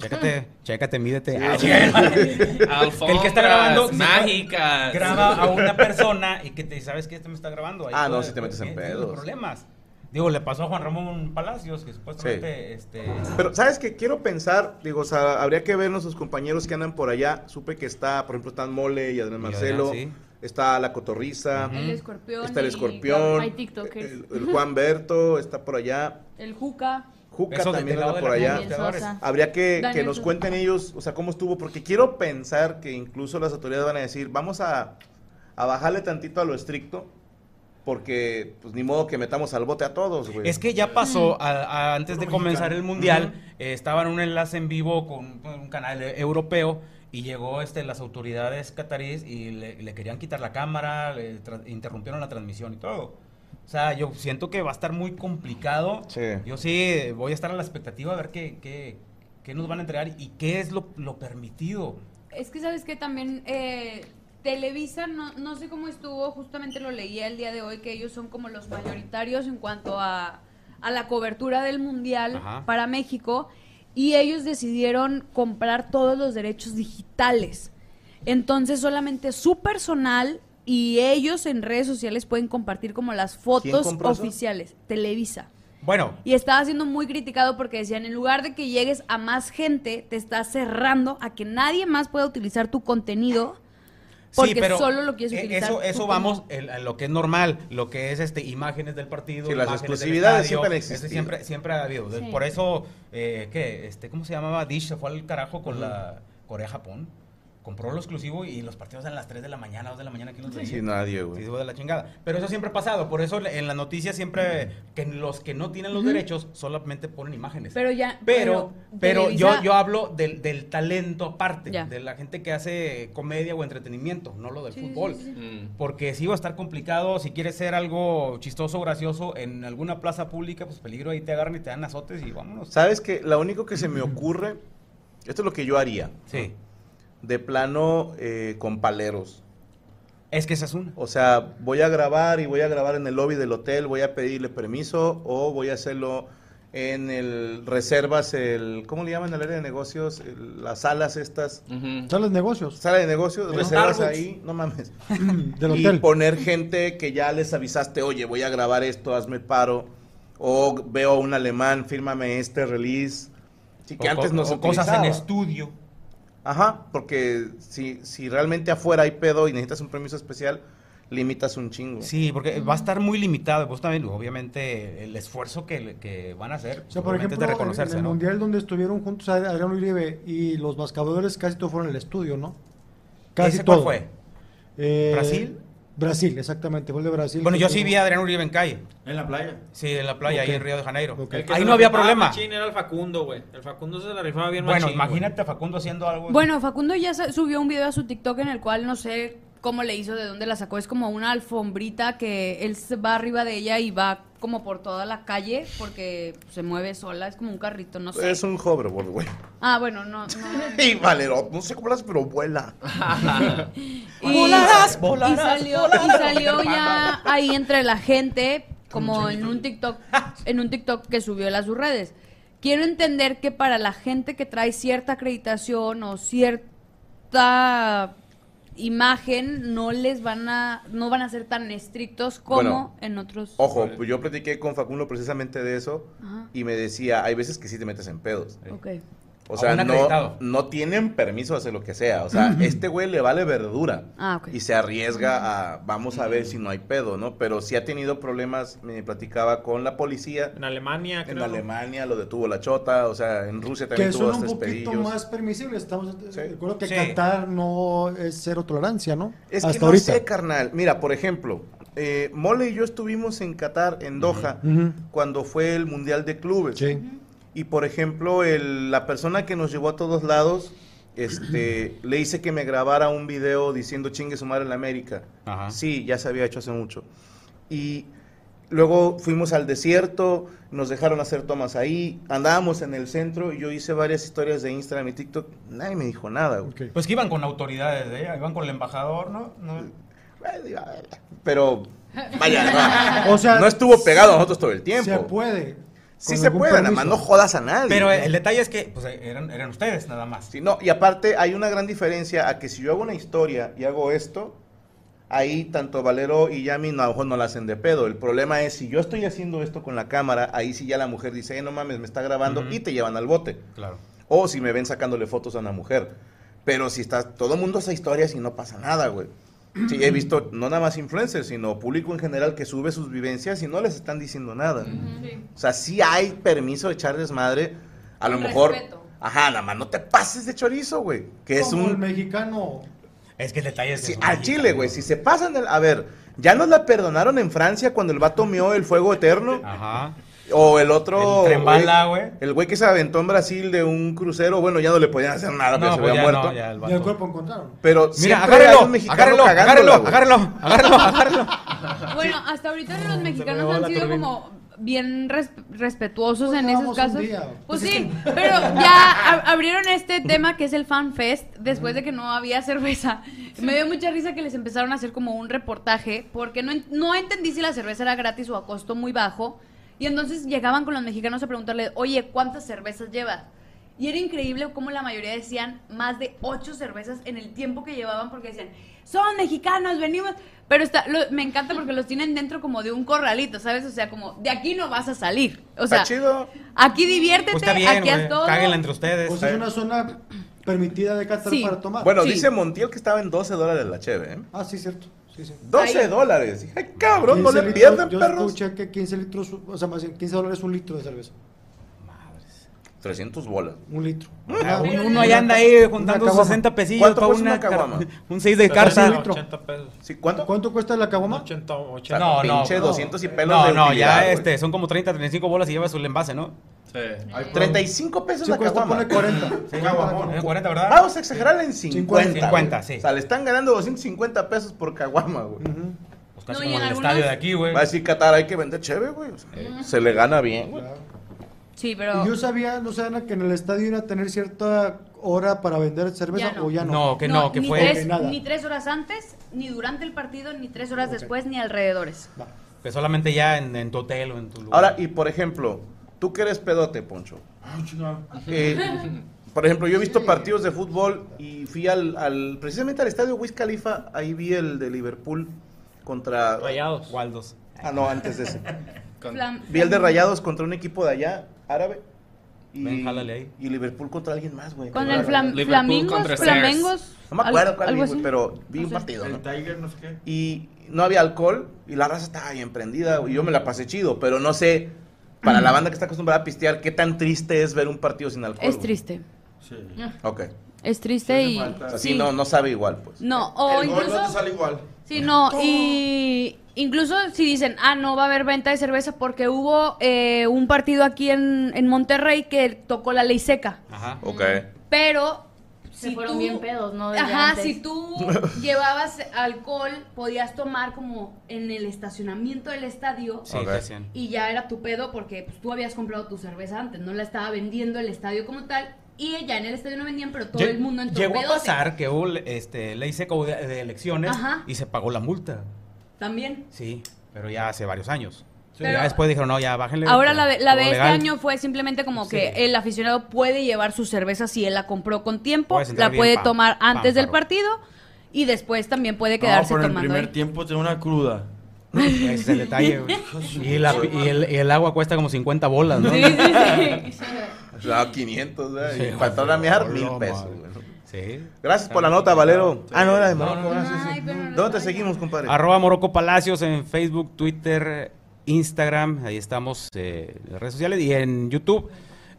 S14: chécate, chécate,
S11: Sí.
S14: mídete. Ah, sí. Que el que está
S11: Alfombras
S14: grabando si
S11: mágicas.
S14: graba a una persona y que te sabes que este me está grabando. Ahí
S7: Ah, no,
S14: puede-
S7: si te metes en
S14: puede- tiene
S7: pedos.
S14: problemas. Digo, le pasó a Juan Ramón Palacios, que supuestamente este
S7: Pero, ¿sabes qué? Quiero pensar, digo, o sea, habría que ver nuestros compañeros que andan por allá. Supe que está, por ejemplo, están Mole y Adrián Marcelo.
S14: sí.
S7: Está La Cotorriza.
S16: El escorpión.
S7: Está el
S16: y-
S7: escorpión.
S16: Hay TikTokers.
S7: El, el Juan Berto está por allá.
S16: El Juca.
S7: Juca
S14: Eso de-
S7: también
S14: del lado
S7: anda
S14: de
S7: por
S14: la
S7: allá.
S14: Daniel Sosa.
S7: Habría que,
S14: Daniel
S7: que nos
S14: Sosa.
S7: cuenten ellos, o sea, cómo estuvo, porque quiero pensar que incluso las autoridades van a decir, vamos a, a bajarle tantito a lo estricto, porque pues ni modo que metamos al bote a todos, güey.
S14: Es que ya
S11: Mm.
S14: pasó, a- a- antes de comenzar el mundial, eh, estaba en un enlace en vivo con con un canal eh, europeo y llegó este, las autoridades catarís y le, le querían quitar la cámara, le tra- interrumpieron la transmisión y todo. O sea, yo siento que va a estar muy complicado. Yo sí voy a estar a la expectativa a ver qué, qué, qué nos van a entregar y qué es lo, lo permitido.
S16: Es que sabes que también eh, Televisa, no, no sé cómo estuvo, justamente lo leía el día de hoy, que ellos son como los mayoritarios en cuanto a, a la cobertura del Mundial
S13: Ajá.
S16: para México, y ellos decidieron comprar todos los derechos digitales. Entonces solamente su personal y ellos en redes sociales pueden compartir como las fotos
S14: compró eso?
S16: oficiales, Televisa.
S14: Bueno,
S16: Y estaba siendo muy criticado porque decían, en lugar de que llegues a más gente, te estás cerrando a que nadie más pueda utilizar tu contenido porque solo lo quieres
S14: eh,
S16: utilizar.
S14: Eso, eso
S16: tú
S14: vamos el- a lo que es normal, lo que es este imágenes del partido.
S7: Sí, las
S14: imágenes del
S7: exclusividades
S14: estadio,
S7: siempre han
S14: eso
S7: existido.
S14: siempre, siempre ha habido. De-
S7: Sí.
S14: Por eso, eh, ¿qué? Este, ¿Cómo se llamaba? Dish se fue al carajo con
S7: Ujú.
S14: la Corea-Japón. Compró lo exclusivo y los partidos eran a las 3 de la mañana, 2 de la mañana. aquí los
S7: Sí,
S14: veía.
S7: nadie, güey.
S14: Sí, hijo de la chingada. Pero eso siempre ha pasado. Por eso en las noticias siempre que los que no tienen los
S16: Ujú.
S14: derechos solamente ponen imágenes.
S16: Pero ya-
S14: Pero,
S16: pero
S14: pero, yo,
S16: Televisa-
S14: yo hablo del, del talento aparte, de la gente que hace comedia o entretenimiento, no lo del
S16: Sí,
S14: fútbol.
S16: sí, sí, sí.
S14: Porque si va a estar complicado, si quieres ser algo chistoso, gracioso en alguna plaza pública, pues peligro ahí te agarran y te dan azotes y vámonos.
S7: ¿Sabes que Lo único que se me ocurre, esto es lo que yo haría.
S14: Sí.
S7: De plano eh, con paleros.
S14: Es que esa es una.
S7: O sea, voy a grabar y voy a grabar en el lobby del hotel, voy a pedirle permiso o voy a hacerlo en el reservas el cómo le llaman al área de negocios El- las salas estas
S9: Salas de negocios.
S7: sala de negocios
S9: Los
S7: reservas
S9: Starbucks.
S7: ahí no mames
S9: Del
S7: y
S9: hotel.
S7: poner gente que ya les avisaste oye voy a grabar esto hazme el paro o veo a un alemán fírmame este release sí que
S17: O
S7: antes
S17: co-
S7: no se
S17: o cosas en
S7: utilizaba.
S17: estudio.
S7: Ajá, porque si, si realmente afuera hay pedo y necesitas un permiso especial, limitas un chingo.
S19: Sí, porque
S13: Mm,
S19: va a estar muy limitado. Pues también, obviamente, el esfuerzo que, le- que van a hacer
S9: O sea, por
S19: obviamente,
S9: ejemplo,
S19: es de
S9: en
S19: reconocerse,
S9: el
S19: ¿no?
S9: mundial donde estuvieron juntos Ad- Adrián Uribe y los mascadores casi todo fueron en el estudio, ¿no? Casi
S19: ¿Ese cuál
S9: todo.
S19: fue?
S9: Eh,
S19: ¿Brasil?
S9: Brasil, exactamente, fue el de Brasil.
S19: Bueno,
S9: que
S19: yo
S9: estuvo-
S19: sí vi a Adrián Uribe en calle.
S18: En la playa.
S19: Sí, en la playa, ahí
S9: Ok.
S19: en Río de Janeiro.
S9: Ok.
S19: Ahí no había problema.
S10: era el Facundo, güey. El Facundo se la rifaba bien
S19: Bueno,
S10: machín, güey.
S19: imagínate a Facundo haciendo algo.
S13: Bueno, Facundo ya sa- subió un video a su TikTok en el cual no sé cómo le hizo, de dónde la sacó. Es como una alfombrita que él se va arriba de ella y va como por toda la calle porque se mueve sola. Es como un carrito, no sé.
S7: Es un hoverboard, güey. (laughs)
S13: Ah, bueno, no. no.
S7: Y Valero, no sé cómo las, pero
S13: (laughs)
S7: vuela.
S13: Y-
S7: Volarás,
S13: y
S7: volarás,
S13: salió,
S7: volarás.
S13: y salió ya ahí entre la gente, como en un TikTok, en un TikTok que subió él a sus redes. Quiero entender que para la gente que trae cierta acreditación o cierta imagen, no les van a, no van a ser tan estrictos como
S7: Bueno,
S13: en otros.
S7: Ojo, pues yo platiqué con Facundo precisamente de eso
S13: Ajá.
S7: y me decía, hay veces que sí te metes en pedos.
S13: Ok.
S7: O
S13: A
S7: sea,
S13: un
S7: no,
S13: acreditado.
S7: no tienen permiso de hacer lo que sea. O sea, este güey le vale verdura.
S13: Ah, ok.
S7: Y se arriesga a, vamos a ver si no hay pedo, ¿no? Pero sí ha tenido problemas, me platicaba con la policía.
S10: En Alemania,
S7: En Alemania lo detuvo la chota, o sea, en Rusia
S9: Que
S7: también tuvo
S9: son un
S7: hasta
S9: poquito
S7: despedillos.
S9: más permisibles. Estamos, eh, Recuerdo que
S7: Sí.
S9: Qatar no es cero tolerancia, ¿no?
S7: Es
S9: Hasta
S7: que no
S9: ahorita.
S7: sé, carnal. Mira, por ejemplo, eh, Mole y yo estuvimos en Qatar, en Doha,
S9: Ujú.
S7: cuando fue el Mundial de Clubes. Y por ejemplo, el- la persona que nos llevó a todos lados, este, (clears throat) le hice que me grabara un video diciendo chingue su madre en la América. Sí, ya se había hecho hace mucho. Y luego fuimos al desierto, nos dejaron hacer tomas ahí, andábamos en el centro, y yo hice varias historias de Instagram y TikTok, nadie me dijo nada, güey.
S19: Pues que iban con autoridades, ¿eh? Iban con el embajador, ¿no? No.
S7: Pero vaya,
S9: (laughs)
S7: no, no estuvo pegado a nosotros todo el tiempo.
S9: Se puede.
S7: Sí se puede, nada más no jodas a nadie.
S19: Pero el
S7: detalle es que eran, ustedes nada más. no, y aparte hay una gran diferencia a que si yo hago una historia y hago esto, ahí tanto Valero y Yami no, a lo mejor no la hacen de pedo. El problema es si yo estoy haciendo esto con la cámara, ahí sí ya la mujer dice, eh, no mames, me está grabando y te llevan al bote.
S19: Claro.
S7: O si me ven sacándole fotos a una mujer. Pero si está, todo el mundo hace historias y no pasa nada, güey. Sí, he visto no nada más influencers, sino público en general que sube sus vivencias y no les están diciendo nada. O sea, sí hay permiso de echar desmadre. A lo
S9: Con
S7: mejor.
S9: respeto.
S7: Ajá, nada más no te pases de chorizo, güey. Que es
S9: Como el
S7: un.
S9: mexicano.
S7: Es que el detalle es. al Chile, güey. Si se pasan. el- a ver, ya nos la perdonaron en Francia cuando el vato meó el fuego eterno. Ajá. O el
S19: Ah.
S7: otro.
S19: El tren bala, güey.
S7: El güey que se aventó en Brasil de un crucero. Bueno, ya no le podían hacer nada porque
S19: No,
S7: se
S19: pues ya
S7: había muerto.
S19: no, ya el
S9: Y el cuerpo encontraron.
S7: Pero
S19: Mira,
S7: siempre
S19: agárrelo,
S7: hay un mexicano
S19: agárrelo,
S7: cagándola,
S19: agárrelo,
S7: güey.
S19: agárrelo,
S7: (laughs)
S19: agárrelo, agárrelo.
S13: (laughs) Bueno, hasta ahorita los
S19: me
S13: mexicanos
S19: va
S13: han
S19: la
S13: sido
S19: turbina.
S13: como bien res- respetuosos en esos
S9: vamos un
S13: casos.
S9: día.
S13: Pues sí, pero ya ab- abrieron este tema que es el fan fest después de que no había cerveza. Me dio mucha risa que les empezaron a hacer como un reportaje porque no, en- no entendí si la cerveza era gratis o a costo muy bajo. Y entonces llegaban con los mexicanos a preguntarle, oye, ¿cuántas cervezas llevas? Y era increíble cómo la mayoría decían más de ocho cervezas en el tiempo que llevaban porque decían, son mexicanos, venimos. Pero está, lo- me encanta porque los tienen dentro como de un corralito, ¿sabes? O sea, como de aquí no vas a salir. O sea,
S7: Está chido.
S13: aquí diviértete,
S19: Pues está bien,
S13: aquí haz
S19: güey.
S13: todo.
S19: Cáguenla entre ustedes.
S9: O sea, Pues es una zona permitida de Qatar
S13: Sí.
S9: para tomar.
S7: Bueno, dice Montiel que estaba en 12 dólares la cheve, ¿eh?
S9: Ah, sí, cierto. Sí, sí.
S7: 12 dólares. Ay, cabrón, no
S9: 15
S7: le
S9: litros,
S7: pierdan,
S9: yo
S7: perros.
S9: escuché que 15 litros, o sea, más bien 15 dólares un litro de cerveza.
S7: 300 bolas.
S9: Un litro.
S19: Ah,
S9: Una-
S19: uno
S9: una
S19: allá anda
S9: ca-
S19: ahí
S9: una
S19: juntando
S9: caguama.
S19: 60 pesillos pa' una car- (laughs) un seis de
S9: Pero es
S19: carta.
S9: un litro.
S19: 80 pesos.
S7: Sí, ¿Cuánto?
S9: ¿Cuánto cuesta la caguama?
S10: 80,
S19: No, no.
S7: pinche 200 y pelos
S19: No,
S7: de
S19: no,
S7: utilidad,
S19: ya
S7: güey.
S19: este, son como 30, 35 bolas y llevas su envase, ¿no?
S11: Sí.
S7: 35 pesos la caguama.
S19: Sí, caguamón. Pone 40, ¿verdad?
S7: Vamos a exagerar en 50.
S19: 50,
S7: güey. O sea, le están ganando 250 pesos por caguama, güey.
S19: Pues casi No, y como en el algunas- estadio de aquí, güey.
S7: Va a decir Qatar, hay que vender chévere, güey. O sea, Se le gana bien, güey.
S13: Sí, pero...
S9: Y yo sabía, no sé, Ana, que en el estadio iban a tener cierta hora para vender cerveza
S13: Ya no.
S9: o ya no.
S19: No, que no, que
S13: ni
S19: fue-
S13: tres,
S9: Ok, nada.
S13: ni tres horas antes, ni durante el partido, ni tres horas después, ni alrededores.
S19: Que solamente ya en, en tu hotel o en tu lugar.
S7: Ahora, y por ejemplo, Tú que eres pedote, Poncho.
S18: (laughs)
S7: Eh, por ejemplo, yo he visto partidos de fútbol y fui al, al- precisamente al estadio Wiz Khalifa, ahí vi el de Liverpool contra
S26: Rayados.
S7: Waldos. Ah, no, antes de
S5: (laughs)
S7: ese.
S18: Flam-
S7: Vi el de Rayados contra un equipo de allá, árabe. Y, y Liverpool contra alguien más, güey.
S18: Con el Flam- Liverpool Flamingos, contra Sears. Flamengos,
S7: No me acuerdo
S18: al-
S7: cuál
S18: algo
S7: vi, güey,
S18: así.
S7: pero vi
S18: No
S7: un
S18: sé.
S7: partido, ¿no?
S5: El Tiger, no sé qué.
S7: y no había alcohol y la raza estaba bien prendida y yo me la pasé chido, pero no sé, para la banda que está acostumbrada a pistear, qué tan triste es ver un partido sin alcohol.
S13: Es triste.
S7: güey? Ok.
S13: Es triste y...
S7: Así
S13: sí.
S7: no, no sabe igual, pues.
S13: No, o
S5: El gol
S13: incluso...
S5: no te sale igual.
S13: Sí, no, y incluso si dicen, ah, no va a haber venta de cerveza porque hubo eh, un partido aquí en, en Monterrey que tocó la ley seca.
S7: Ajá. Ok.
S13: Pero
S15: Se fueron bien pedos, ¿no? Desde
S13: Ajá,
S15: antes.
S13: si tú llevabas alcohol, podías tomar como en el estacionamiento del estadio.
S27: Sí, Ok. te hacían.
S13: Y ya era tu pedo porque pues, tú habías comprado tu cerveza antes, no la estaba vendiendo el estadio como tal. Y ya en el estadio no vendían, pero todo
S14: Lle-
S13: el mundo entró
S14: Llegó a
S13: pedote.
S14: pasar que hubo este, ley seca de, de elecciones
S13: Ajá.
S14: y se pagó la multa.
S13: También.
S14: Sí, pero ya hace varios años.
S13: Pero-
S14: ya después dijeron, no, ya bájenle.
S13: Ahora
S14: todo-
S13: la, de- la
S14: todo
S13: de este
S14: legal.
S13: año fue simplemente como que el aficionado puede llevar su cerveza si él la compró con tiempo,
S5: Puedes entrar
S13: la
S5: bien
S13: puede
S5: pam,
S13: tomar
S5: pam,
S13: antes del
S5: paro.
S13: partido y después también puede quedarse
S5: no, pero en el
S13: tomando.
S5: primer
S13: ahí.
S5: tiempo tengo una cruda.
S14: (laughs) Ese es
S13: (laughs)
S14: el detalle. güey. y, la- y el, y el agua cuesta como 50 bolas, ¿no? (laughs)
S7: No, 500, güey.
S14: eh,
S7: y para toda la mierda, mil pesos, güey.
S14: Sí.
S7: Gracias por la nota, Valero. Ah, no, era de Morocco.
S14: No, no, no.
S7: gracias, sí. ¿Dónde te seguimos, compadre?
S14: Arroba Morocco Palacios en Facebook, Twitter, Instagram. Ahí estamos eh, en las redes sociales y en YouTube.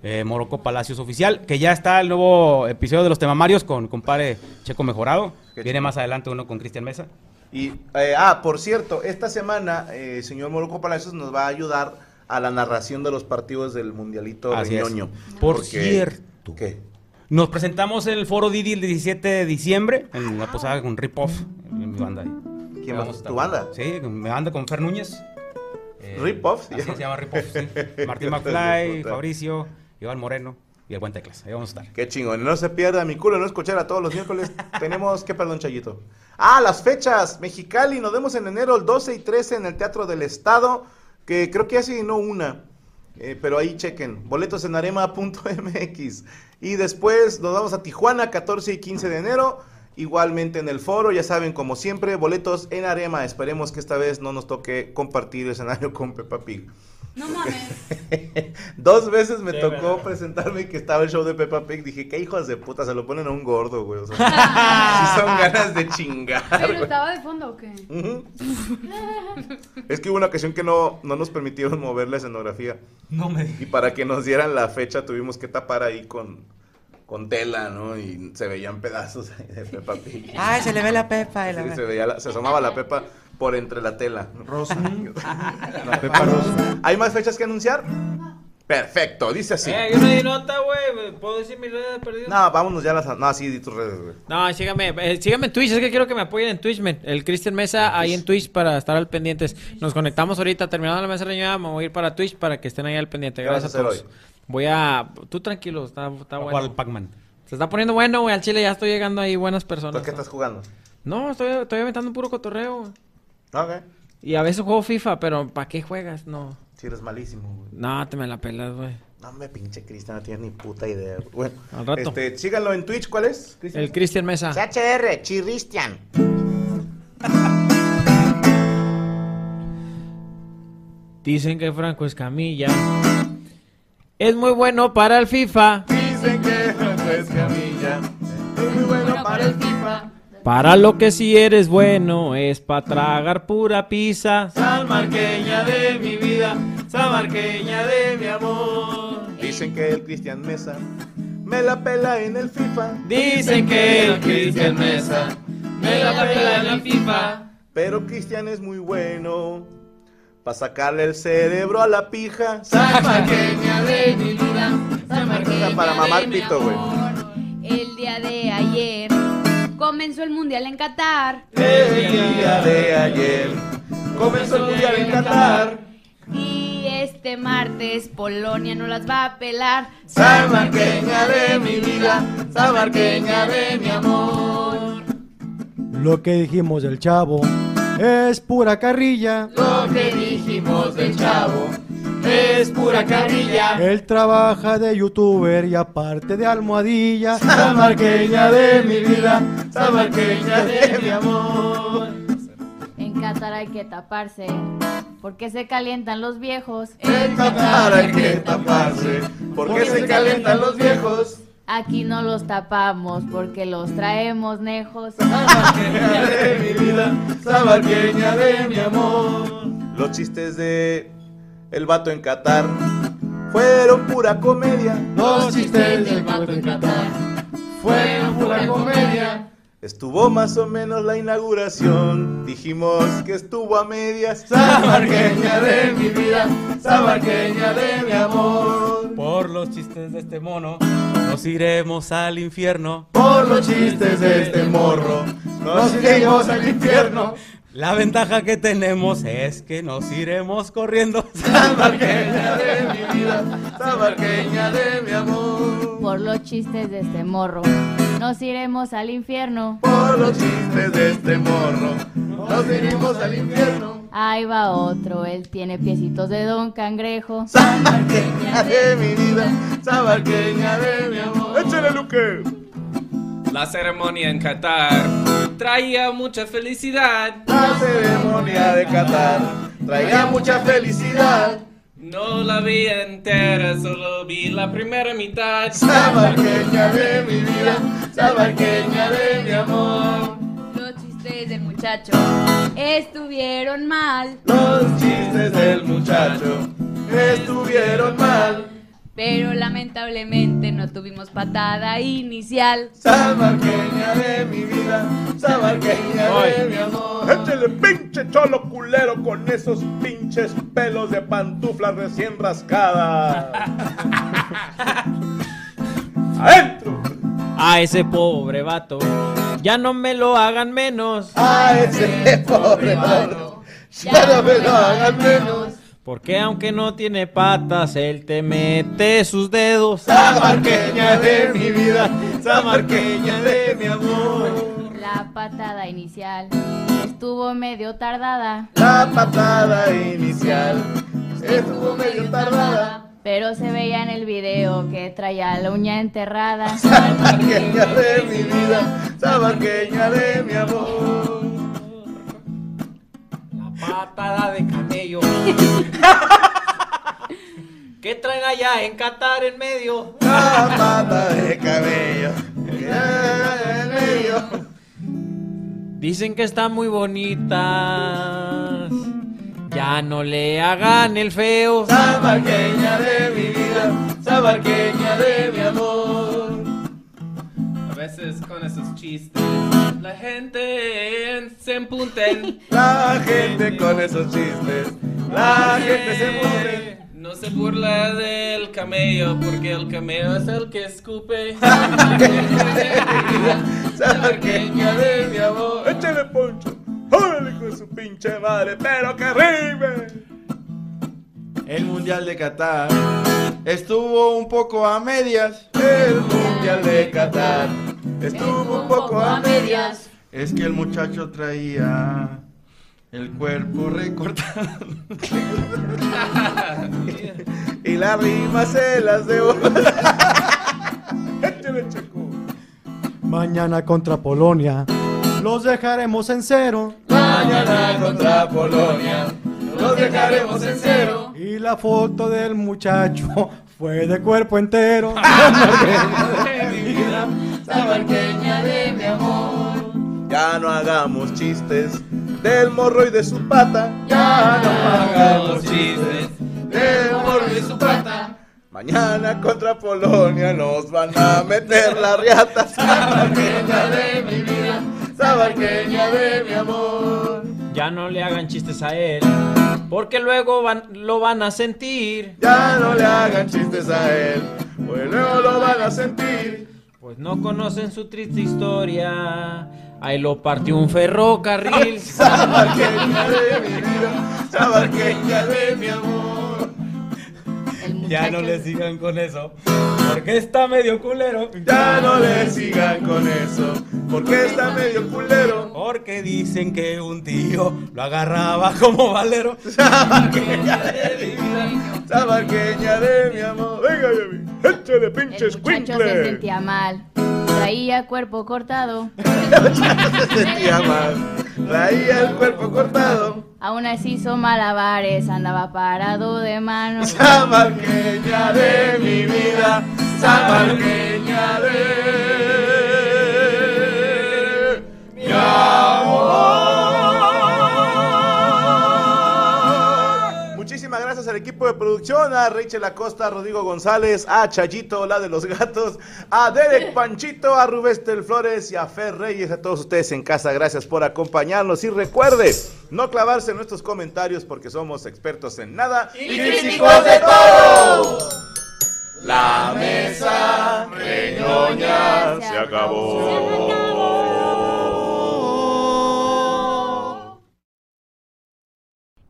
S14: eh, Morocco Palacios Oficial, que ya está el nuevo episodio de los temamarios con compadre Checo Mejorado. Viene más adelante uno con Cristian Mesa.
S7: Y, eh, ah, por cierto, esta semana, eh, señor Moroco Palacios nos va a ayudar a la narración de los partidos del Mundialito
S14: Así es.
S7: Reñoño.
S14: Por
S7: Porque-
S14: cierto. Nos presentamos en el foro Didi el 17 de diciembre, en la posada con Rip Off, en mi banda.
S7: ¿Quién va?
S14: ¿Tu banda? Sí, con- mi banda con
S7: (laughs)
S14: Fer Núñez.
S7: Rip Off,
S14: Eh, así se llama Rip Off,
S7: (laughs)
S14: sí. Martín McFly, Fabricio, Iván Moreno y el Buen Teclas. Ahí vamos a estar.
S7: Qué chingón. No se pierda mi culo, no escuchar a todos los miércoles. (laughs) Tenemos, qué perdón, Chayito. Ah, las fechas. Mexicali, nos vemos en enero el 12 y 13 en el Teatro del Estado, que creo que ya se no una. Eh, pero ahí chequen. Boletos en arema.mx. Y después nos vamos a Tijuana, 14 y 15 de enero. Igualmente en el foro, ya saben, como siempre, boletos en Arema. Esperemos que esta vez no nos toque compartir escenario con Peppa Pig.
S13: No mames.
S7: (laughs) Dos veces me
S14: Sí,
S7: tocó
S14: verdad.
S7: presentarme que estaba el show de Peppa Pig. Dije, qué hijos de puta, se lo ponen a un gordo, güey.
S13: (laughs)
S7: O sea, sí son ganas de chingar.
S18: ¿Pero
S7: güey.
S18: estaba de fondo o qué?
S7: Ujú. Es que hubo una ocasión que no, no nos permitieron mover la escenografía.
S14: No me
S7: Y para que nos dieran la fecha tuvimos que tapar ahí con, con tela, ¿no? Y se veían pedazos ahí de Peppa Pig.
S27: Ay, se le ve la pepa.
S7: Sí, se, veía la- se asomaba la Pepa por entre la tela. (laughs) Rosa.
S27: (laughs)
S7: la Pepa
S14: Vamos.
S7: Rosa. ¿Hay más fechas que anunciar? Perfecto, dice así.
S10: Eh, yo no di nota, güey. ¿Puedo decir mis redes perdidas?
S7: No, vámonos ya a las. No, sí, di tus redes, güey.
S10: No, sígame, eh, sígame en Twitch, es que quiero que me apoyen en Twitch, men. El Cristian Mesa ahí en Twitch para estar al pendientes. Nos conectamos ahorita, terminando la mesa reñida, me voy a ir para Twitch para que estén ahí al pendiente.
S14: ¿Qué vas
S10: Gracias
S14: a
S10: a
S14: hacer
S10: todos. Voy a... Tú tranquilo, está, está
S14: jugar al
S10: bueno.
S14: Pac-Man.
S10: Se está poniendo bueno, güey, al Chile ya estoy llegando ahí buenas personas.
S7: qué estás jugando?
S10: No, estoy, estoy aventando puro cotorreo. güey.
S7: Ok.
S10: Y a veces juego FIFA, pero ¿para qué juegas? No.
S7: Si
S5: pues
S7: eres malísimo, güey.
S10: No, te me la pelas, güey.
S7: No me pinche Cristian, no tienes ni puta idea. güey. Bueno,
S10: Al rato.
S7: Este, síganlo en Twitch, ¿cuál es?
S10: El Cristian Mesa.
S5: Eh,
S7: CHR, Chirristian.
S10: Dicen que Franco Escamilla es muy bueno para el FIFA.
S7: Dicen que Franco Escamilla es muy bueno para el FIFA.
S10: Para lo que sí eres bueno es para tragar pura pizza.
S5: Salmarqueña de mi vida, salmarqueña de mi amor.
S7: Dicen que el Cristian Mesa me la pela en el FIFA.
S5: Dicen que el Cristian Mesa me la pela en la FIFA.
S7: Pero Cristian es muy bueno para sacarle el cerebro a la pija.
S5: Salmarqueña
S15: de mi vida,
S7: Salmarqueña Para mamar pito, güey.
S13: El día de ayer comenzó el mundial en Qatar
S7: El día de ayer comenzó el mundial en Qatar.
S13: y este martes Polonia no las va a pelar.
S5: Salmarqueña de mi vida, salmarqueña de mi amor.
S9: Lo que dijimos del chavo es pura carrilla.
S5: Lo que dijimos del chavo es pura
S9: carrilla. Él trabaja de youtuber y aparte de almohadilla. Samarqueña de mi vida,
S5: samarqueña
S9: de mi
S5: amor.
S15: En Qatar hay que taparse. Porque se calientan los viejos.
S5: Para hay que taparse, porque se calentan los viejos.
S15: Aquí no los tapamos porque los traemos nejos.
S5: De mi vida, sabarqueña de mi amor.
S7: Los chistes de El vato en Qatar fueron pura comedia.
S5: Los chistes del vato en Qatar fueron pura comedia.
S7: Estuvo más o menos la inauguración. Dijimos que estuvo a medias.
S5: Sabarqueña de mi vida, sabarqueña de mi amor.
S14: Por los chistes de este mono, nos iremos al infierno.
S5: Por los chistes de este morro, nos iremos al infierno.
S14: La ventaja que tenemos es que nos
S5: (laughs)
S14: iremos corriendo.
S5: Sabarqueña de mi vida, sabarqueña de mi amor.
S15: Por los chistes de este morro. Nos iremos al infierno.
S5: Por los chistes de este morro, nos iremos al infierno.
S15: Ahí va otro, él tiene piecitos de don cangrejo.
S5: Sabarqueña de mi vida, sabarqueña de mi amor. ¡Échale, Luque!
S11: La ceremonia en Qatar traía mucha felicidad.
S5: La ceremonia de Qatar traía mucha felicidad.
S11: No la vi entera, solo vi la primera mitad.
S5: Sabarqueña de mi vida, sabarqueña de mi amor.
S16: Los chistes del muchacho estuvieron mal,
S5: Los chistes del muchacho estuvieron mal.
S16: pero lamentablemente no tuvimos patada inicial.
S5: Sabarqueña de mi vida, sabarqueña de
S7: Ay.
S5: mi amor.
S7: Échale pinche cholo culero con esos pinches pelos de pantufla recién rascada.
S10: ¡Adentro! A ese pobre vato, ya no me lo hagan menos.
S5: A ese pobre vato, ya no me lo hagan menos.
S10: Porque aunque no tiene patas, él te mete sus dedos.
S5: Sabarqueña de mi vida, sabarqueña de mi amor.
S15: La patada inicial estuvo medio tardada,
S5: La patada inicial estuvo medio tardada.
S15: pero se veía en el video que traía la uña
S7: (laughs)
S15: enterrada.
S5: Sabarqueña de mi vida, sabarqueña de mi amor.
S10: Patada de
S5: (laughs)
S10: camello. ¿Qué traen allá en Qatar en medio?
S5: La pata de cabello.
S10: Dicen que están muy bonitas. Ya no le hagan el feo.
S5: Sabarqueña de mi vida, sabarqueña de mi amor.
S11: A veces con esos chistes la gente se empunten.
S5: La gente con esos chistes, la gente se muere.
S11: No se burla del camello porque el camello es el que
S5: (laughs)
S11: escupe.
S5: Sabarqueña de mi amor.
S7: Échale poncho. Órale con su pinche madre, pero que rime.
S18: El Mundial de Qatar estuvo un poco a medias. El Mundial de Qatar estuvo un poco a medias. Es que el muchacho traía el cuerpo recortado. (laughs)
S7: Y la rima se las debo. Échale, Checo.
S9: Mañana contra Polonia, los dejaremos en cero.
S5: Mañana contra Polonia, los dejaremos en cero.
S9: Y la foto del muchacho fue de cuerpo
S5: (laughs)
S9: entero.
S5: De mi vida, sabarqueña de mi amor.
S7: Ya no hagamos chistes del morro y de su pata.
S5: Ya no hagamos
S7: chistes.
S5: De amor de su pata.
S7: Mañana contra Polonia nos van a meter la riata.
S5: Sabarqueña de mi vida, sabarqueña de mi amor.
S10: Ya no le hagan chistes a él. Porque luego van- lo van a sentir.
S7: Ya no le hagan chistes a él. Pues luego lo van a sentir.
S10: Pues no conocen su triste historia. Ahí lo partió
S7: (laughs)
S10: un ferrocarril.
S5: Sabarqueña de mi vida, sabarqueña de mi amor.
S14: Ya no le sigan con eso, porque está medio culero.
S7: Ya no le sigan con eso, porque está medio culero.
S14: Porque dicen que un tío lo agarraba
S5: (laughs)
S14: como valero.
S7: Sabarqueña de mi amor. Venga, baby. Échale pinche
S15: Muchacho se
S7: escuincle.
S15: sentía mal. Traía cuerpo
S7: (laughs)
S15: cortado.
S7: Se sentía mal. Traía el cuerpo cortado.
S15: Aún así hizo malabares, andaba parado de
S7: (laughs)
S15: manos.
S7: Sabarqueña de mi vida. Sabarqueña de mi amor. Muchísimas gracias al equipo de producción, a Rachel Acosta, a Rodrigo González, a Chayito, la de los gatos, a Derek Panchito, a Rubestel Flores y a Fer Reyes, a todos ustedes en casa, gracias por acompañarnos y recuerde no clavarse en nuestros comentarios porque somos expertos en nada
S5: Y críticos de todo.
S7: La
S5: mesa
S7: reñoña se acabó.